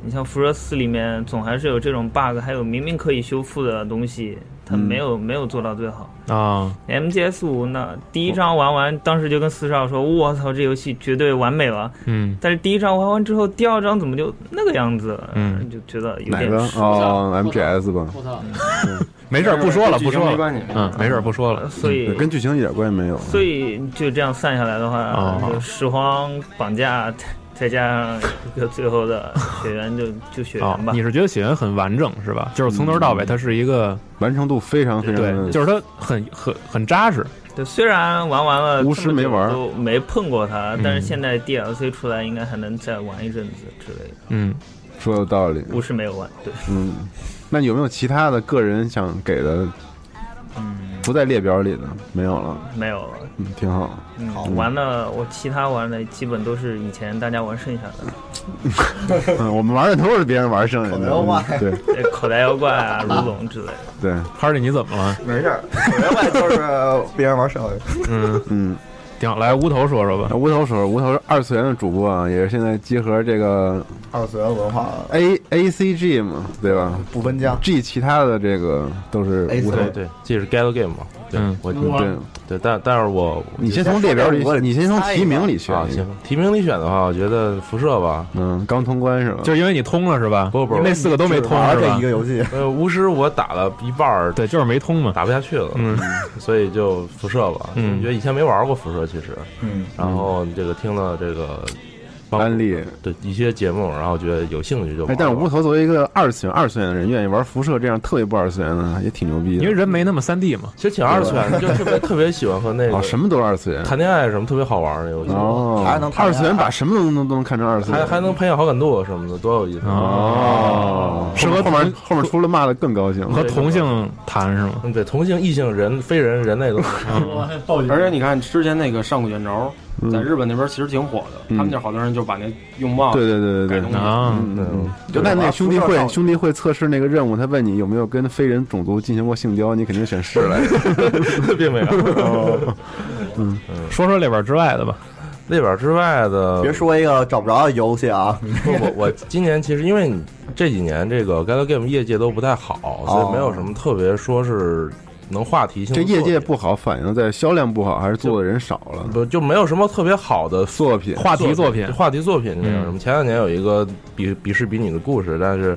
[SPEAKER 13] 你像辐射四里面总还是有这种 bug，还有明明可以修复的东西，
[SPEAKER 8] 嗯
[SPEAKER 13] 它没有、没有做到最好。
[SPEAKER 11] 啊，
[SPEAKER 13] MGS 五呢，第一章玩完，当时就跟四少说：“我操，这游戏绝对完美了。”
[SPEAKER 11] 嗯，
[SPEAKER 13] 但是第一章玩完之后，第二章怎么就那个样子？
[SPEAKER 11] 嗯，
[SPEAKER 13] 就觉得有
[SPEAKER 4] 哪
[SPEAKER 13] 点
[SPEAKER 4] 个？
[SPEAKER 13] 失望
[SPEAKER 4] 哦，MGS 吧。
[SPEAKER 11] [laughs] 没事儿，不说了，不说了，嗯，没事儿，不说了。
[SPEAKER 13] 呃所以
[SPEAKER 4] 对跟剧情一点关系没有。啊
[SPEAKER 13] 所以就这样算下来的话，
[SPEAKER 4] 哦
[SPEAKER 13] 就拾荒绑架，再加上一个最后的血缘，就 [laughs] 就血
[SPEAKER 11] 哦
[SPEAKER 13] 缘吧。
[SPEAKER 11] 你是觉得血缘很完整是吧？就是从头到尾，它是一个
[SPEAKER 4] 嗯完成度非常非常
[SPEAKER 11] 对，就是它很很很扎实。
[SPEAKER 13] 对，虽然玩完了
[SPEAKER 11] 巫师
[SPEAKER 13] 这么久
[SPEAKER 11] 没玩
[SPEAKER 13] 都没碰过它
[SPEAKER 11] 嗯，
[SPEAKER 13] 但是现在 DLC 出来，应该还能再玩一阵子之类的。
[SPEAKER 11] 嗯，
[SPEAKER 4] 说有道理。
[SPEAKER 13] 巫师没有玩，对。
[SPEAKER 4] 嗯，那有没有其他的个人想给的？不在列表里的没有了。
[SPEAKER 13] 嗯没有了，
[SPEAKER 4] 嗯，挺好。
[SPEAKER 13] 嗯，玩的我其他玩的基本都是以前大家玩剩下的，
[SPEAKER 4] [laughs] 嗯，我们玩的都是别人玩剩下的。
[SPEAKER 13] [laughs]
[SPEAKER 4] 嗯对
[SPEAKER 13] 对，哎口袋妖怪啊、如龙之类的。
[SPEAKER 4] 对，
[SPEAKER 11] 哈利，你怎么了？
[SPEAKER 1] 没事儿，另 [laughs] 外就是别人玩手游。
[SPEAKER 11] 嗯
[SPEAKER 4] 嗯，
[SPEAKER 11] 挺好。来，无头说说吧。
[SPEAKER 4] 无头说，无头是二次元的主播啊，也是现在集合这个
[SPEAKER 1] 二次元文化
[SPEAKER 4] A A C G 嘛，对吧？
[SPEAKER 1] 不分家。
[SPEAKER 4] G 其他的这个都是无头
[SPEAKER 14] 对。对，这是 Gal Game 嘛？对，我
[SPEAKER 4] 嗯
[SPEAKER 14] 对对，但但是我
[SPEAKER 4] 你先从列表里，你先从提名里选
[SPEAKER 14] 啊，
[SPEAKER 4] 一个
[SPEAKER 14] 行，提名里选的话，我觉得辐射吧，
[SPEAKER 4] 嗯，刚通关是吧？
[SPEAKER 11] 就是因为你通了是吧？
[SPEAKER 14] 不不，
[SPEAKER 11] 那四个都没通是吧？
[SPEAKER 1] 戏。
[SPEAKER 14] 呃，巫师我打了一半儿，
[SPEAKER 11] 对，就是没通嘛，
[SPEAKER 14] 打不下去了，
[SPEAKER 11] 嗯，
[SPEAKER 14] 所以就辐射吧。
[SPEAKER 11] 嗯
[SPEAKER 14] 觉得以前没玩过辐射，其实，
[SPEAKER 1] 嗯
[SPEAKER 14] 然后这个听了这个
[SPEAKER 4] 安利
[SPEAKER 14] 对一些节目，然后觉得有兴趣就玩
[SPEAKER 4] 哎，
[SPEAKER 14] 了。
[SPEAKER 4] 但是无头作为一个二次元二次元的人，愿意玩辐射这样特别不二次元的，也挺牛逼的。
[SPEAKER 11] 因为人没那么三 D 嘛。
[SPEAKER 14] 其实挺二次元的，就
[SPEAKER 4] [laughs]
[SPEAKER 14] 特别特别喜欢和那
[SPEAKER 4] 哦，
[SPEAKER 14] 个
[SPEAKER 4] 什么都是二次元，
[SPEAKER 14] 谈恋爱什么特别好玩儿的游戏，
[SPEAKER 4] 哦，二次元把什么都能都能看成二次元，
[SPEAKER 14] 还还
[SPEAKER 11] 嗯
[SPEAKER 14] 能培养好感度啊什么的，多有意思
[SPEAKER 4] 哦适合后面同后面出了骂的更高兴，
[SPEAKER 14] 和同
[SPEAKER 11] 性谈是吗？
[SPEAKER 14] 嗯，对，同性、异性、人、非人、人类都
[SPEAKER 10] 而且你看之前那个上古卷轴，
[SPEAKER 11] 嗯
[SPEAKER 10] 在日本那边其实挺火的，
[SPEAKER 4] 嗯
[SPEAKER 10] 他们那好多人就把那用帽
[SPEAKER 4] 对
[SPEAKER 10] [laughs]
[SPEAKER 4] 对对对
[SPEAKER 10] 改
[SPEAKER 4] 对
[SPEAKER 10] 东西
[SPEAKER 11] 啊
[SPEAKER 4] 嗯嗯，就那那兄弟会兄弟会测试那个任务，他问你有没有跟非人种族进行过性交，你肯定选是 [laughs] 来
[SPEAKER 11] [laughs]
[SPEAKER 4] 着，
[SPEAKER 14] [laughs] 并没
[SPEAKER 11] 哦
[SPEAKER 14] [laughs] 有。
[SPEAKER 4] 嗯，
[SPEAKER 11] 说说列表之外的吧。
[SPEAKER 14] 列表之外的，
[SPEAKER 1] 别说一个找不着的游戏啊，
[SPEAKER 14] [laughs] 不我我今年其实因为你这几年这个 Gal Game 业界都不太好，所以没有什么特别说是能话题性
[SPEAKER 4] 这
[SPEAKER 14] 的作品。
[SPEAKER 4] 业界不好，反映在销量不好，还是做的人少了？
[SPEAKER 14] 不就没有什么特别好的
[SPEAKER 4] 作品
[SPEAKER 11] 话题作品
[SPEAKER 14] 话题作品那种
[SPEAKER 11] 嗯
[SPEAKER 14] 什么？前两年有一个比比视比你的故事，但是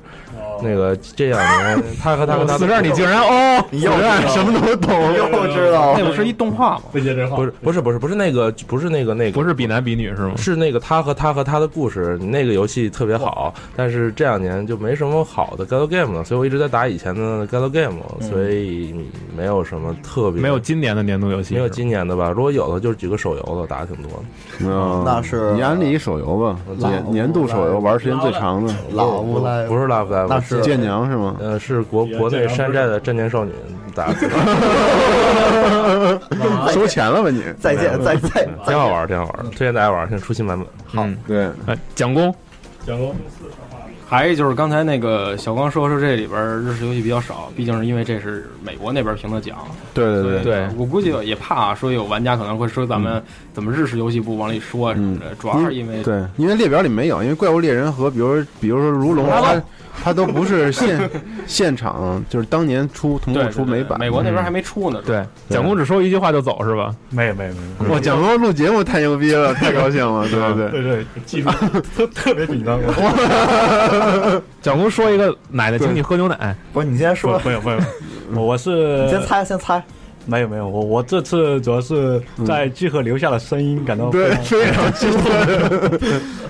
[SPEAKER 14] 那个这两年，他和他和他
[SPEAKER 11] 死这儿你竟然哦
[SPEAKER 14] 你又
[SPEAKER 11] 死这儿
[SPEAKER 14] 知道
[SPEAKER 11] 什么都懂
[SPEAKER 10] [laughs]
[SPEAKER 11] 又知道那不是一
[SPEAKER 10] 动画吗？
[SPEAKER 11] 不接这话
[SPEAKER 14] 不是不是不是不是那个不是那个那个
[SPEAKER 11] 不是比男比女是吗？
[SPEAKER 14] 是那个他和他和他的故事，那个游戏特别好，但是这两年就没什么好的 Gal Game 了，所以我一直在打以前的 Gal Game，
[SPEAKER 11] 嗯
[SPEAKER 14] 所以没有什么特别
[SPEAKER 11] 没有今年的年度游戏，
[SPEAKER 14] 没有今年的吧？如果有的，就是几个手游的，打的挺多的。
[SPEAKER 4] 嗯
[SPEAKER 14] 那是
[SPEAKER 4] 你安利一手游吧，
[SPEAKER 14] 老
[SPEAKER 4] 年年度手游玩时间最长的，
[SPEAKER 14] 老不不是 Love Live，
[SPEAKER 4] 那是剑娘是吗？
[SPEAKER 14] 呃，是国国内山寨的战舰少女打的。
[SPEAKER 4] [laughs] 收钱了吧你？
[SPEAKER 14] 再见再见，挺好玩，挺好玩，嗯推荐大家玩，现在出新版本。
[SPEAKER 11] 好，哎
[SPEAKER 4] 对，
[SPEAKER 11] 蒋工，
[SPEAKER 7] 蒋工，
[SPEAKER 10] 还有就是刚才那个小光说说这里边儿日式游戏比较少，毕竟是因为这是美国那边评的奖。
[SPEAKER 4] 对对对
[SPEAKER 10] 对，我估计也怕说有玩家可能会说咱们怎么日式游戏不往里说啊什么的，主要是因为
[SPEAKER 4] 嗯对，因为列表里没有，因为怪物猎人和比如比如说如龙，
[SPEAKER 10] 啊
[SPEAKER 4] 它它都不是现 [laughs] 现场，就是当年出同步
[SPEAKER 10] 对
[SPEAKER 4] 出美版，
[SPEAKER 10] 美国那边还没出呢。
[SPEAKER 11] 对，蒋工只说一句话就走是吧？
[SPEAKER 6] 没有没有
[SPEAKER 11] 没有
[SPEAKER 4] 哇， [laughs] 蒋工录节目太牛逼了，太高兴了，对对对。
[SPEAKER 6] 对，技术 [laughs] 特特别紧张。
[SPEAKER 11] 蒋工说一个奶奶，请你喝牛奶。
[SPEAKER 1] 不是你先说，
[SPEAKER 6] 没有没有，我我是
[SPEAKER 11] 呃
[SPEAKER 1] 你先猜，先猜。
[SPEAKER 6] 没有没有，我我这次主要是在聚合留下的声音感到
[SPEAKER 4] 对，非常兴奋。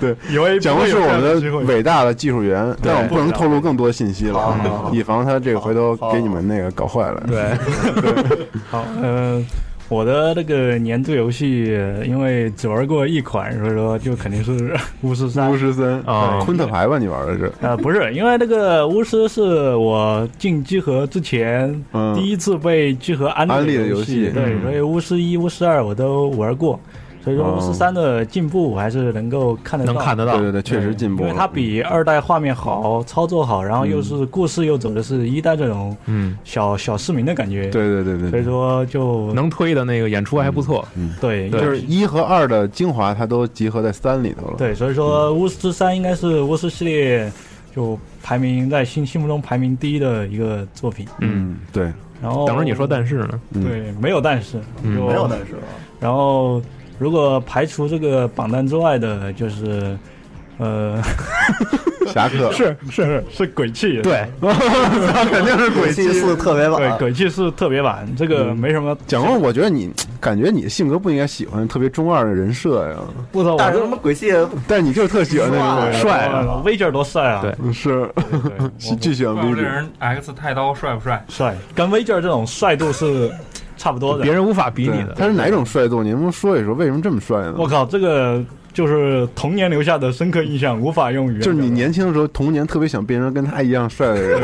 [SPEAKER 4] [laughs] 对，
[SPEAKER 6] 哎有一
[SPEAKER 4] 蒋工是我们的伟大的技术员，但我们不能透露更多信息了，嗯以防他这个回头给你们那个搞坏了。
[SPEAKER 6] 对，
[SPEAKER 4] [laughs]
[SPEAKER 6] 好，嗯、我的那个年度游戏，呃因为只玩过一款，所以说就肯定是 [laughs] 巫师三。
[SPEAKER 4] 巫师三
[SPEAKER 6] 啊，
[SPEAKER 4] 昆特牌吧，你玩的是？
[SPEAKER 6] 呃，不是，因为那个巫师是我进集合之前、
[SPEAKER 4] 嗯
[SPEAKER 6] 第一次被集合安
[SPEAKER 4] 安利的
[SPEAKER 6] 的
[SPEAKER 4] 游戏
[SPEAKER 6] 戏，对，
[SPEAKER 4] 嗯
[SPEAKER 6] 所以巫师一、巫师二我都玩过。所以说
[SPEAKER 4] 哦
[SPEAKER 6] 巫师三的进步我还是能够看得到，
[SPEAKER 4] 能看得到对对对确实进步了
[SPEAKER 6] 因为它比二代画面好，操作好，然后
[SPEAKER 4] 嗯
[SPEAKER 6] 又是故事又走的是一代这种
[SPEAKER 11] 嗯，
[SPEAKER 6] 小小市民的感觉。
[SPEAKER 4] 对对对对
[SPEAKER 6] 所以说就
[SPEAKER 11] 能推的那个演出还不错。
[SPEAKER 4] 嗯，
[SPEAKER 6] 对，
[SPEAKER 4] 就是一和二的精华，它都集合在三里头了。
[SPEAKER 6] 对，所以
[SPEAKER 4] 嗯
[SPEAKER 6] 说巫师三应该是巫师系列就排名在心心目中排名第一的一个作品。
[SPEAKER 4] 嗯，对。
[SPEAKER 6] 然后
[SPEAKER 11] 等着你说但是呢。
[SPEAKER 4] 嗯
[SPEAKER 6] 对，没有但是，
[SPEAKER 11] 嗯
[SPEAKER 6] 就
[SPEAKER 11] 没有但
[SPEAKER 1] 是。啊
[SPEAKER 6] 然后，如果排除这个榜单之外的，就是，呃，
[SPEAKER 4] 侠
[SPEAKER 6] [laughs]
[SPEAKER 4] 客
[SPEAKER 6] 是是是是鬼泣，[laughs]
[SPEAKER 4] [laughs]
[SPEAKER 11] 对
[SPEAKER 1] 肯定是鬼泣鬼泣四特别版
[SPEAKER 6] 对，鬼泣四特别版，这个没什么。
[SPEAKER 4] 嗯蒋工，我觉得你感觉你的性格不应该喜欢特别中二的人设呀。
[SPEAKER 6] 不知道
[SPEAKER 1] 但是什么鬼戏？
[SPEAKER 4] 但是你就是特喜欢那种
[SPEAKER 6] 帅啊，威劲儿多帅啊！
[SPEAKER 4] 对，是 [laughs] 巨喜欢
[SPEAKER 3] 怪物
[SPEAKER 4] V
[SPEAKER 3] 猎
[SPEAKER 4] 姐。
[SPEAKER 3] 人 X 太刀帅不帅？
[SPEAKER 6] 帅，跟威劲儿这种帅度是差不多的，
[SPEAKER 11] 无法比
[SPEAKER 4] 对他是哪种帅度？你能不能说一说为什么这么帅呢？
[SPEAKER 6] 我靠，这个就是童年留下的深刻印象，无法用语言
[SPEAKER 4] 就是你年轻的时候，童年特别想变成跟他一样帅的
[SPEAKER 11] [laughs]
[SPEAKER 4] 人，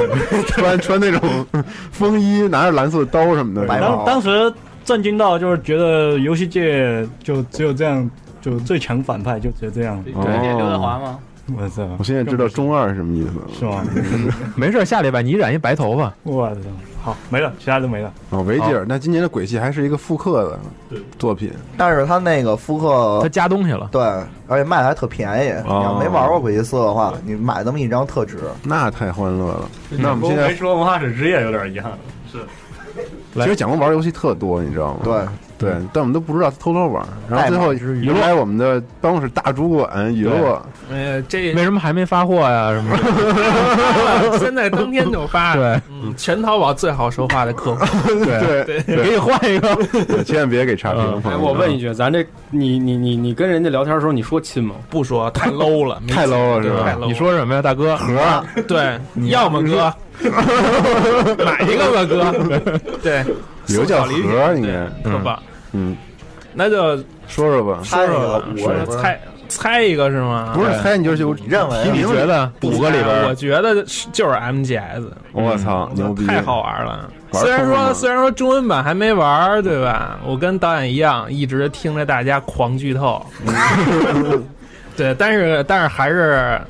[SPEAKER 4] 穿穿那种风衣，拿着蓝色刀什么的。
[SPEAKER 6] 当当时震惊到，就是觉得游戏界就只有这样，就最强反派就只有这样。
[SPEAKER 4] 哦推荐刘德华
[SPEAKER 10] 吗？
[SPEAKER 6] 我操！
[SPEAKER 4] 我现在知道中二是什么意思了。
[SPEAKER 6] 是
[SPEAKER 4] [laughs]
[SPEAKER 6] 吗？
[SPEAKER 11] 没事，下礼拜你染一白头发。
[SPEAKER 6] 我操！好，没了，其他都没了。
[SPEAKER 4] 哦，维吉尔，那今年的鬼戏还是一个复刻的作品，
[SPEAKER 1] 但是他那个复刻，
[SPEAKER 11] 他加东西了，
[SPEAKER 1] 对，而且卖的还特便宜。
[SPEAKER 4] 哦
[SPEAKER 1] 你要没玩过鬼泣四的话，你买那么一张特
[SPEAKER 4] [laughs]
[SPEAKER 1] 值。
[SPEAKER 4] 那太欢乐了。那我们现
[SPEAKER 7] 没
[SPEAKER 4] 在
[SPEAKER 7] 说文化史之夜有点遗憾了，是
[SPEAKER 4] 其实蒋工玩游戏特多，你知道吗？对对，但我们都不知道他偷偷玩，然后最后
[SPEAKER 11] 爱马仕娱
[SPEAKER 4] 原
[SPEAKER 11] 乐
[SPEAKER 4] 来我们的办公室大主管雨落，
[SPEAKER 11] 呃，这为什么还没发货呀？什么？
[SPEAKER 12] [laughs] 现在当天就发，
[SPEAKER 11] 对，啊
[SPEAKER 12] 嗯，全淘宝最好说话的客户，
[SPEAKER 4] 对
[SPEAKER 12] [laughs] 对，
[SPEAKER 11] 一个，嗯
[SPEAKER 4] 对千万别给差评。
[SPEAKER 10] 哎，我问一句，咱这你你你你跟人家聊天的时候，你说亲吗？
[SPEAKER 12] 不说，太 low 了，没
[SPEAKER 10] 太 low 了
[SPEAKER 12] 劲
[SPEAKER 10] 是吧
[SPEAKER 12] 太 low 了
[SPEAKER 10] 你
[SPEAKER 11] 说什么呀，大哥？
[SPEAKER 4] 盒
[SPEAKER 12] [laughs] 对，要么哥，买一个吧， [laughs] 哥，对，
[SPEAKER 4] 理由叫盒，应该
[SPEAKER 12] 特棒。
[SPEAKER 4] 嗯，
[SPEAKER 12] 那就
[SPEAKER 4] 说说吧，
[SPEAKER 12] 说说吧，说说猜猜一个是吗？
[SPEAKER 4] 不是猜你就是你认为提啊名五个里边
[SPEAKER 12] 啊我觉得是就是 MGS，
[SPEAKER 11] 嗯
[SPEAKER 4] 我操牛逼，
[SPEAKER 12] 太好玩了。
[SPEAKER 4] 玩
[SPEAKER 12] 虽然
[SPEAKER 4] 疯
[SPEAKER 12] 说
[SPEAKER 4] 了
[SPEAKER 12] 虽然说中文版还没玩儿，对吧？我跟导演一样，一直听着大家狂剧
[SPEAKER 4] [laughs]
[SPEAKER 12] 透。
[SPEAKER 4] 嗯
[SPEAKER 12] 对，但是但是还是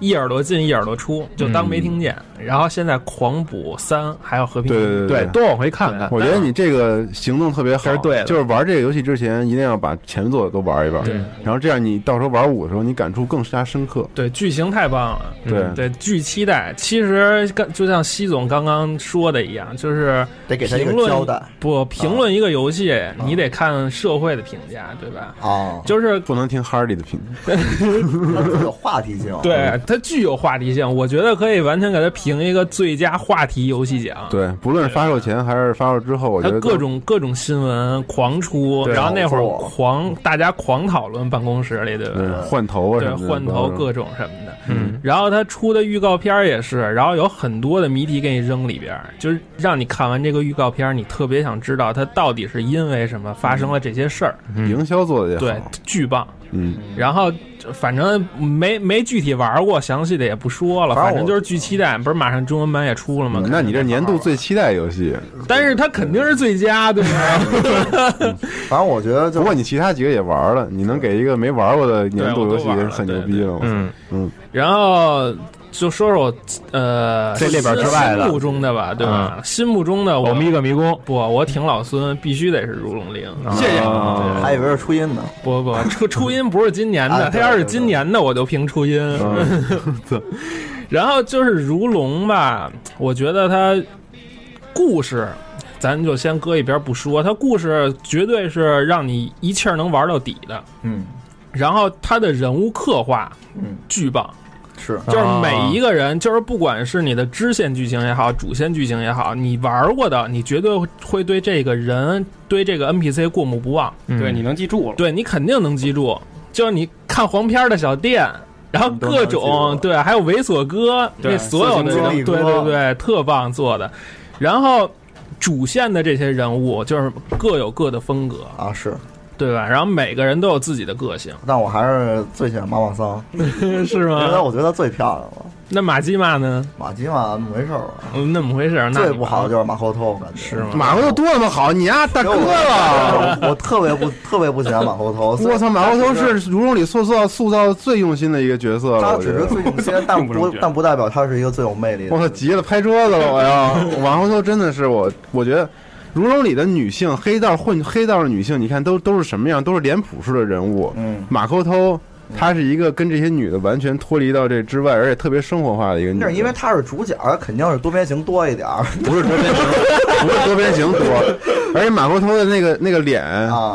[SPEAKER 12] 一耳朵进一耳朵出，就当没听见。
[SPEAKER 11] 然后现在狂补三，还有和平
[SPEAKER 4] 对对
[SPEAKER 11] 对
[SPEAKER 4] 对，
[SPEAKER 11] 多往回看看。
[SPEAKER 4] 我觉得你这个行动特别
[SPEAKER 11] 这
[SPEAKER 4] 好，
[SPEAKER 11] 是对的
[SPEAKER 4] 就是玩这个游戏之前一定要把前作都玩一玩
[SPEAKER 11] 对，
[SPEAKER 4] 然后这样你到时候玩五的时候，你感触更加深刻。
[SPEAKER 11] 对剧情太棒了，
[SPEAKER 4] 对
[SPEAKER 11] 嗯对，巨期待。其实刚就像西总刚刚说的一样，就是
[SPEAKER 1] 得给他一个
[SPEAKER 11] 评论
[SPEAKER 1] 交代啊
[SPEAKER 11] 不，评论一个游戏，你得看社会的评价，对吧？
[SPEAKER 1] 哦，
[SPEAKER 11] 就是
[SPEAKER 4] 不能听哈利的评价，
[SPEAKER 1] 有话题性，
[SPEAKER 11] 对，它具有话题性，我觉得可以完全给它评一个最佳话题游戏奖。
[SPEAKER 4] [laughs] 对，不论是发售前还是发售之后，我觉
[SPEAKER 11] 它
[SPEAKER 4] 得
[SPEAKER 11] 各种各种新闻狂出，
[SPEAKER 4] 对
[SPEAKER 11] 然后那会儿
[SPEAKER 4] 没错
[SPEAKER 11] 狂大家狂讨论办公室里，对吧
[SPEAKER 4] 对？换头啊
[SPEAKER 11] 对
[SPEAKER 4] 什么的
[SPEAKER 11] 换头
[SPEAKER 4] 都是
[SPEAKER 11] 各种什么的。
[SPEAKER 4] 嗯，
[SPEAKER 11] 然后他出的预告片儿也是，然后有很多的谜题给你扔里边儿，就是让你看完这个预告片儿，你特别想知道它到底是因为什么发生了这些事儿。
[SPEAKER 4] 营销做的嗯也好，
[SPEAKER 11] 对，巨棒。
[SPEAKER 4] 嗯，
[SPEAKER 11] 然后反正没没具体玩过，详细的也不说了，
[SPEAKER 4] 反正
[SPEAKER 11] 反
[SPEAKER 4] 我
[SPEAKER 11] 正就是巨期待。不是马上中文版也出了吗？
[SPEAKER 4] 那你这年度最期待游戏，
[SPEAKER 11] 但是它肯定是最佳，对吧？
[SPEAKER 1] 反正我觉得，
[SPEAKER 4] 不过你其他几个也玩了，你能给一个没玩过的年度游戏也是很牛逼了。嗯嗯，
[SPEAKER 11] 然后就说说我呃
[SPEAKER 4] 这列表之外的
[SPEAKER 11] 心目中的吧，对吧？
[SPEAKER 1] 嗯
[SPEAKER 11] 心目中的我咪个迷宫，不，我挺老孙，必须得是如龙零，谢谢。对
[SPEAKER 1] 啊还以为是初音呢。[laughs]
[SPEAKER 11] 不不，初初音不是今年的，
[SPEAKER 1] 啊
[SPEAKER 11] 他
[SPEAKER 1] 对嗯
[SPEAKER 11] 要是今年的，我就评初音。 [laughs] 然后就是如龙吧，我觉得他故事，咱就先搁一边不说，他故事绝对是让你一气儿能玩到底的。
[SPEAKER 1] 嗯
[SPEAKER 11] 然后他的人物刻画
[SPEAKER 1] 嗯，
[SPEAKER 11] 巨棒，
[SPEAKER 1] 是
[SPEAKER 11] 就是每一个人，就是不管是你的支线剧情也好，主线剧情也好，你玩过的，你绝对会对这个人、对这个 NPC 过目不忘。
[SPEAKER 5] 对你能记住了，
[SPEAKER 11] 对你肯定能记住。就是你看黄片的小店，
[SPEAKER 5] 嗯
[SPEAKER 11] 然后各种对，还有猥琐哥
[SPEAKER 5] 对
[SPEAKER 11] 那所有的
[SPEAKER 5] 色情
[SPEAKER 11] 人，对
[SPEAKER 5] 经历
[SPEAKER 11] 对
[SPEAKER 5] 哥
[SPEAKER 11] 对，特棒做的。然后主线的这些人物就是各有各的风格
[SPEAKER 1] 啊，是
[SPEAKER 11] 对吧？然后每个人都有自己的个性，
[SPEAKER 1] 但我还是最喜欢妈妈桑，
[SPEAKER 11] [laughs] 是吗
[SPEAKER 1] 因为我觉得她最漂亮了。
[SPEAKER 11] 那马基玛呢？
[SPEAKER 1] 马基玛没事儿吧？
[SPEAKER 11] 嗯，那么回事儿。那
[SPEAKER 1] 最不好的就是马后拓，我感觉是
[SPEAKER 4] 马后头多他妈好，你呀大哥了，
[SPEAKER 1] 我特别不特别不喜欢马
[SPEAKER 4] [laughs]
[SPEAKER 1] 后头。
[SPEAKER 4] 我操，马后头是如龙里塑造塑造最用心的一个角色了，
[SPEAKER 1] 他
[SPEAKER 4] 我觉
[SPEAKER 1] 只是
[SPEAKER 4] 得。
[SPEAKER 1] 最用心，但不但不代表他是一个最有魅力的
[SPEAKER 4] 我。操，急了，拍桌子了！我要马后头真的是我，我觉得《如龙》里的女性黑道混黑道的女性，你看都都是什么样，都是脸谱式的人物。
[SPEAKER 1] 嗯，
[SPEAKER 4] 马后头她是一个跟这些女的完全脱离到这之外，而且特别生活化的一个女
[SPEAKER 1] 那
[SPEAKER 4] 的。
[SPEAKER 1] 是因为他是主角，肯定是多边形多一点儿。
[SPEAKER 4] 不是多边形，不是多边形
[SPEAKER 1] [laughs]
[SPEAKER 4] [laughs] 多，而且马后头的那个那个脸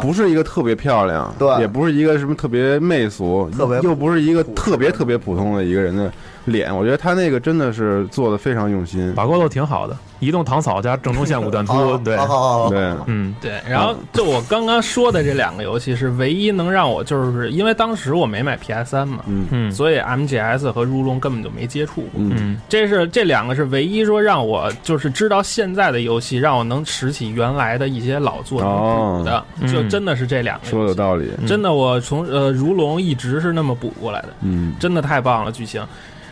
[SPEAKER 4] 不是一个特别漂亮，啊对，也不是一个什么特别媚俗，特别又不是一个特别特别普通的一个人的脸，我觉得他那个真的是做的非常用心，
[SPEAKER 11] 把锅头挺好的，移动糖草加正宗线骨
[SPEAKER 4] [laughs]
[SPEAKER 11] 断
[SPEAKER 4] 好
[SPEAKER 11] 秃，对
[SPEAKER 4] 好好好好，对，
[SPEAKER 11] 嗯，对。然后就我刚刚说的这两个游戏是唯一能让我，就是因为当时我没买 PS 三嘛，
[SPEAKER 4] 嗯
[SPEAKER 11] 嗯，所以 MGS 和如龙根本就没接触过，
[SPEAKER 4] 嗯，
[SPEAKER 11] 这是这两个是唯一说让我就是知道现在的游戏，让我能拾起原来的一些老作能补的
[SPEAKER 4] 哦，嗯
[SPEAKER 11] 就真的是这两个游戏，
[SPEAKER 4] 说的有道理，
[SPEAKER 14] 嗯
[SPEAKER 11] 真的我从呃如龙一直是那么补过来的，
[SPEAKER 4] 嗯，
[SPEAKER 11] 真的太棒了剧情，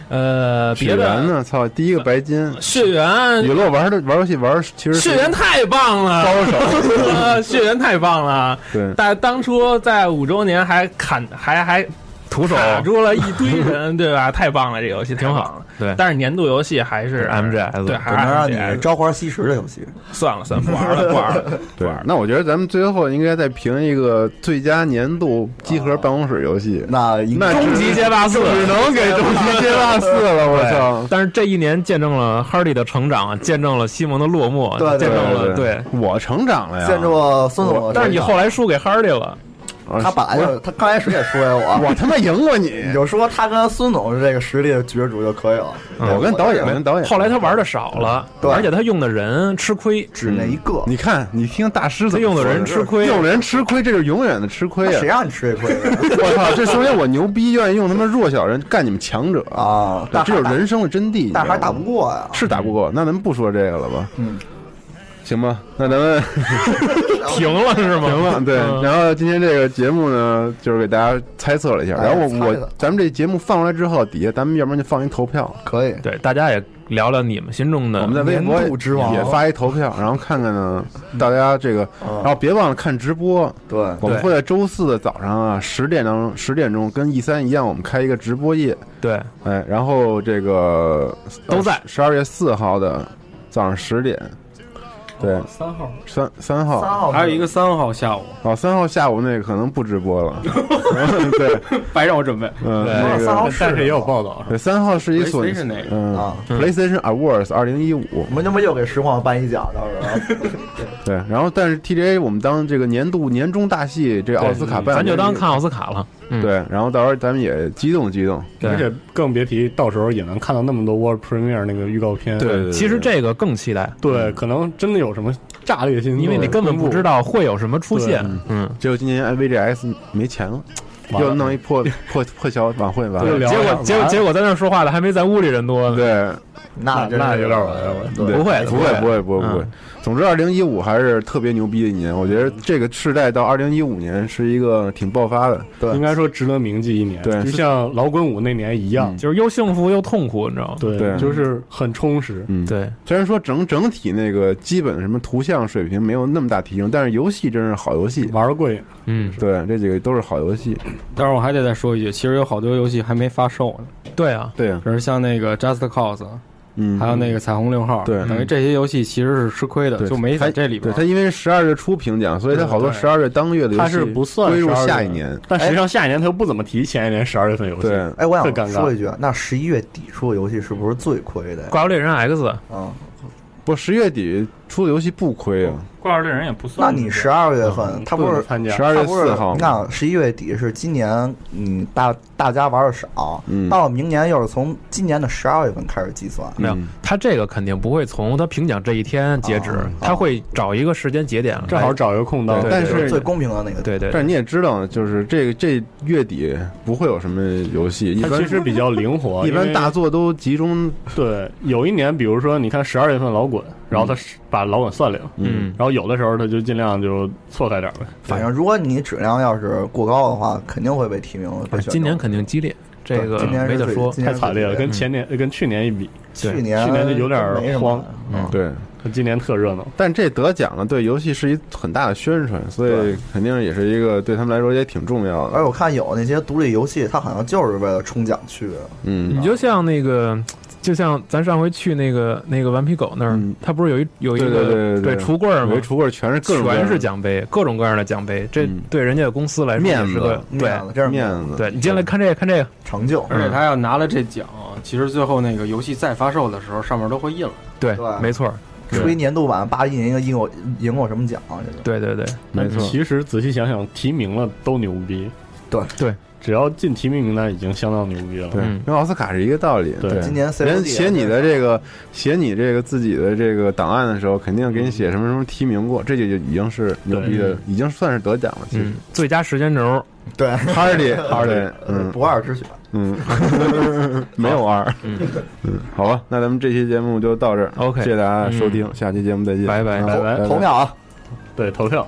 [SPEAKER 11] 呃，
[SPEAKER 4] 血
[SPEAKER 11] 别的呃
[SPEAKER 4] 缘呢？操，第一个白金，
[SPEAKER 11] 血缘
[SPEAKER 4] 雨露玩的玩游戏玩，其实是
[SPEAKER 11] 血缘太棒了，
[SPEAKER 4] 高手
[SPEAKER 11] [laughs] 呃血缘太棒了。
[SPEAKER 4] 对
[SPEAKER 11] 但当初在五周年还砍，还还
[SPEAKER 4] 徒手
[SPEAKER 11] 卡住了一堆人，对吧？ [laughs] 太棒了，这游戏挺好。
[SPEAKER 1] 对
[SPEAKER 11] 但是年度游戏还是 MGS，对，还
[SPEAKER 1] 能让
[SPEAKER 11] 是
[SPEAKER 1] 你
[SPEAKER 11] MGS。
[SPEAKER 1] 朝花夕拾的游戏。
[SPEAKER 11] 算了算了，不玩了不玩了。
[SPEAKER 4] 对，那我觉得咱们最后应该再评一个最佳年度集合办公室游戏。
[SPEAKER 1] 那
[SPEAKER 4] 那只只能给终极街霸四了，我操！
[SPEAKER 11] 对！但是这一年见证了哈利的成长，见证了西蒙的落寞，
[SPEAKER 4] 对对
[SPEAKER 11] 见证了
[SPEAKER 4] 对
[SPEAKER 11] 对
[SPEAKER 4] 我成长了呀，
[SPEAKER 1] 见证了孙总的成长
[SPEAKER 11] 但是你后来输给哈利了，
[SPEAKER 1] 他本来
[SPEAKER 4] 啊
[SPEAKER 1] 就他刚开始也说呀我，
[SPEAKER 4] 我他妈赢过你，
[SPEAKER 1] [laughs] 你就说他跟孙总是这个实力的角逐就可以了。
[SPEAKER 4] 我跟导演，我跟导演。
[SPEAKER 11] 后来他玩的少了，
[SPEAKER 4] 对
[SPEAKER 11] 而且他用的人吃亏，
[SPEAKER 1] 只那一
[SPEAKER 7] 嗯
[SPEAKER 1] 个。
[SPEAKER 4] 你看，你听大师怎么
[SPEAKER 11] 用的
[SPEAKER 4] 说
[SPEAKER 11] 人吃亏
[SPEAKER 4] 用的人吃亏，这就是永远的吃亏
[SPEAKER 1] 那
[SPEAKER 4] 啊！
[SPEAKER 1] 谁让你吃这亏的？
[SPEAKER 4] [laughs] 我操，这说明我牛逼，愿意用他妈弱小人干你们强者
[SPEAKER 1] 啊！
[SPEAKER 4] 这就是人生的真谛。
[SPEAKER 1] 但还
[SPEAKER 4] 你知
[SPEAKER 1] 打
[SPEAKER 4] 道吗
[SPEAKER 1] 不过呀
[SPEAKER 4] 是打不过。那咱们不说这个了吧？
[SPEAKER 1] 啊嗯，
[SPEAKER 4] 行吧，那咱们
[SPEAKER 11] [laughs] 停了是吗
[SPEAKER 4] [laughs] 停了，对。
[SPEAKER 11] 嗯
[SPEAKER 4] 然后今天这个节目呢，就是给大家猜测了一下。
[SPEAKER 11] 哎
[SPEAKER 4] 然后我
[SPEAKER 11] 猜
[SPEAKER 4] 我
[SPEAKER 11] 的
[SPEAKER 4] 咱们这节目放出来之后，底下咱们要不然就放一投票，
[SPEAKER 1] 可以。
[SPEAKER 4] 对，
[SPEAKER 7] 大家也聊聊你们心中的
[SPEAKER 4] 我们在微博
[SPEAKER 7] 年度之王
[SPEAKER 4] 也发一投票，然后看看呢大家这个，然后别忘了看直播。
[SPEAKER 1] 对，
[SPEAKER 4] 我们会在周四的早上啊十点钟十点钟跟 E 三一样，我们开一个直播夜。
[SPEAKER 7] 对，
[SPEAKER 4] 哎，然后这个
[SPEAKER 7] 都在
[SPEAKER 4] 十二月四号的早上十点。对，
[SPEAKER 6] 三号
[SPEAKER 4] 三三号，
[SPEAKER 10] 还有一个三号下午，
[SPEAKER 4] 哦，三号下午那个可能不直播了，对，
[SPEAKER 10] 白让我准备。
[SPEAKER 4] 嗯，
[SPEAKER 10] 对
[SPEAKER 4] 那个
[SPEAKER 10] 三号是但是也有
[SPEAKER 8] 报道
[SPEAKER 4] 对，三号是一索尼
[SPEAKER 1] PlayStation 那个
[SPEAKER 4] 嗯
[SPEAKER 1] 啊
[SPEAKER 4] ，PlayStation Awards 二零一五，
[SPEAKER 1] 我们他妈又给实况颁一奖，到时候。啊
[SPEAKER 4] [laughs] 对，然后但是 TGA 我们当这个年度年终大戏，这奥斯卡颁，
[SPEAKER 7] 嗯咱就当看奥斯卡了。嗯
[SPEAKER 4] 对，然后到时候咱们也激动激动，
[SPEAKER 8] 而且更别提到时候也能看到那么多 World Premiere 那个预告片。
[SPEAKER 7] 对对对其实这个更期待。
[SPEAKER 8] 对，可能真的有什么炸裂性，
[SPEAKER 7] 因为你根本不知道会有什么出现
[SPEAKER 8] 对
[SPEAKER 7] 嗯，
[SPEAKER 4] 只有今年 VGS 没钱了，
[SPEAKER 7] 完了
[SPEAKER 4] 又弄一破破破小晚会完了，
[SPEAKER 7] 结果结果结果在那儿说话的还没咱屋里人多呢。
[SPEAKER 4] 对，
[SPEAKER 1] 那真是那有点玩意儿了
[SPEAKER 4] 对
[SPEAKER 7] 不会
[SPEAKER 4] 不会，不会，不会，不会
[SPEAKER 7] 嗯。
[SPEAKER 4] 总之，二零一五还是特别牛逼的一年。我觉得这个世代到二零一五年是一个挺爆发的，
[SPEAKER 1] 对
[SPEAKER 8] 应该说值得铭记一年，
[SPEAKER 4] 对
[SPEAKER 8] [laughs]
[SPEAKER 7] 嗯
[SPEAKER 8] 就是像老滚五那年一样，
[SPEAKER 7] 就是又幸福又痛苦，你知道吗？
[SPEAKER 8] 对，
[SPEAKER 4] 对
[SPEAKER 8] 就是很充实。
[SPEAKER 4] 嗯，
[SPEAKER 7] 对。
[SPEAKER 4] 虽然说整整体那个基本什么图像水平没有那么大提升，但是游戏真是好游戏，
[SPEAKER 8] 玩儿过瘾。
[SPEAKER 7] 嗯，
[SPEAKER 4] 对，这几个都是好游戏。
[SPEAKER 10] 但是我还得再说一句，其实有好多游戏还没发售呢。
[SPEAKER 7] 对啊，
[SPEAKER 4] 对啊，
[SPEAKER 10] 比如像那个 Just Cause，
[SPEAKER 4] 嗯，
[SPEAKER 10] 还有那个彩虹六号，
[SPEAKER 4] 对
[SPEAKER 10] 等于这些游戏其实是吃亏的，
[SPEAKER 4] 对
[SPEAKER 10] 就没在这里边
[SPEAKER 4] 对。它因为十二月初评奖，所以它好多
[SPEAKER 8] 对
[SPEAKER 4] 十二月当月的游戏
[SPEAKER 8] 它是不算
[SPEAKER 4] 归入
[SPEAKER 8] 12
[SPEAKER 4] 下
[SPEAKER 8] 月
[SPEAKER 4] 一年，
[SPEAKER 8] 但实际上下一年它又不怎么提前一年十二月份游戏。
[SPEAKER 1] 哎，我
[SPEAKER 8] 特尴
[SPEAKER 1] 想
[SPEAKER 8] 尬
[SPEAKER 1] 说一句，那十一月底出的游戏是不是最亏的呀？
[SPEAKER 7] 怪物猎人 X，
[SPEAKER 1] 嗯，
[SPEAKER 4] 啊不，十月底出的游戏不亏啊。
[SPEAKER 7] 怪物猎人也不
[SPEAKER 1] 那
[SPEAKER 7] 算。
[SPEAKER 1] 你十二月
[SPEAKER 7] 嗯
[SPEAKER 1] 份，他不是
[SPEAKER 4] 12月4号
[SPEAKER 1] 那十一月底是今年，嗯，大大家玩的少，
[SPEAKER 4] 嗯
[SPEAKER 1] 到了明年又是从今年的十二月份开始计算，
[SPEAKER 7] 没有，他这个肯定不会从他评奖这一天截止，他会找一个时间节点，哎
[SPEAKER 8] 正好找一个空档
[SPEAKER 7] 对
[SPEAKER 4] 但是
[SPEAKER 1] 最公平的那个。
[SPEAKER 7] 对对，
[SPEAKER 4] 但是你也知道，就是这个这月底不会有什么游戏，一
[SPEAKER 8] 它
[SPEAKER 4] 般
[SPEAKER 8] 其实比较灵活，
[SPEAKER 4] 一般
[SPEAKER 8] 因为
[SPEAKER 4] 大作都集中。
[SPEAKER 8] 对，有一年，比如说你看十二月份老滚，然后他是把老滚算了，
[SPEAKER 4] 嗯，
[SPEAKER 8] 然后有的时候他就尽量就错开点儿呗。
[SPEAKER 7] 哎
[SPEAKER 1] 反正如果你质量要是过高的话，肯定会被提名。被选中
[SPEAKER 7] 今年肯定激烈，这
[SPEAKER 1] 对
[SPEAKER 7] 个
[SPEAKER 1] 今年是
[SPEAKER 7] 没得
[SPEAKER 1] 最
[SPEAKER 7] 说，
[SPEAKER 1] 今年是
[SPEAKER 8] 惨烈了，
[SPEAKER 1] 最
[SPEAKER 8] 跟前年、跟去年一比，
[SPEAKER 1] 去
[SPEAKER 8] 对
[SPEAKER 1] 年
[SPEAKER 8] 去年就有点
[SPEAKER 1] 没什么
[SPEAKER 8] 慌，
[SPEAKER 7] 嗯，
[SPEAKER 4] 对。
[SPEAKER 8] 今年特热闹。
[SPEAKER 4] 但这得奖了，对游戏是一很大的宣传，所以肯定也是一个对他们来说也挺重要的。
[SPEAKER 1] 而且我看有那些独立游戏，它好像就是为了冲奖去的。
[SPEAKER 4] 嗯
[SPEAKER 7] 你，就像那个，就像咱上回去那个那个顽皮狗那儿，他不是有一有一
[SPEAKER 4] 对对对
[SPEAKER 7] 个
[SPEAKER 4] 对，
[SPEAKER 7] 橱柜儿
[SPEAKER 4] 有
[SPEAKER 7] 吗
[SPEAKER 4] 一？橱柜儿全是各种各样
[SPEAKER 7] 全
[SPEAKER 4] 的
[SPEAKER 7] 是奖杯，各嗯种各样的奖杯，这对人家公司来说
[SPEAKER 4] 面
[SPEAKER 7] 也是
[SPEAKER 4] 子
[SPEAKER 7] 个对
[SPEAKER 4] 面子这是面子
[SPEAKER 7] 对你进来看这个看这个嗯
[SPEAKER 1] 成就
[SPEAKER 10] 而且他要拿了这奖，其实最后那个游戏再发售的时候，上面都会印了。
[SPEAKER 7] 对
[SPEAKER 1] 对
[SPEAKER 7] 没错，
[SPEAKER 1] 出一年度版八一年赢我赢我什么奖啊？这个
[SPEAKER 7] 对对对，
[SPEAKER 8] 但其实仔细想想，提名了都牛逼。
[SPEAKER 1] 对
[SPEAKER 7] 对，嗯
[SPEAKER 8] 只要进提名名单，已经相当牛逼了。
[SPEAKER 4] 对，跟奥斯卡是一个道理。
[SPEAKER 8] 对今
[SPEAKER 1] 年 COD
[SPEAKER 4] 人写你的这个写你这个自己的这个档案的时候，肯定给你写什么什么提名过，这就已经是牛逼的
[SPEAKER 7] 对，
[SPEAKER 4] 已经算是得奖了。其实
[SPEAKER 7] 嗯，最佳时间轴，
[SPEAKER 1] 对
[SPEAKER 4] Hardy Hardy，嗯，
[SPEAKER 1] 不二之 [laughs]
[SPEAKER 7] [laughs]
[SPEAKER 1] 选。
[SPEAKER 4] 嗯， [laughs] 没
[SPEAKER 1] 啊
[SPEAKER 4] 有二。
[SPEAKER 7] 嗯
[SPEAKER 4] 嗯，好吧，那咱们这期节目就到这儿。
[SPEAKER 7] OK
[SPEAKER 4] 谢谢大家收听，
[SPEAKER 7] 嗯
[SPEAKER 4] 下期节目再见，
[SPEAKER 7] 拜拜
[SPEAKER 4] 嗯
[SPEAKER 7] 拜拜
[SPEAKER 1] 投票啊，
[SPEAKER 8] 对，投票。